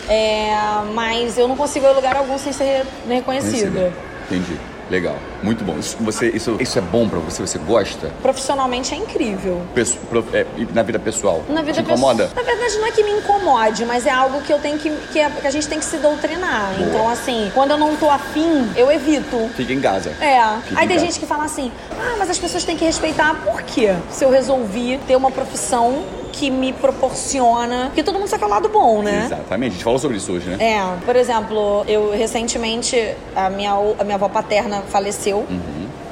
Speaker 3: É, mas eu não consigo ir a lugar algum sem ser re- reconhecida.
Speaker 2: Entendi. Legal. Muito bom. Isso, você, isso, isso é bom pra você? Você gosta?
Speaker 3: Profissionalmente é incrível.
Speaker 2: Pesso- pro- é, e na vida pessoal?
Speaker 3: Na vida
Speaker 2: Te incomoda?
Speaker 3: pessoal- Na verdade, não é que me incomode, mas é algo que eu tenho que. que, é- que a gente tem que se doutrinar. Então, assim, quando eu não tô afim, eu evito.
Speaker 2: Fica em casa.
Speaker 3: É.
Speaker 2: Fica
Speaker 3: Aí
Speaker 2: em
Speaker 3: tem
Speaker 2: casa.
Speaker 3: gente que fala assim: ah, mas as pessoas têm que respeitar. Por quê? Se eu resolvi ter uma profissão que me proporciona. Porque todo mundo saca o lado bom, né?
Speaker 2: Exatamente. A gente falou sobre isso hoje, né?
Speaker 3: É, por exemplo, eu recentemente, a minha, o- a minha avó paterna faleceu.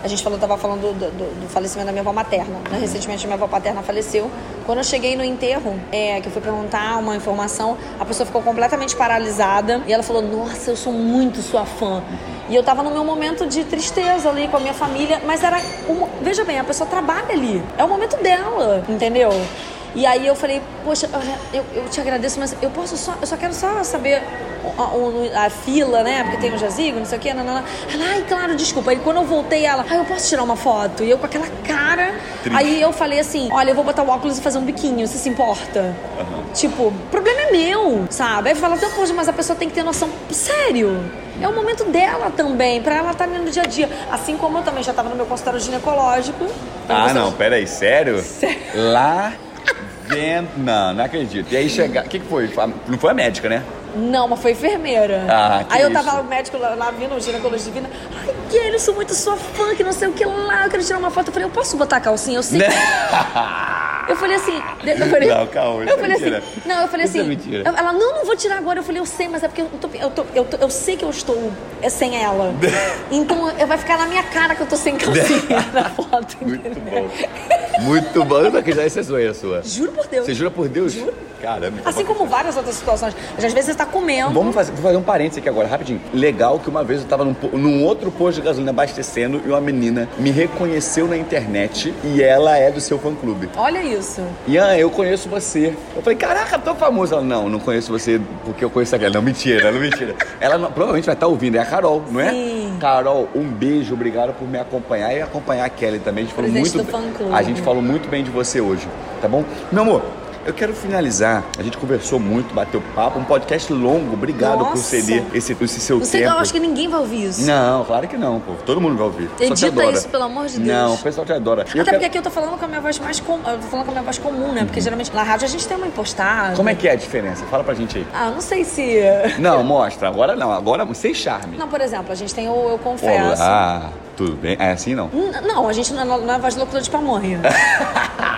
Speaker 3: A gente falou, tava falando do, do- do falecimento da minha avó materna. né? Recentemente, a minha avó paterna faleceu. Quando eu cheguei no enterro, é, que eu fui perguntar uma informação, a pessoa ficou completamente paralisada. E ela falou, nossa, eu sou muito sua fã. E eu tava no meu momento de tristeza ali com a minha família. Mas era... um- veja bem, a pessoa trabalha ali. É o momento dela, entendeu? E aí eu falei, poxa, eu, eu te agradeço, mas eu posso só, eu só quero só saber a, a- a fila, né? Porque tem o jazigo, não sei o quê, nanana. Ela, ai, claro, desculpa. E quando eu voltei, ela, ai, eu posso tirar uma foto? E eu com aquela cara.
Speaker 2: Triste.
Speaker 3: Aí eu falei assim, olha, eu vou botar o óculos e fazer um biquinho, você se importa? Tipo, o problema é meu, sabe? Aí fala, então, poxa, mas a pessoa tem que ter noção. Sério? É o momento dela também, pra ela estar ali no dia a dia. Assim como eu também já tava no meu consultório ginecológico.
Speaker 2: Ah,
Speaker 3: Você-
Speaker 2: não. Peraí. Sério? Lá dentro... Não, não acredito. E aí chegar... O que, que foi? A- Não foi a médica, né?
Speaker 3: Não, mas foi enfermeira.
Speaker 2: Ah, que
Speaker 3: Aí eu
Speaker 2: isso.
Speaker 3: tava o médico lá, lá vindo, o ginecologista vindo. Ai, Guilherme, eu sou muito sua fã, que não sei o que lá, eu quero tirar uma foto. Eu falei, eu posso botar a calcinha? Eu sei.
Speaker 2: Né?
Speaker 3: Eu falei assim. Eu falei,
Speaker 2: Não, calma, isso
Speaker 3: eu
Speaker 2: é
Speaker 3: falei
Speaker 2: mentira.
Speaker 3: assim. Não, eu falei
Speaker 2: Isso é
Speaker 3: assim.
Speaker 2: mentira.
Speaker 3: eu- ela, não, não vou tirar agora. Eu falei, eu sei, mas é porque eu, tô, eu, tô, eu, tô- eu sei que eu estou é,
Speaker 2: [LAUGHS]
Speaker 3: sem ela. então eu- vai ficar na minha cara que eu tô sem
Speaker 2: [LAUGHS]
Speaker 3: calcinha na foto.
Speaker 2: [LAUGHS] Muito
Speaker 3: entendeu?
Speaker 2: bom. Muito bom. Eu não acredito. Isso é zoeira sua.
Speaker 3: Juro por Deus.
Speaker 2: Você jura por Deus? Juro. Caramba.
Speaker 3: Assim como várias outras situações. Às vezes você tá comendo.
Speaker 2: Vamos fazer, vou fazer um parênteses aqui agora, rapidinho. Legal que uma vez eu tava num, po- num outro posto de gasolina abastecendo e uma menina me reconheceu na internet e ela é do seu fã clube.
Speaker 3: Olha isso.
Speaker 2: Ian, eu conheço você. Eu falei, caraca, tô famosa. Ela, não, não conheço você porque eu conheço aquela. Não, mentira, não, mentira. Ela não- provavelmente vai estar ouvindo, é a Carol, não é?
Speaker 3: Sim.
Speaker 2: Carol, um beijo, obrigado por me acompanhar e acompanhar a Kelly também. A gente falou
Speaker 3: Presidente
Speaker 2: muito
Speaker 3: do
Speaker 2: bem-
Speaker 3: fã-clube.
Speaker 2: A gente falou muito bem de você hoje, tá bom? Meu amor, Eu quero finalizar. A gente conversou muito, bateu papo, um podcast longo. Obrigado por
Speaker 3: Nossa.
Speaker 2: ceder esse, esse seu
Speaker 3: Não sei,
Speaker 2: tempo.
Speaker 3: eu acho que ninguém vai ouvir isso.
Speaker 2: Não, claro que não, pô. Todo mundo vai ouvir. O pessoal te
Speaker 3: Edita
Speaker 2: adora.
Speaker 3: isso, pelo amor de Deus.
Speaker 2: Não, o pessoal te adora. Eu
Speaker 3: Até
Speaker 2: quero-
Speaker 3: porque aqui eu tô falando com a minha voz mais comum. Eu tô falando com a minha voz comum, né? Porque geralmente na rádio a gente tem uma impostada.
Speaker 2: Como é que é a diferença? Fala pra gente aí.
Speaker 3: Ah, não sei se. [LAUGHS]
Speaker 2: Não, mostra. Agora não, agora sem charme.
Speaker 3: Não, por exemplo, a gente tem o Eu Confesso.
Speaker 2: Olá, tudo bem? É assim não?
Speaker 3: N- Não, a gente não é, não é voz de locutor
Speaker 2: [LAUGHS]
Speaker 3: de pamonha.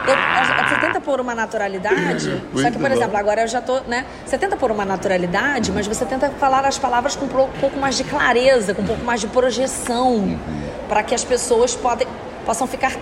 Speaker 3: Eu- a- Você tenta pôr uma naturalidade, só que,
Speaker 2: Muito
Speaker 3: por
Speaker 2: bom.
Speaker 3: exemplo, agora eu já tô, né? Você tenta pôr uma naturalidade, mas você tenta falar as palavras com um pro- pouco mais de clareza, com um pouco mais de
Speaker 2: Uhum.
Speaker 3: projeção, pra que as pessoas podem, possam ficar.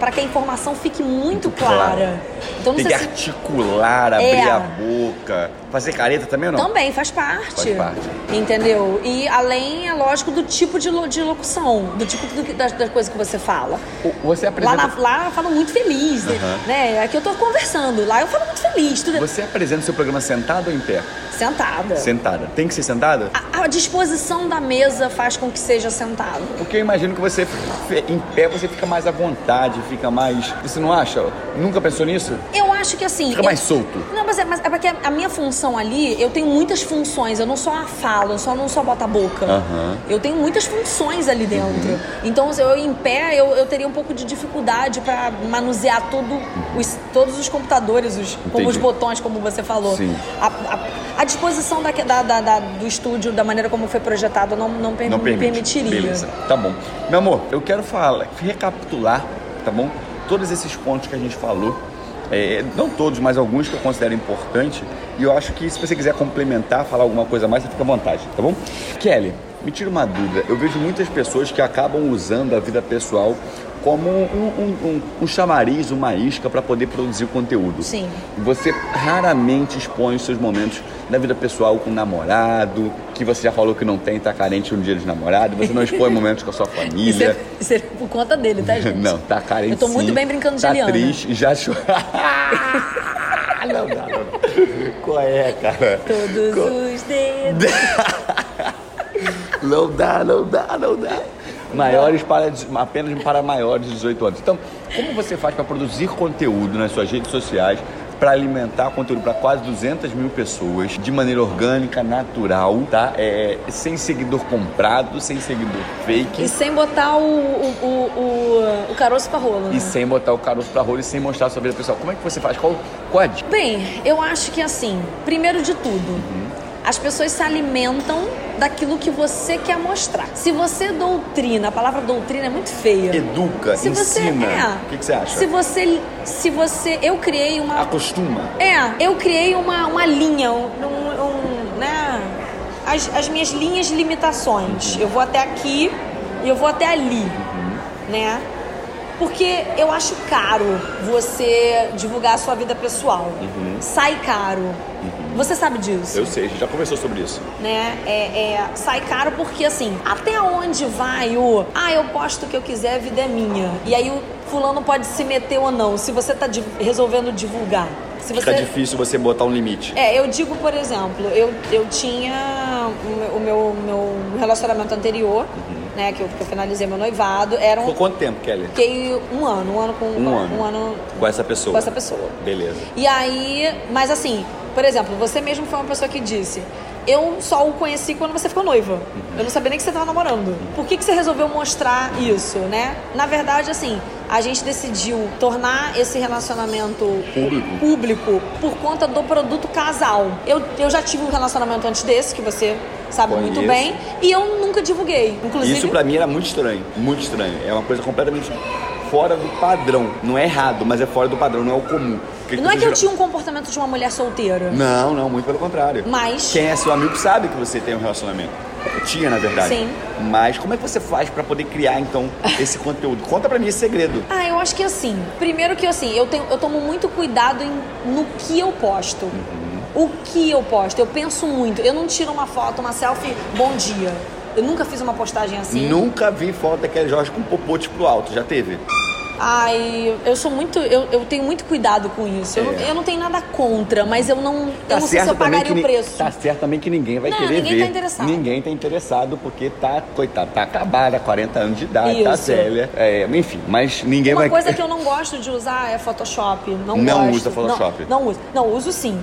Speaker 3: para que a informação fique muito clara. Então, não
Speaker 2: Tem
Speaker 3: sei
Speaker 2: que
Speaker 3: se.
Speaker 2: articular, abrir
Speaker 3: É.
Speaker 2: a boca. Fazer careta também ou não?
Speaker 3: Também faz parte.
Speaker 2: Então, Faz parte.
Speaker 3: Entendeu? E além, é lógico, do tipo de, lo- de locução, do tipo do, que- da, da coisa que você fala.
Speaker 2: O- Você
Speaker 3: Lá,
Speaker 2: apresenta,
Speaker 3: na, lá eu falo muito feliz, né?
Speaker 2: Aham.
Speaker 3: né? Aqui eu tô conversando, lá eu falo muito feliz, tudo
Speaker 2: você apresenta o seu programa sentado ou em pé?
Speaker 3: sentada.
Speaker 2: Sentada. Tem que ser sentada?
Speaker 3: A, a disposição da mesa faz com que seja sentado.
Speaker 2: Porque eu imagino que você fe- em pé você fica mais à vontade, fica mais. Você não acha? Nunca pensou nisso?
Speaker 3: Eu acho que assim.
Speaker 2: Fica
Speaker 3: eu-
Speaker 2: mais solto.
Speaker 3: Não, mas é, mas é porque a minha função ali, eu tenho muitas funções. Eu não só a falo, eu só não só boto a boca.
Speaker 2: Aham. Uhum.
Speaker 3: Eu tenho muitas funções ali dentro. Então, se eu em pé, eu, eu teria um pouco de dificuldade pra manusear tudo, os, todos os computadores, os, como os
Speaker 2: Entendi.
Speaker 3: botões, como você falou.
Speaker 2: Sim.
Speaker 3: A, a- a disposição da, da- da- da- do estúdio, da maneira como foi projetado, não, não, per-
Speaker 2: Não
Speaker 3: me
Speaker 2: permite.
Speaker 3: permitiria.
Speaker 2: Beleza, tá bom. Meu amor, eu quero falar, recapitular, tá bom? Todos esses pontos que a gente falou. é, não todos, mas alguns que eu considero importante. E eu acho que se você quiser complementar, falar alguma coisa a mais, você fica à vontade, tá bom? Kelly, me tira uma dúvida. Eu vejo muitas pessoas que acabam usando a vida pessoal como um, um- um- um chamariz, uma isca para poder produzir conteúdo.
Speaker 3: Sim.
Speaker 2: Você raramente expõe os seus momentos da vida pessoal com namorado, que você já falou que não tem, tá carente um dia de namorado, você não
Speaker 3: [LAUGHS]
Speaker 2: expõe momentos com a sua
Speaker 3: Isso é,
Speaker 2: família.
Speaker 3: isso é por conta dele,
Speaker 2: [LAUGHS]
Speaker 3: tá, gente?
Speaker 2: Não, tá carente.
Speaker 3: Eu tô muito
Speaker 2: sim,
Speaker 3: bem brincando de
Speaker 2: tá
Speaker 3: Eliana.
Speaker 2: triste, já
Speaker 3: [LAUGHS]
Speaker 2: chorou. [LAUGHS] não, não, não. Qual é, cara?
Speaker 3: Todos os dedos.
Speaker 2: Não dá, não dá, não dá. Maiores para, apenas para maiores de 18 anos. Então, como você faz para produzir conteúdo nas suas redes sociais, para alimentar conteúdo para quase 200 mil pessoas, de maneira orgânica, natural, tá? É, sem seguidor comprado, sem seguidor fake.
Speaker 3: E sem botar o, o, o, o, o caroço pra rolo. né?
Speaker 2: E sem botar o caroço pra rolo e sem mostrar a sua vida pessoal. Como é que você faz? Qual, qual é a dica?
Speaker 3: Bem, eu acho que assim, primeiro de tudo,
Speaker 2: Uhum.
Speaker 3: as pessoas se alimentam daquilo que você quer mostrar. Se você doutrina, a palavra doutrina é muito feia.
Speaker 2: Educa,
Speaker 3: se você
Speaker 2: ensina.
Speaker 3: é,
Speaker 2: O que, que você acha?
Speaker 3: Se você se você eu criei uma
Speaker 2: Acostuma.
Speaker 3: é, eu criei uma, uma linha, um, um- um, né? As, as minhas linhas de limitações. Eu vou até aqui e eu vou até ali, né? Porque eu acho caro você divulgar a sua vida pessoal. Sai caro. Você sabe disso
Speaker 2: Uhum. Eu sei, a gente já conversou sobre isso.
Speaker 3: né? É, é, sai caro porque assim, até onde vai o ah, eu posto o que eu quiser, a vida é minha. E aí o fulano pode se meter ou não, se você tá di- resolvendo divulgar. Se
Speaker 2: Fica
Speaker 3: você.
Speaker 2: difícil você botar um limite.
Speaker 3: É, eu digo, por exemplo, eu, eu tinha o meu, o meu meu relacionamento anterior,
Speaker 2: Uhum.
Speaker 3: né? Que eu, que eu finalizei meu noivado, era
Speaker 2: Ficou
Speaker 3: um.
Speaker 2: quanto tempo, Kelly?
Speaker 3: Fiquei um ano, um ano com
Speaker 2: Um ano.
Speaker 3: um ano
Speaker 2: Com essa pessoa.
Speaker 3: com essa pessoa.
Speaker 2: Beleza.
Speaker 3: E aí, mas assim, por exemplo, você mesmo foi uma pessoa que disse: Eu só o conheci quando você ficou noiva. Eu não sabia nem que você tava namorando. Por que, que você resolveu mostrar isso, né? Na verdade, assim, a gente decidiu tornar esse relacionamento
Speaker 2: Público.
Speaker 3: público por conta do produto casal. Eu, eu já tive um relacionamento antes desse, que você sabe muito
Speaker 2: Conheço.
Speaker 3: bem, e eu nunca divulguei. Inclusive.
Speaker 2: Isso pra mim era muito estranho, muito estranho. É uma coisa completamente fora do padrão. Não é errado, mas é fora do padrão, não é o comum. Porque as
Speaker 3: Não é que eu
Speaker 2: pessoas
Speaker 3: tinha um comportamento de uma mulher solteira.
Speaker 2: geral- Não, não, muito pelo contrário.
Speaker 3: Mas-
Speaker 2: Quem é seu amigo sabe que você tem um relacionamento. Eu tinha, na verdade.
Speaker 3: Sim.
Speaker 2: Mas como é que você faz pra poder criar, então, esse conteúdo? Conta pra mim esse segredo.
Speaker 3: Ah, eu acho que assim. Primeiro que assim, eu, tenho, eu tomo muito cuidado em- no que eu posto.
Speaker 2: Uhum.
Speaker 3: O que eu posto. Eu penso muito. Eu não tiro uma foto, uma selfie, bom dia. Eu nunca fiz uma postagem assim.
Speaker 2: Nunca vi foto daquele Jorge com popote pro alto, já teve?
Speaker 3: Ai, eu sou muito. Eu, eu tenho muito cuidado com isso. Eu, não,
Speaker 2: É.
Speaker 3: eu não tenho nada contra, mas eu
Speaker 2: Tá
Speaker 3: não. eu não sei Então, se
Speaker 2: certo
Speaker 3: eu
Speaker 2: também
Speaker 3: pagaria
Speaker 2: que
Speaker 3: o
Speaker 2: ni-
Speaker 3: preço.
Speaker 2: Tá certo também que ninguém vai
Speaker 3: Não,
Speaker 2: querer
Speaker 3: ninguém
Speaker 2: ver.
Speaker 3: tá interessado.
Speaker 2: Ninguém tá interessado porque tá, coitado, tá acabada, 40 anos de idade, tá
Speaker 3: Isso.
Speaker 2: velha. É, enfim, mas ninguém
Speaker 3: Uma
Speaker 2: vai...
Speaker 3: coisa que eu não gosto de usar é Photoshop. Não,
Speaker 2: Não
Speaker 3: gosto.
Speaker 2: usa Photoshop. Uhum.
Speaker 3: Não, não uso. Não, uso sim.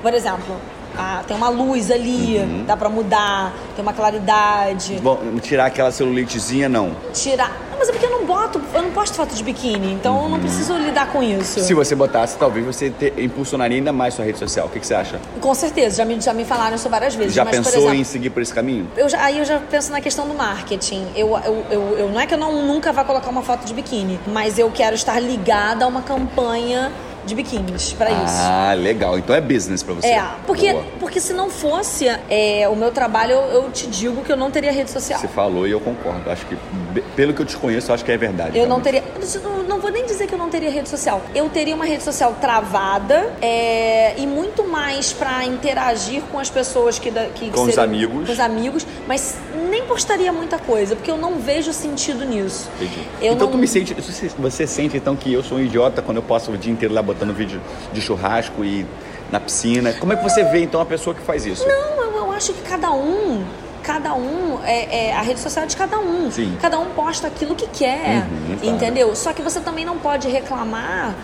Speaker 3: Por exemplo, ah, tem uma luz ali, dá pra mudar, tem uma claridade.
Speaker 2: [LAUGHS] Bom, tirar aquela celulitezinha, não.
Speaker 3: Tirar. Não, mas é porque eu não boto, eu não posto foto de biquíni, então eu não preciso lidar com isso.
Speaker 2: Uhum. Se você botasse, talvez você te- impulsionaria ainda mais sua rede social. O que, que você acha?
Speaker 3: Com certeza, já me, já me falaram isso várias vezes.
Speaker 2: Já
Speaker 3: mas, por
Speaker 2: pensou
Speaker 3: exemplo,
Speaker 2: em seguir por esse caminho?
Speaker 3: eu já- aí eu já penso na questão do marketing. Eu, eu, eu, eu- não é que eu não, nunca vá colocar uma foto de biquíni, mas eu quero estar ligada a uma campanha de biquínis pra isso.
Speaker 2: Ah, legal. Então é business pra você.
Speaker 3: É, porque,
Speaker 2: Boa.
Speaker 3: porque se não fosse é, o meu trabalho, eu, eu te digo que eu não teria rede social.
Speaker 2: Você falou e eu concordo. Acho que, be- pelo que eu te conheço, eu acho que é verdade.
Speaker 3: Eu não
Speaker 2: realmente.
Speaker 3: teria. eu Não, não vou nem dizer que eu não teria rede social. Eu teria uma rede social travada é, e muito mais pra interagir com as pessoas que. da- que
Speaker 2: Com os
Speaker 3: seriam-
Speaker 2: amigos.
Speaker 3: Com os amigos, mas nem postaria muita coisa, porque eu não vejo sentido nisso.
Speaker 2: Entendi.
Speaker 3: Eu
Speaker 2: então
Speaker 3: não-
Speaker 2: tu me sente, você- você sente então que eu sou um idiota quando eu passo o dia inteiro lá botando vídeo de churrasco e na piscina. Como é que você vê então a pessoa que faz isso?
Speaker 3: Não, eu, eu acho que cada um, cada um, é, é, a rede social é de cada um.
Speaker 2: Sim.
Speaker 3: Cada um posta aquilo que quer,
Speaker 2: Uhum, claro.
Speaker 3: entendeu? Só que você também não pode reclamar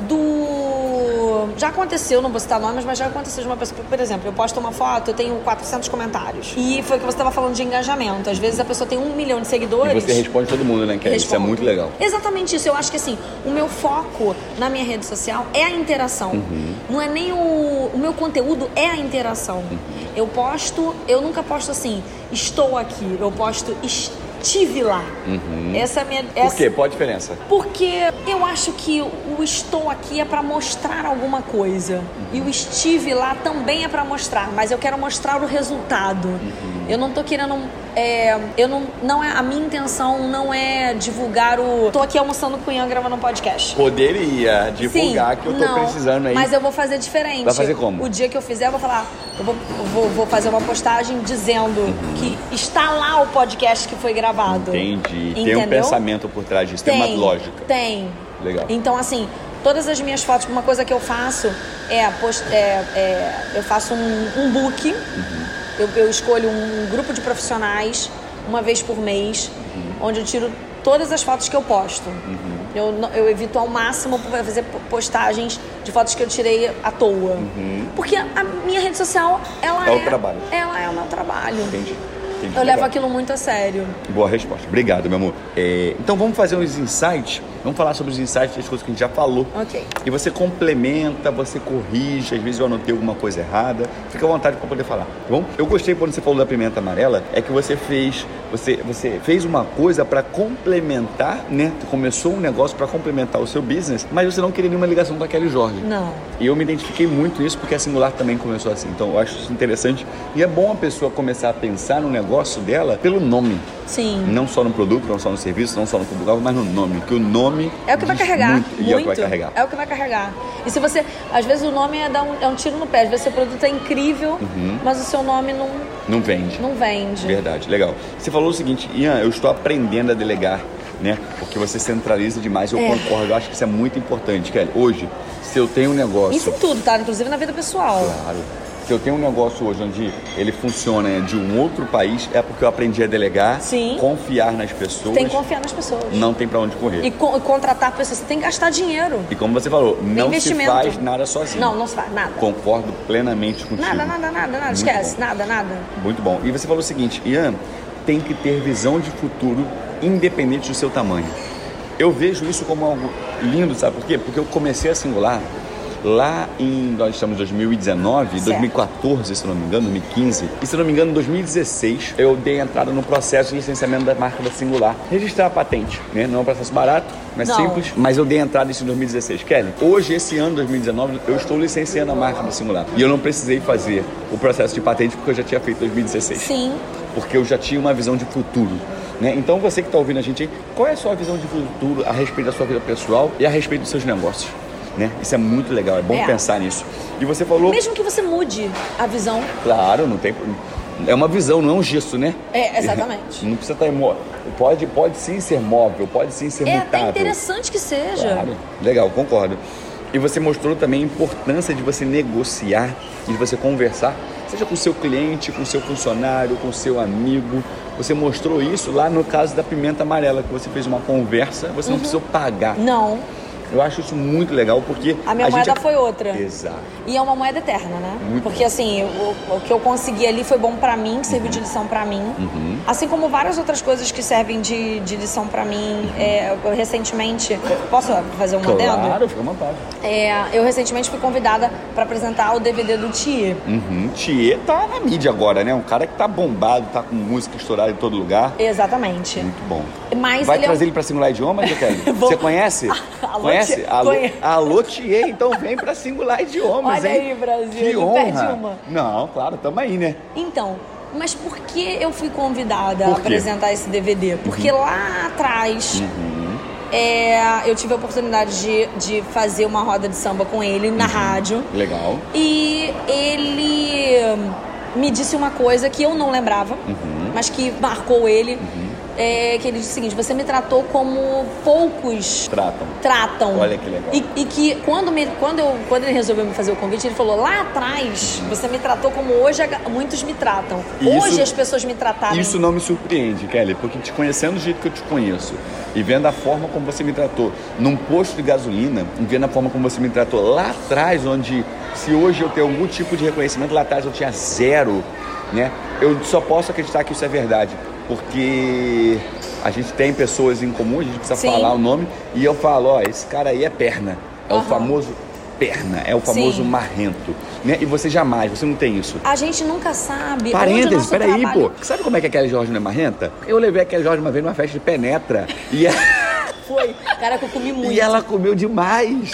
Speaker 3: do... Já aconteceu, não vou citar nomes, mas já aconteceu de uma pessoa... Por exemplo, eu posto uma foto, eu tenho 400 comentários. E foi o que você estava falando de engajamento. Às vezes a pessoa tem um milhão de
Speaker 2: E
Speaker 3: seguidores...
Speaker 2: você responde todo mundo, né? Que isso é
Speaker 3: Respondo.
Speaker 2: muito legal.
Speaker 3: Exatamente isso. Eu acho que assim, o meu foco na minha rede social é a interação.
Speaker 2: Uhum.
Speaker 3: Não é nem o, o meu conteúdo é a interação.
Speaker 2: Uhum.
Speaker 3: Eu posto, eu nunca posto assim, estou aqui. Eu posto estive lá.
Speaker 2: Uhum.
Speaker 3: Essa é a minha essa,
Speaker 2: Por quê? Qual a diferença?
Speaker 3: Porque eu acho que o estou aqui é pra mostrar alguma coisa. E o estive lá também é pra mostrar, mas eu quero mostrar o resultado.
Speaker 2: Uhum.
Speaker 3: Eu não tô querendo. é, eu não, não é, a minha intenção não é divulgar o. Tô aqui almoçando com o Ian gravando um podcast.
Speaker 2: Poderia ah, divulgar
Speaker 3: Sim,
Speaker 2: que eu tô
Speaker 3: não,
Speaker 2: precisando é aí.
Speaker 3: Mas eu vou fazer diferente.
Speaker 2: Vai fazer como?
Speaker 3: O dia que eu fizer, eu vou falar. Eu vou, eu vou, vou fazer uma postagem dizendo
Speaker 2: Uhum.
Speaker 3: que está lá o podcast que foi gravado.
Speaker 2: Entendi. Tem um
Speaker 3: Entendeu?
Speaker 2: pensamento por trás disso, tem, uma lógica.
Speaker 3: Tem.
Speaker 2: Legal.
Speaker 3: Então, assim, todas as minhas fotos, uma coisa que eu faço é, post, é, é, eu faço um, um book,
Speaker 2: Uhum.
Speaker 3: eu, eu escolho um grupo de profissionais uma vez por mês,
Speaker 2: Uhum.
Speaker 3: onde eu tiro todas as fotos que eu posto. Eu, não- eu evito ao máximo fazer postagens de fotos que eu tirei à toa. Porque a minha rede social, ela
Speaker 2: Uhum. É
Speaker 3: é...
Speaker 2: o trabalho.
Speaker 3: Ela é o meu trabalho.
Speaker 2: Entendi. Entendi.
Speaker 3: Eu levo
Speaker 2: Legal.
Speaker 3: aquilo muito a sério.
Speaker 2: Boa resposta. Obrigado, meu amor. É, então vamos fazer uns insights. Vamos falar sobre os insights das coisas que a gente já falou.
Speaker 3: Ok.
Speaker 2: E você complementa, você corrige, às vezes eu anotei alguma coisa errada. Fica à vontade para poder falar, tá bom? Eu gostei quando você falou da pimenta amarela, é que você fez, você, você fez uma coisa para complementar, né? Você começou um negócio para complementar o seu business, mas você não queria nenhuma ligação com a Kelly Jorge.
Speaker 3: Não.
Speaker 2: E eu me identifiquei muito nisso porque a Singular também começou assim. Então eu acho isso interessante. E é bom a pessoa começar a pensar no negócio dela pelo nome.
Speaker 3: Sim.
Speaker 2: Não só no produto, não só no serviço, não só no público, mas no nome. Que o nome.
Speaker 3: É o que vai
Speaker 2: diz
Speaker 3: carregar.
Speaker 2: muito.
Speaker 3: Muito.
Speaker 2: E é o que vai carregar.
Speaker 3: É o que vai carregar. E se você. Às vezes o nome é, dar um, é um tiro no pé. Às vezes seu produto é incrível,
Speaker 2: Uhum.
Speaker 3: mas o seu nome não,
Speaker 2: Não vende.
Speaker 3: não vende.
Speaker 2: Verdade, legal. Você falou o seguinte, Ian, eu estou aprendendo a delegar, né? Porque você centraliza demais, eu
Speaker 3: É.
Speaker 2: concordo, eu acho que isso é muito importante, Kelly. Hoje, se eu tenho um negócio.
Speaker 3: Isso em tudo, tá? Inclusive na vida pessoal.
Speaker 2: Claro. Se eu tenho um negócio hoje onde ele funciona de um outro país, é porque eu aprendi a delegar,
Speaker 3: Sim.
Speaker 2: confiar nas pessoas,
Speaker 3: Tem que confiar nas pessoas.
Speaker 2: não tem pra onde correr.
Speaker 3: E, co- e contratar pessoas. Você tem que gastar dinheiro.
Speaker 2: E como você falou, não se
Speaker 3: investimento.
Speaker 2: faz nada sozinho.
Speaker 3: Não, não se faz. Nada.
Speaker 2: Concordo plenamente contigo.
Speaker 3: Nada, nada, nada, nada.
Speaker 2: Muito
Speaker 3: Esquece.
Speaker 2: bom.
Speaker 3: Nada, nada.
Speaker 2: Muito bom. E você falou o seguinte, Ian, tem que ter visão de futuro independente do seu tamanho. Eu vejo isso como algo lindo, sabe por quê? Porque eu comecei a singular lá em, nós estamos em 2019,
Speaker 3: Certo.
Speaker 2: 2014, se não me engano, 2015. E se não me engano, em 2016, eu dei entrada no processo de licenciamento da marca da Singular. Registrar a patente, né? Não é um processo barato, mas
Speaker 3: Não.
Speaker 2: simples. Mas eu dei entrada nisso em 2016. Kelly, hoje, esse ano, 2019, eu estou licenciando a marca do Singular. E eu não precisei fazer o processo de patente porque eu já tinha feito em 2016.
Speaker 3: Sim.
Speaker 2: Porque eu já tinha uma visão de futuro. Né? Então, você que está ouvindo a gente aí, qual é a sua visão de futuro a respeito da sua vida pessoal e a respeito dos seus negócios? Né? Isso é muito legal, é bom
Speaker 3: É.
Speaker 2: pensar nisso. E você falou.
Speaker 3: Mesmo que você mude a visão.
Speaker 2: Claro, não tem. É uma visão, não é um gesto, né?
Speaker 3: É, exatamente.
Speaker 2: [LAUGHS] Não precisa estar imóvel. Pode, pode sim ser móvel, pode sim ser
Speaker 3: É até
Speaker 2: mutável.
Speaker 3: interessante que seja.
Speaker 2: Claro. Legal, concordo. E você mostrou também a importância de você negociar e de você conversar, seja com seu cliente, com seu funcionário, com seu amigo. Você mostrou isso lá no caso da pimenta amarela, que você fez uma conversa, você
Speaker 3: Uhum.
Speaker 2: não precisou pagar.
Speaker 3: Não,
Speaker 2: Eu acho isso muito legal porque
Speaker 3: a minha moeda
Speaker 2: gente...
Speaker 3: foi outra.
Speaker 2: Exato.
Speaker 3: E é uma moeda eterna, né?
Speaker 2: Muito
Speaker 3: Porque assim, o, o que eu consegui ali foi bom pra mim, que serviu
Speaker 2: Uhum.
Speaker 3: de lição pra mim. Assim como várias outras coisas que servem de, de lição pra mim.
Speaker 2: Uhum.
Speaker 3: É, eu recentemente. Posso fazer um adendo?
Speaker 2: Claro, fica à vontade.
Speaker 3: É, eu recentemente fui convidada pra apresentar o DVD do Tier.
Speaker 2: Uhum. Thier tá na mídia agora, né? Um cara que tá bombado, tá com música estourada em todo lugar.
Speaker 3: Exatamente.
Speaker 2: Muito bom.
Speaker 3: Mas
Speaker 2: Uhum. Vai
Speaker 3: ele é um-
Speaker 2: trazer ele pra singular idiomas,
Speaker 3: [LAUGHS]
Speaker 2: Kelly?
Speaker 3: Vou.
Speaker 2: Você conhece?
Speaker 3: Alô,
Speaker 2: conhece?
Speaker 3: Thier.
Speaker 2: Alô,
Speaker 3: Conheço.
Speaker 2: Alô, Thier, então vem pra singular idiomas,
Speaker 3: Olha
Speaker 2: hein?
Speaker 3: aí, Brasil,
Speaker 2: que
Speaker 3: não perde
Speaker 2: honra.
Speaker 3: uma.
Speaker 2: Não, claro, tamo aí, né?
Speaker 3: Então, mas por que eu fui convidada a
Speaker 2: Por quê? Uhum.
Speaker 3: apresentar esse DVD? Porque lá atrás é, eu tive a oportunidade de, de fazer uma roda de samba com ele
Speaker 2: Uhum.
Speaker 3: na rádio.
Speaker 2: Legal.
Speaker 3: E ele hum, me disse uma coisa que eu não lembrava,
Speaker 2: Uhum.
Speaker 3: mas que marcou ele. é, que ele disse o seguinte: você me tratou como poucos
Speaker 2: Tratam.
Speaker 3: tratam.
Speaker 2: Olha que legal.
Speaker 3: E, e que quando, me, quando, eu, quando ele resolveu me fazer o convite, ele falou: lá atrás você me tratou como hoje a- muitos me tratam.
Speaker 2: Uhum. E
Speaker 3: hoje
Speaker 2: isso-
Speaker 3: as pessoas me trataram.
Speaker 2: Isso não me surpreende, Kelly, porque te conhecendo do jeito que eu te conheço e vendo a forma como você me tratou num posto de gasolina, e vendo a forma como você me tratou lá atrás, onde se hoje eu tenho algum tipo de reconhecimento, lá atrás eu tinha zero, né? Eu só posso acreditar que isso é verdade, porque a gente tem pessoas em comum, a gente precisa
Speaker 3: Sim.
Speaker 2: falar o nome, e eu falo, ó, esse cara aí é perna, é o
Speaker 3: Aham.
Speaker 2: famoso perna, é o famoso
Speaker 3: Sim.
Speaker 2: marrento, né? E você jamais, você não tem isso.
Speaker 3: A gente nunca sabe. onde é o
Speaker 2: Parênteses,
Speaker 3: nosso
Speaker 2: peraí,
Speaker 3: trabalho...
Speaker 2: pô. Sabe como é que aquela Jorge não é marrenta? Eu levei aquela Jorge uma vez numa festa de penetra [LAUGHS] e,
Speaker 3: Foi. Cara, que eu comi muito.
Speaker 2: e ela comeu demais.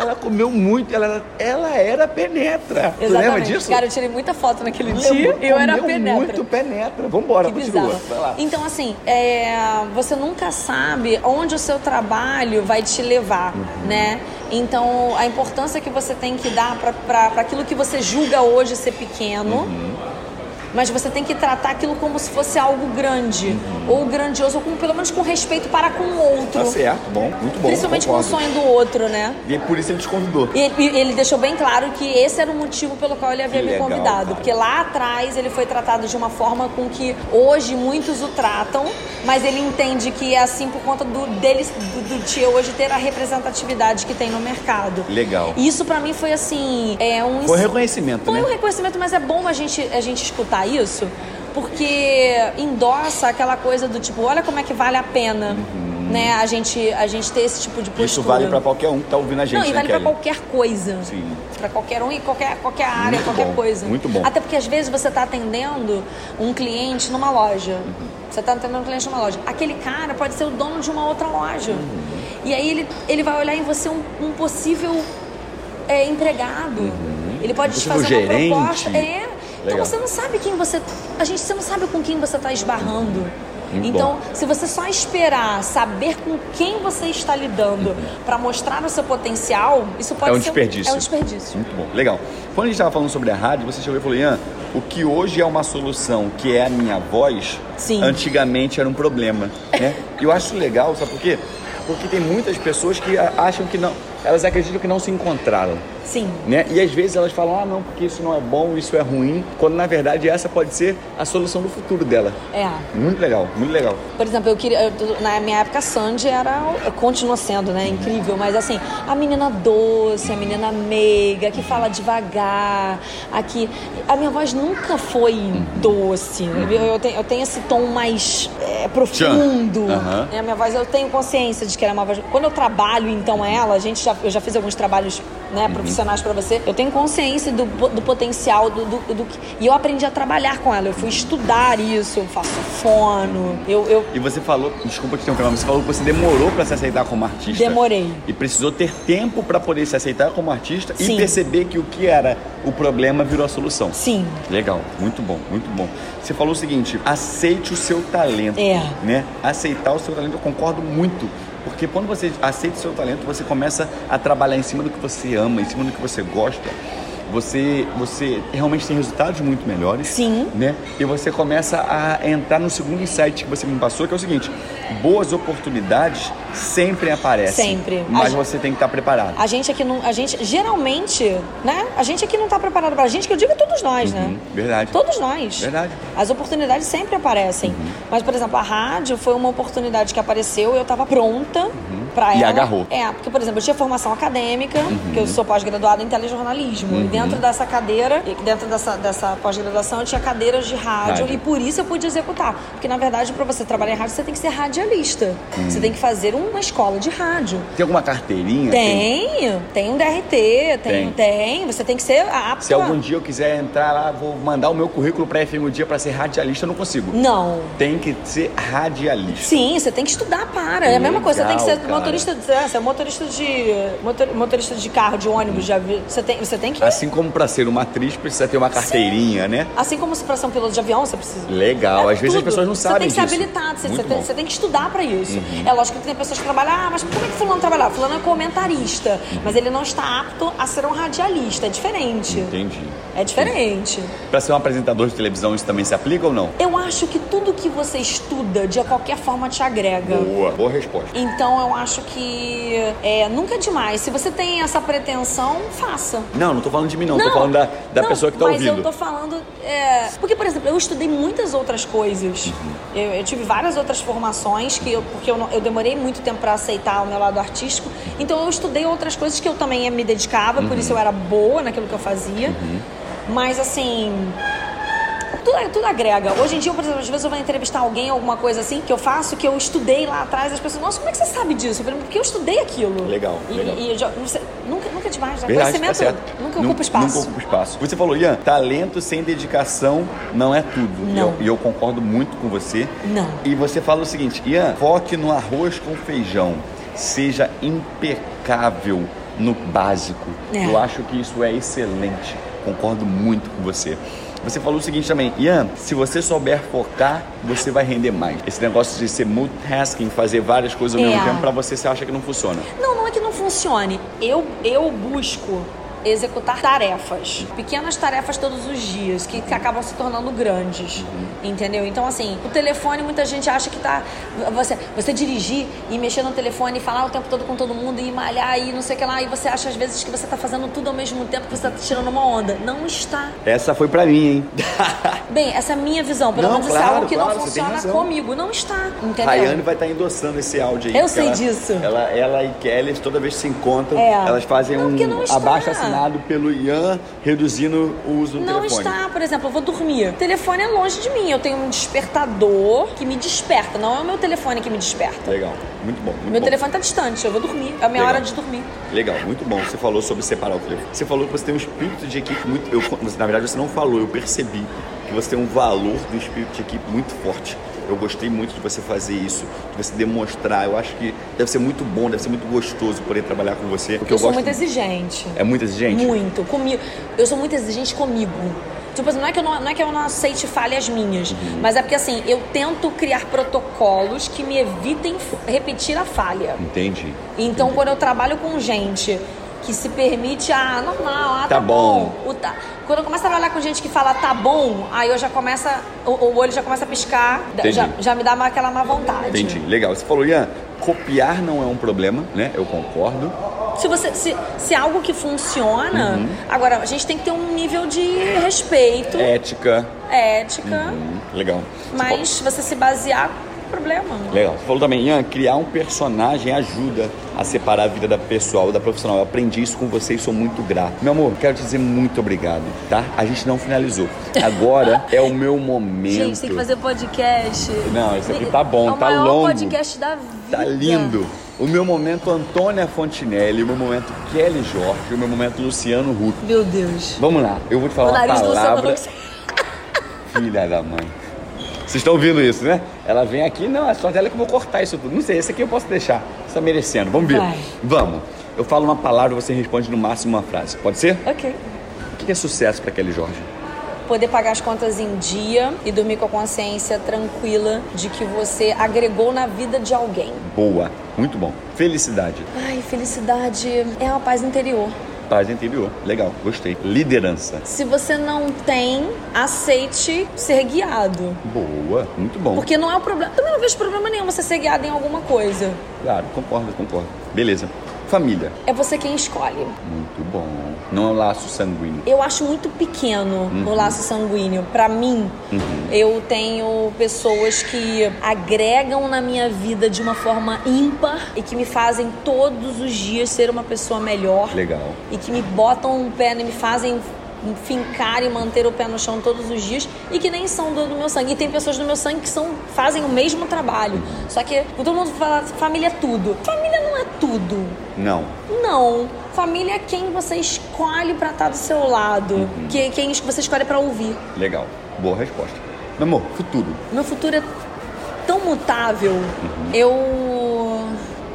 Speaker 2: Ela comeu muito, ela, era- ela era penetra. Tu
Speaker 3: Exatamente.
Speaker 2: lembra disso?
Speaker 3: Cara, eu tirei muita foto naquele
Speaker 2: Lembro,
Speaker 3: dia e eu era
Speaker 2: comeu
Speaker 3: penetra.
Speaker 2: muito penetra. Vambora,
Speaker 3: Que
Speaker 2: continua.
Speaker 3: bizarro.
Speaker 2: Vai lá.
Speaker 3: Então, assim, é, você nunca sabe onde o seu trabalho vai te levar,
Speaker 2: Uhum.
Speaker 3: né? Então, a importância que você tem que dar para aquilo que você julga hoje ser pequeno.
Speaker 2: Uhum.
Speaker 3: Mas você tem que tratar aquilo como se fosse algo grande, ou grandioso, ou com, pelo menos com respeito para com o outro.
Speaker 2: Uhum. Tá certo, bom, muito bom.
Speaker 3: principalmente com o
Speaker 2: concordo.
Speaker 3: sonho do outro, né?
Speaker 2: E por isso ele te convidou.
Speaker 3: E ele, e ele deixou bem claro que esse era o motivo pelo qual ele havia
Speaker 2: Que
Speaker 3: me
Speaker 2: legal,
Speaker 3: convidado.
Speaker 2: cara.
Speaker 3: Porque lá atrás ele foi tratado de uma forma com que hoje muitos o tratam, mas ele entende que é assim por conta do, dele, do, do tio hoje ter a representatividade que tem no mercado.
Speaker 2: Legal.
Speaker 3: E isso pra mim foi assim, é um
Speaker 2: Foi um
Speaker 3: ensino-
Speaker 2: reconhecimento,
Speaker 3: foi
Speaker 2: né?
Speaker 3: um reconhecimento, mas é bom a gente, a gente escutar isso, porque endossa aquela coisa do tipo, olha como é que vale a pena, né? A gente, a gente ter esse tipo de postura.
Speaker 2: Uhum. Isso vale pra qualquer um que tá ouvindo a gente,
Speaker 3: Não, e
Speaker 2: né,
Speaker 3: vale pra
Speaker 2: Kelly?
Speaker 3: qualquer coisa.
Speaker 2: Sim.
Speaker 3: Pra qualquer um e qualquer, qualquer área,
Speaker 2: Muito
Speaker 3: qualquer
Speaker 2: bom,
Speaker 3: coisa.
Speaker 2: muito bom.
Speaker 3: Até porque às vezes você tá atendendo um cliente numa loja.
Speaker 2: Uhum.
Speaker 3: Você tá atendendo um cliente numa loja. Aquele cara pode ser o dono de uma outra loja.
Speaker 2: Uhum.
Speaker 3: E aí ele, ele vai olhar em você um, um possível é, empregado. Ele pode te
Speaker 2: Uhum. Um possível
Speaker 3: fazer
Speaker 2: gerente.
Speaker 3: uma proposta. É.
Speaker 2: Legal.
Speaker 3: Então você não sabe quem você. A gente você não sabe com quem você tá esbarrando.
Speaker 2: Muito
Speaker 3: então,
Speaker 2: bom.
Speaker 3: se você só esperar saber com quem você está lidando pra mostrar o seu potencial, isso pode
Speaker 2: Uhum. É um
Speaker 3: ser
Speaker 2: desperdício.
Speaker 3: É um desperdício.
Speaker 2: Muito bom, legal. Quando a gente estava falando sobre a rádio, você chegou e falou, Ian, o que hoje é uma solução, que é a minha voz,
Speaker 3: Sim.
Speaker 2: antigamente era um problema, né? E eu acho legal, sabe por quê? Porque tem muitas pessoas que a- acham que não, elas acreditam que não se encontraram,
Speaker 3: Sim.
Speaker 2: né? E às vezes elas falam, ah não, porque isso não é bom, isso é ruim, quando na verdade essa pode ser a solução do futuro dela.
Speaker 3: É.
Speaker 2: Muito legal, muito legal.
Speaker 3: Por exemplo, eu queria. eu- na minha época, Sandy era. Continua sendo, né? Incrível. Mas assim, a menina doce, a menina meiga, que fala devagar, aqui. A minha voz nunca foi doce. Eu, eu tenho, eu tenho esse tom mais é, profundo.
Speaker 2: Aham.
Speaker 3: né? A minha voz, eu tenho consciência de que ela é uma voz. Quando eu trabalho, então, ela, a gente já, eu já fiz alguns trabalhos né, profissionais pra você. Eu tenho consciência do, po- do potencial do, do, do que- E eu aprendi a trabalhar com ela. Eu fui estudar isso, eu faço fono. Eu, eu
Speaker 2: E você falou, desculpa te interromper, mas você falou que você demorou pra se aceitar como artista.
Speaker 3: Demorei.
Speaker 2: E precisou ter tempo pra poder se aceitar como artista e
Speaker 3: Sim.
Speaker 2: perceber que o que era o problema virou a solução.
Speaker 3: Sim.
Speaker 2: Legal, muito bom, muito bom. Você falou o seguinte, aceite o seu talento,
Speaker 3: É.
Speaker 2: né? Aceitar o seu talento, eu concordo muito. Porque quando você aceita o seu talento, você começa a trabalhar em cima do que você ama, em cima do que você gosta. você, você realmente tem resultados muito melhores.
Speaker 3: Sim.
Speaker 2: Né? E você começa a entrar no segundo insight que você me passou, que é o seguinte: boas oportunidades sempre aparecem.
Speaker 3: Sempre.
Speaker 2: Mas
Speaker 3: A Ah.
Speaker 2: você tem que estar preparado.
Speaker 3: A gente aqui não. A gente, geralmente, né? A gente aqui não tá preparado pra gente, que eu digo todos nós,
Speaker 2: Uhum.
Speaker 3: né?
Speaker 2: Hum, Verdade.
Speaker 3: Todos nós.
Speaker 2: Verdade. Uhum.
Speaker 3: As oportunidades sempre aparecem. Mas, por exemplo, a rádio foi uma oportunidade que apareceu, eu estava pronta para
Speaker 2: Uhum. E
Speaker 3: ela.
Speaker 2: agarrou. Uhum.
Speaker 3: É, porque, por exemplo, eu tinha formação acadêmica, que eu sou pós-graduada em telejornalismo. E dentro dessa cadeira, e dentro dessa, dessa pós-graduação, eu tinha cadeiras de rádio,
Speaker 2: Rádio.
Speaker 3: e por isso eu pude executar. Porque, na verdade, para você trabalhar em rádio, você tem que ser radialista.
Speaker 2: Uhum.
Speaker 3: Você tem que fazer uma escola de rádio.
Speaker 2: Tem alguma carteirinha?
Speaker 3: Tem, tem um DRT, tem,
Speaker 2: Tem.
Speaker 3: tem. Você tem que ser apto.
Speaker 2: Se algum
Speaker 3: a-
Speaker 2: dia eu quiser entrar lá, vou mandar o meu currículo para FM o um dia para ser radialista, eu não consigo.
Speaker 3: Não.
Speaker 2: Tem que ser radialista.
Speaker 3: Sim, você tem que estudar para. É a mesma coisa, você tem que ser
Speaker 2: Legal, cara.
Speaker 3: motorista, de- é, você é motorista de motor- motorista de carro, de ônibus, de avi- você tem, você tem que
Speaker 2: Assim como para ser uma atriz precisa ter uma carteirinha, né?
Speaker 3: assim como se para ser um piloto de avião, você precisa
Speaker 2: Legal.
Speaker 3: É
Speaker 2: Às vezes as
Speaker 3: tudo.
Speaker 2: pessoas não sabem
Speaker 3: Você tem
Speaker 2: disso.
Speaker 3: que ser habilitado, você,
Speaker 2: Muito
Speaker 3: você tem,
Speaker 2: bom. Uhum.
Speaker 3: você tem que estudar pra isso. É lógico que tem pessoas que trabalham, ah, mas como é que fulano trabalhava? Fulano é comentarista,
Speaker 2: Uhum.
Speaker 3: mas ele não está apto a ser um radialista, é diferente.
Speaker 2: Entendi.
Speaker 3: É diferente.
Speaker 2: Para ser um apresentador de televisão isso também se aplica ou não?
Speaker 3: Eu acho que tudo que você estuda, de qualquer forma, te agrega.
Speaker 2: Boa, boa resposta.
Speaker 3: Então eu acho que é, nunca é demais. Se você tem essa pretensão, faça.
Speaker 2: Não, não tô falando de mim não, tô falando da, da
Speaker 3: não,
Speaker 2: pessoa que tá
Speaker 3: mas
Speaker 2: ouvindo.
Speaker 3: eu tô falando. é, porque, por exemplo, eu estudei muitas outras coisas.
Speaker 2: Uhum.
Speaker 3: Eu, eu tive várias outras formações, que eu, porque eu, não- eu demorei muito tempo pra aceitar o meu lado artístico. Então, eu estudei outras coisas que eu também me dedicava, por
Speaker 2: Uhum.
Speaker 3: isso eu era boa naquilo que eu fazia. Mas, assim, tudo, tudo agrega. Hoje em dia, por exemplo, às vezes eu vou entrevistar alguém, alguma coisa assim, que eu faço, que eu estudei lá atrás, as pessoas, nossa, como é que você sabe disso? Eu falei, porque eu estudei aquilo.
Speaker 2: Legal,
Speaker 3: E,
Speaker 2: legal.
Speaker 3: e eu já- não sei- nunca, nunca é demais, né?
Speaker 2: Verdade, tá
Speaker 3: Conhecimento
Speaker 2: certo.
Speaker 3: nunca
Speaker 2: Nun-
Speaker 3: ocupa espaço.
Speaker 2: Nunca ocupa espaço. Você falou, Ian, talento sem dedicação não é tudo. E
Speaker 3: Não.
Speaker 2: eu- E eu concordo muito com você.
Speaker 3: Não.
Speaker 2: E você fala o seguinte, Ian, foque no arroz com feijão. Seja impecável no básico.
Speaker 3: É.
Speaker 2: Eu acho que isso é excelente. Concordo muito com você. Você falou o seguinte também, Ian, se você souber focar, você vai render mais. Esse negócio de ser multitasking, fazer várias coisas ao
Speaker 3: É.
Speaker 2: mesmo tempo, pra você, você acha que não funciona.
Speaker 3: Não, não é que não funcione. Eu, eu busco executar tarefas, pequenas tarefas todos os dias, que, que acabam se tornando grandes,
Speaker 2: Uhum.
Speaker 3: entendeu? Então, assim, o telefone, muita gente acha que tá... Você, você dirigir e mexer no telefone e falar o tempo todo com todo mundo e malhar e não sei o que lá, e você acha às vezes que você tá fazendo tudo ao mesmo tempo, que você tá tirando uma onda. Não está.
Speaker 2: Essa foi pra mim, hein?
Speaker 3: Bem, essa é a minha visão, pelo
Speaker 2: Não,
Speaker 3: menos isso é
Speaker 2: claro,
Speaker 3: algo que
Speaker 2: claro,
Speaker 3: não
Speaker 2: você tem
Speaker 3: funciona
Speaker 2: razão.
Speaker 3: comigo. Não está, entendeu?
Speaker 2: Rayane vai estar endossando esse áudio aí.
Speaker 3: Eu
Speaker 2: porque
Speaker 3: sei
Speaker 2: ela-
Speaker 3: disso.
Speaker 2: Ela, ela e Kelly, toda vez que se encontram,
Speaker 3: É.
Speaker 2: elas fazem
Speaker 3: Não, porque não
Speaker 2: um
Speaker 3: está.
Speaker 2: abaixo assinado pelo Ian, reduzindo o uso do
Speaker 3: Não
Speaker 2: um telefone.
Speaker 3: está, por exemplo, eu vou dormir. O telefone é longe de mim. Eu tenho um despertador que me desperta. Não é o meu telefone que me desperta.
Speaker 2: Legal, muito bom. Muito
Speaker 3: Meu
Speaker 2: bom.
Speaker 3: telefone tá distante, eu vou dormir. É a minha
Speaker 2: Legal.
Speaker 3: hora de dormir.
Speaker 2: Legal, muito bom. Você falou sobre separar o telefone. Você falou que você tem um espírito de equipe muito. Eu, você- na verdade, você não falou, eu percebi que você tem um valor do espírito de equipe muito forte. Eu gostei muito de você fazer isso, de você demonstrar. Eu acho que deve ser muito bom, deve ser muito gostoso poder trabalhar com você. Porque eu,
Speaker 3: eu sou
Speaker 2: gosto.
Speaker 3: muito exigente.
Speaker 2: É muito exigente?
Speaker 3: Muito. Comigo. Eu sou muito exigente comigo. Tipo assim, não é que eu não, não é que eu não aceite falhas minhas,
Speaker 2: Uhum.
Speaker 3: mas é porque assim, eu tento criar protocolos que me evitem f- repetir a falha.
Speaker 2: Entendi.
Speaker 3: Então, quando eu trabalho com gente que se permite, ah, normal, ah, tá,
Speaker 2: Tá bom.
Speaker 3: O tá- Quando eu começo a trabalhar com gente que fala tá bom, aí eu já começa, o, o olho já começa a piscar,
Speaker 2: Entendi.
Speaker 3: já, já me dá uma- aquela má vontade.
Speaker 2: Entendi, legal. Você falou, Ian, copiar não é um problema, né? Eu concordo.
Speaker 3: Se você se, se é algo que funciona,
Speaker 2: Uhum.
Speaker 3: agora a gente tem que ter um nível de respeito,
Speaker 2: Ética.
Speaker 3: ética,
Speaker 2: Hum, legal. Você falou-
Speaker 3: mas você se basear problema.
Speaker 2: Legal. Você falou também, Ian, criar um personagem ajuda a separar a vida da pessoal da profissional. Eu aprendi isso com você e sou muito grato. Meu amor, quero te dizer muito obrigado, tá? A gente não finalizou.
Speaker 3: [LAUGHS]
Speaker 2: Agora é o meu momento.
Speaker 3: Gente, tem que fazer podcast.
Speaker 2: Não, esse aqui tá bom,
Speaker 3: é o
Speaker 2: tá
Speaker 3: maior
Speaker 2: longo.
Speaker 3: podcast da vida.
Speaker 2: Tá lindo. O meu momento Antônia Fontinelli, o meu momento Kelly Jorge, o meu momento Luciano Huck.
Speaker 3: Meu Deus.
Speaker 2: Vamos lá, eu vou te falar
Speaker 3: O
Speaker 2: uma
Speaker 3: nariz do
Speaker 2: palavra.
Speaker 3: Luciano tá
Speaker 2: Filha da mãe. Vocês estão ouvindo isso, né? Ela vem aqui, não, é só dela que eu vou cortar isso tudo. Não sei, esse aqui eu posso deixar. Você tá merecendo. Vamos ver.
Speaker 3: Vai.
Speaker 2: Vamos. Eu falo uma palavra, você responde no máximo uma frase. Pode ser?
Speaker 3: Ok.
Speaker 2: O que é sucesso pra Kelly Jorge?
Speaker 3: Poder pagar as contas em dia e dormir com a consciência tranquila de que você agregou na vida de alguém.
Speaker 2: Boa. Muito bom. Felicidade.
Speaker 3: Ai, felicidade é uma paz interior.
Speaker 2: Paz interior. Legal, gostei. Liderança.
Speaker 3: Se você não tem, aceite ser guiado.
Speaker 2: Boa, muito bom.
Speaker 3: Porque não é o problema. Também não vejo problema nenhum você ser guiado em alguma coisa.
Speaker 2: Claro, concordo, concordo. Beleza. Família.
Speaker 3: É você quem escolhe.
Speaker 2: Muito bom. Não é um laço sanguíneo.
Speaker 3: Eu acho muito pequeno o laço sanguíneo. Pra mim, eu tenho pessoas que agregam na minha vida de uma forma ímpar e que me fazem todos os dias ser uma pessoa melhor
Speaker 2: Legal.
Speaker 3: e que me botam um pé e me fazem fincar e manter o pé no chão todos os dias e que nem são do, do meu sangue. E tem pessoas do meu sangue que são, fazem o mesmo trabalho. Só que todo mundo fala, família é tudo. Família não é tudo.
Speaker 2: Não.
Speaker 3: Não. Família é quem você escolhe pra estar do seu lado. Que, quem es- você escolhe pra ouvir.
Speaker 2: Legal. Boa resposta. Meu amor, futuro.
Speaker 3: Meu futuro é tão mutável. Eu.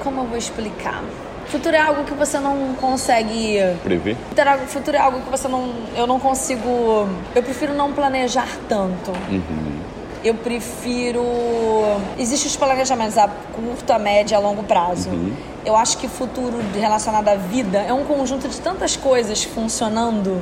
Speaker 3: Como eu vou explicar? Futuro é algo que você não consegue
Speaker 2: Prever?
Speaker 3: Futuro é algo- Futuro é algo que você não. Eu não consigo. Eu prefiro não planejar tanto. Eu prefiro. Existem os planejamentos a curto, a médio e a longo prazo. Eu acho que futuro relacionado à vida é um conjunto de tantas coisas funcionando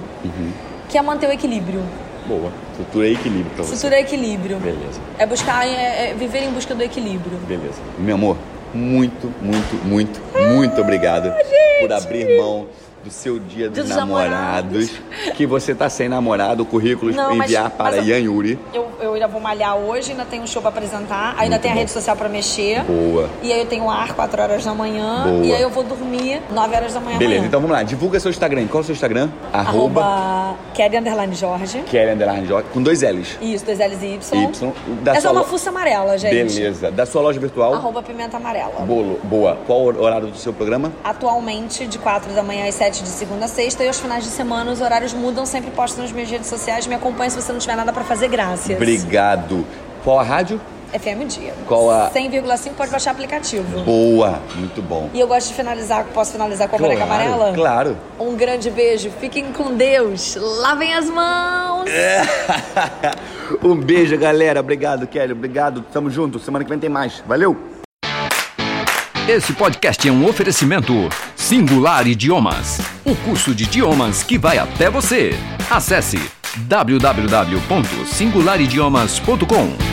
Speaker 3: que é manter o equilíbrio.
Speaker 2: Boa. Futuro é equilíbrio pra você.
Speaker 3: Futuro é equilíbrio.
Speaker 2: Beleza.
Speaker 3: É buscar, é- é viver em busca do equilíbrio.
Speaker 2: Beleza. Meu amor, muito, muito, muito, muito obrigado
Speaker 3: Ah,
Speaker 2: por abrir mão do seu dia dos,
Speaker 3: Dos
Speaker 2: namorados, Que você tá sem namorado, o currículo
Speaker 3: Não, mas-
Speaker 2: enviar para
Speaker 3: mas-
Speaker 2: Ian Yuri.
Speaker 3: Eu, eu ainda vou malhar hoje, ainda tenho um show pra apresentar, ainda tem a rede social pra mexer.
Speaker 2: Boa.
Speaker 3: E aí eu tenho ar 4 horas da manhã.
Speaker 2: Boa.
Speaker 3: E aí eu vou dormir 9 horas da manhã.
Speaker 2: Beleza,
Speaker 3: É amanhã.
Speaker 2: então vamos lá. Divulga seu Instagram. Qual é o seu Instagram?
Speaker 3: Arroba Kelly Underline Jorge.
Speaker 2: Kelly Underline Jorge, com dois L's.
Speaker 3: Isso, dois L's e Y.
Speaker 2: Y. Da
Speaker 3: é só
Speaker 2: sua
Speaker 3: uma
Speaker 2: lo-
Speaker 3: fuça amarela, gente.
Speaker 2: Beleza. Da sua loja virtual?
Speaker 3: Arroba Pimenta Amarela.
Speaker 2: Bolo. Boa. Qual o horário do seu programa?
Speaker 3: Atualmente, de 4 da manhã às 7 de segunda a sexta. E aos finais de semana, os horários mudam. Sempre posto nas minhas redes sociais. Me acompanha se você não tiver nada pra fazer. Graças.
Speaker 2: Obrigado. Qual a rádio?
Speaker 3: FM Dia.
Speaker 2: Qual a-
Speaker 3: 100,5 pode baixar aplicativo.
Speaker 2: Boa. Muito bom.
Speaker 3: E eu gosto de finalizar, posso finalizar com a boneca amarela?
Speaker 2: Claro.
Speaker 3: Um grande beijo, fiquem com Deus, lavem as mãos.
Speaker 2: um beijo, galera. Obrigado, Kelly. Obrigado. Tamo junto. Semana que vem tem mais. Valeu.
Speaker 1: Esse podcast é um oferecimento Singular Idiomas, o curso de idiomas que vai até você. Acesse www.singularidiomas.com.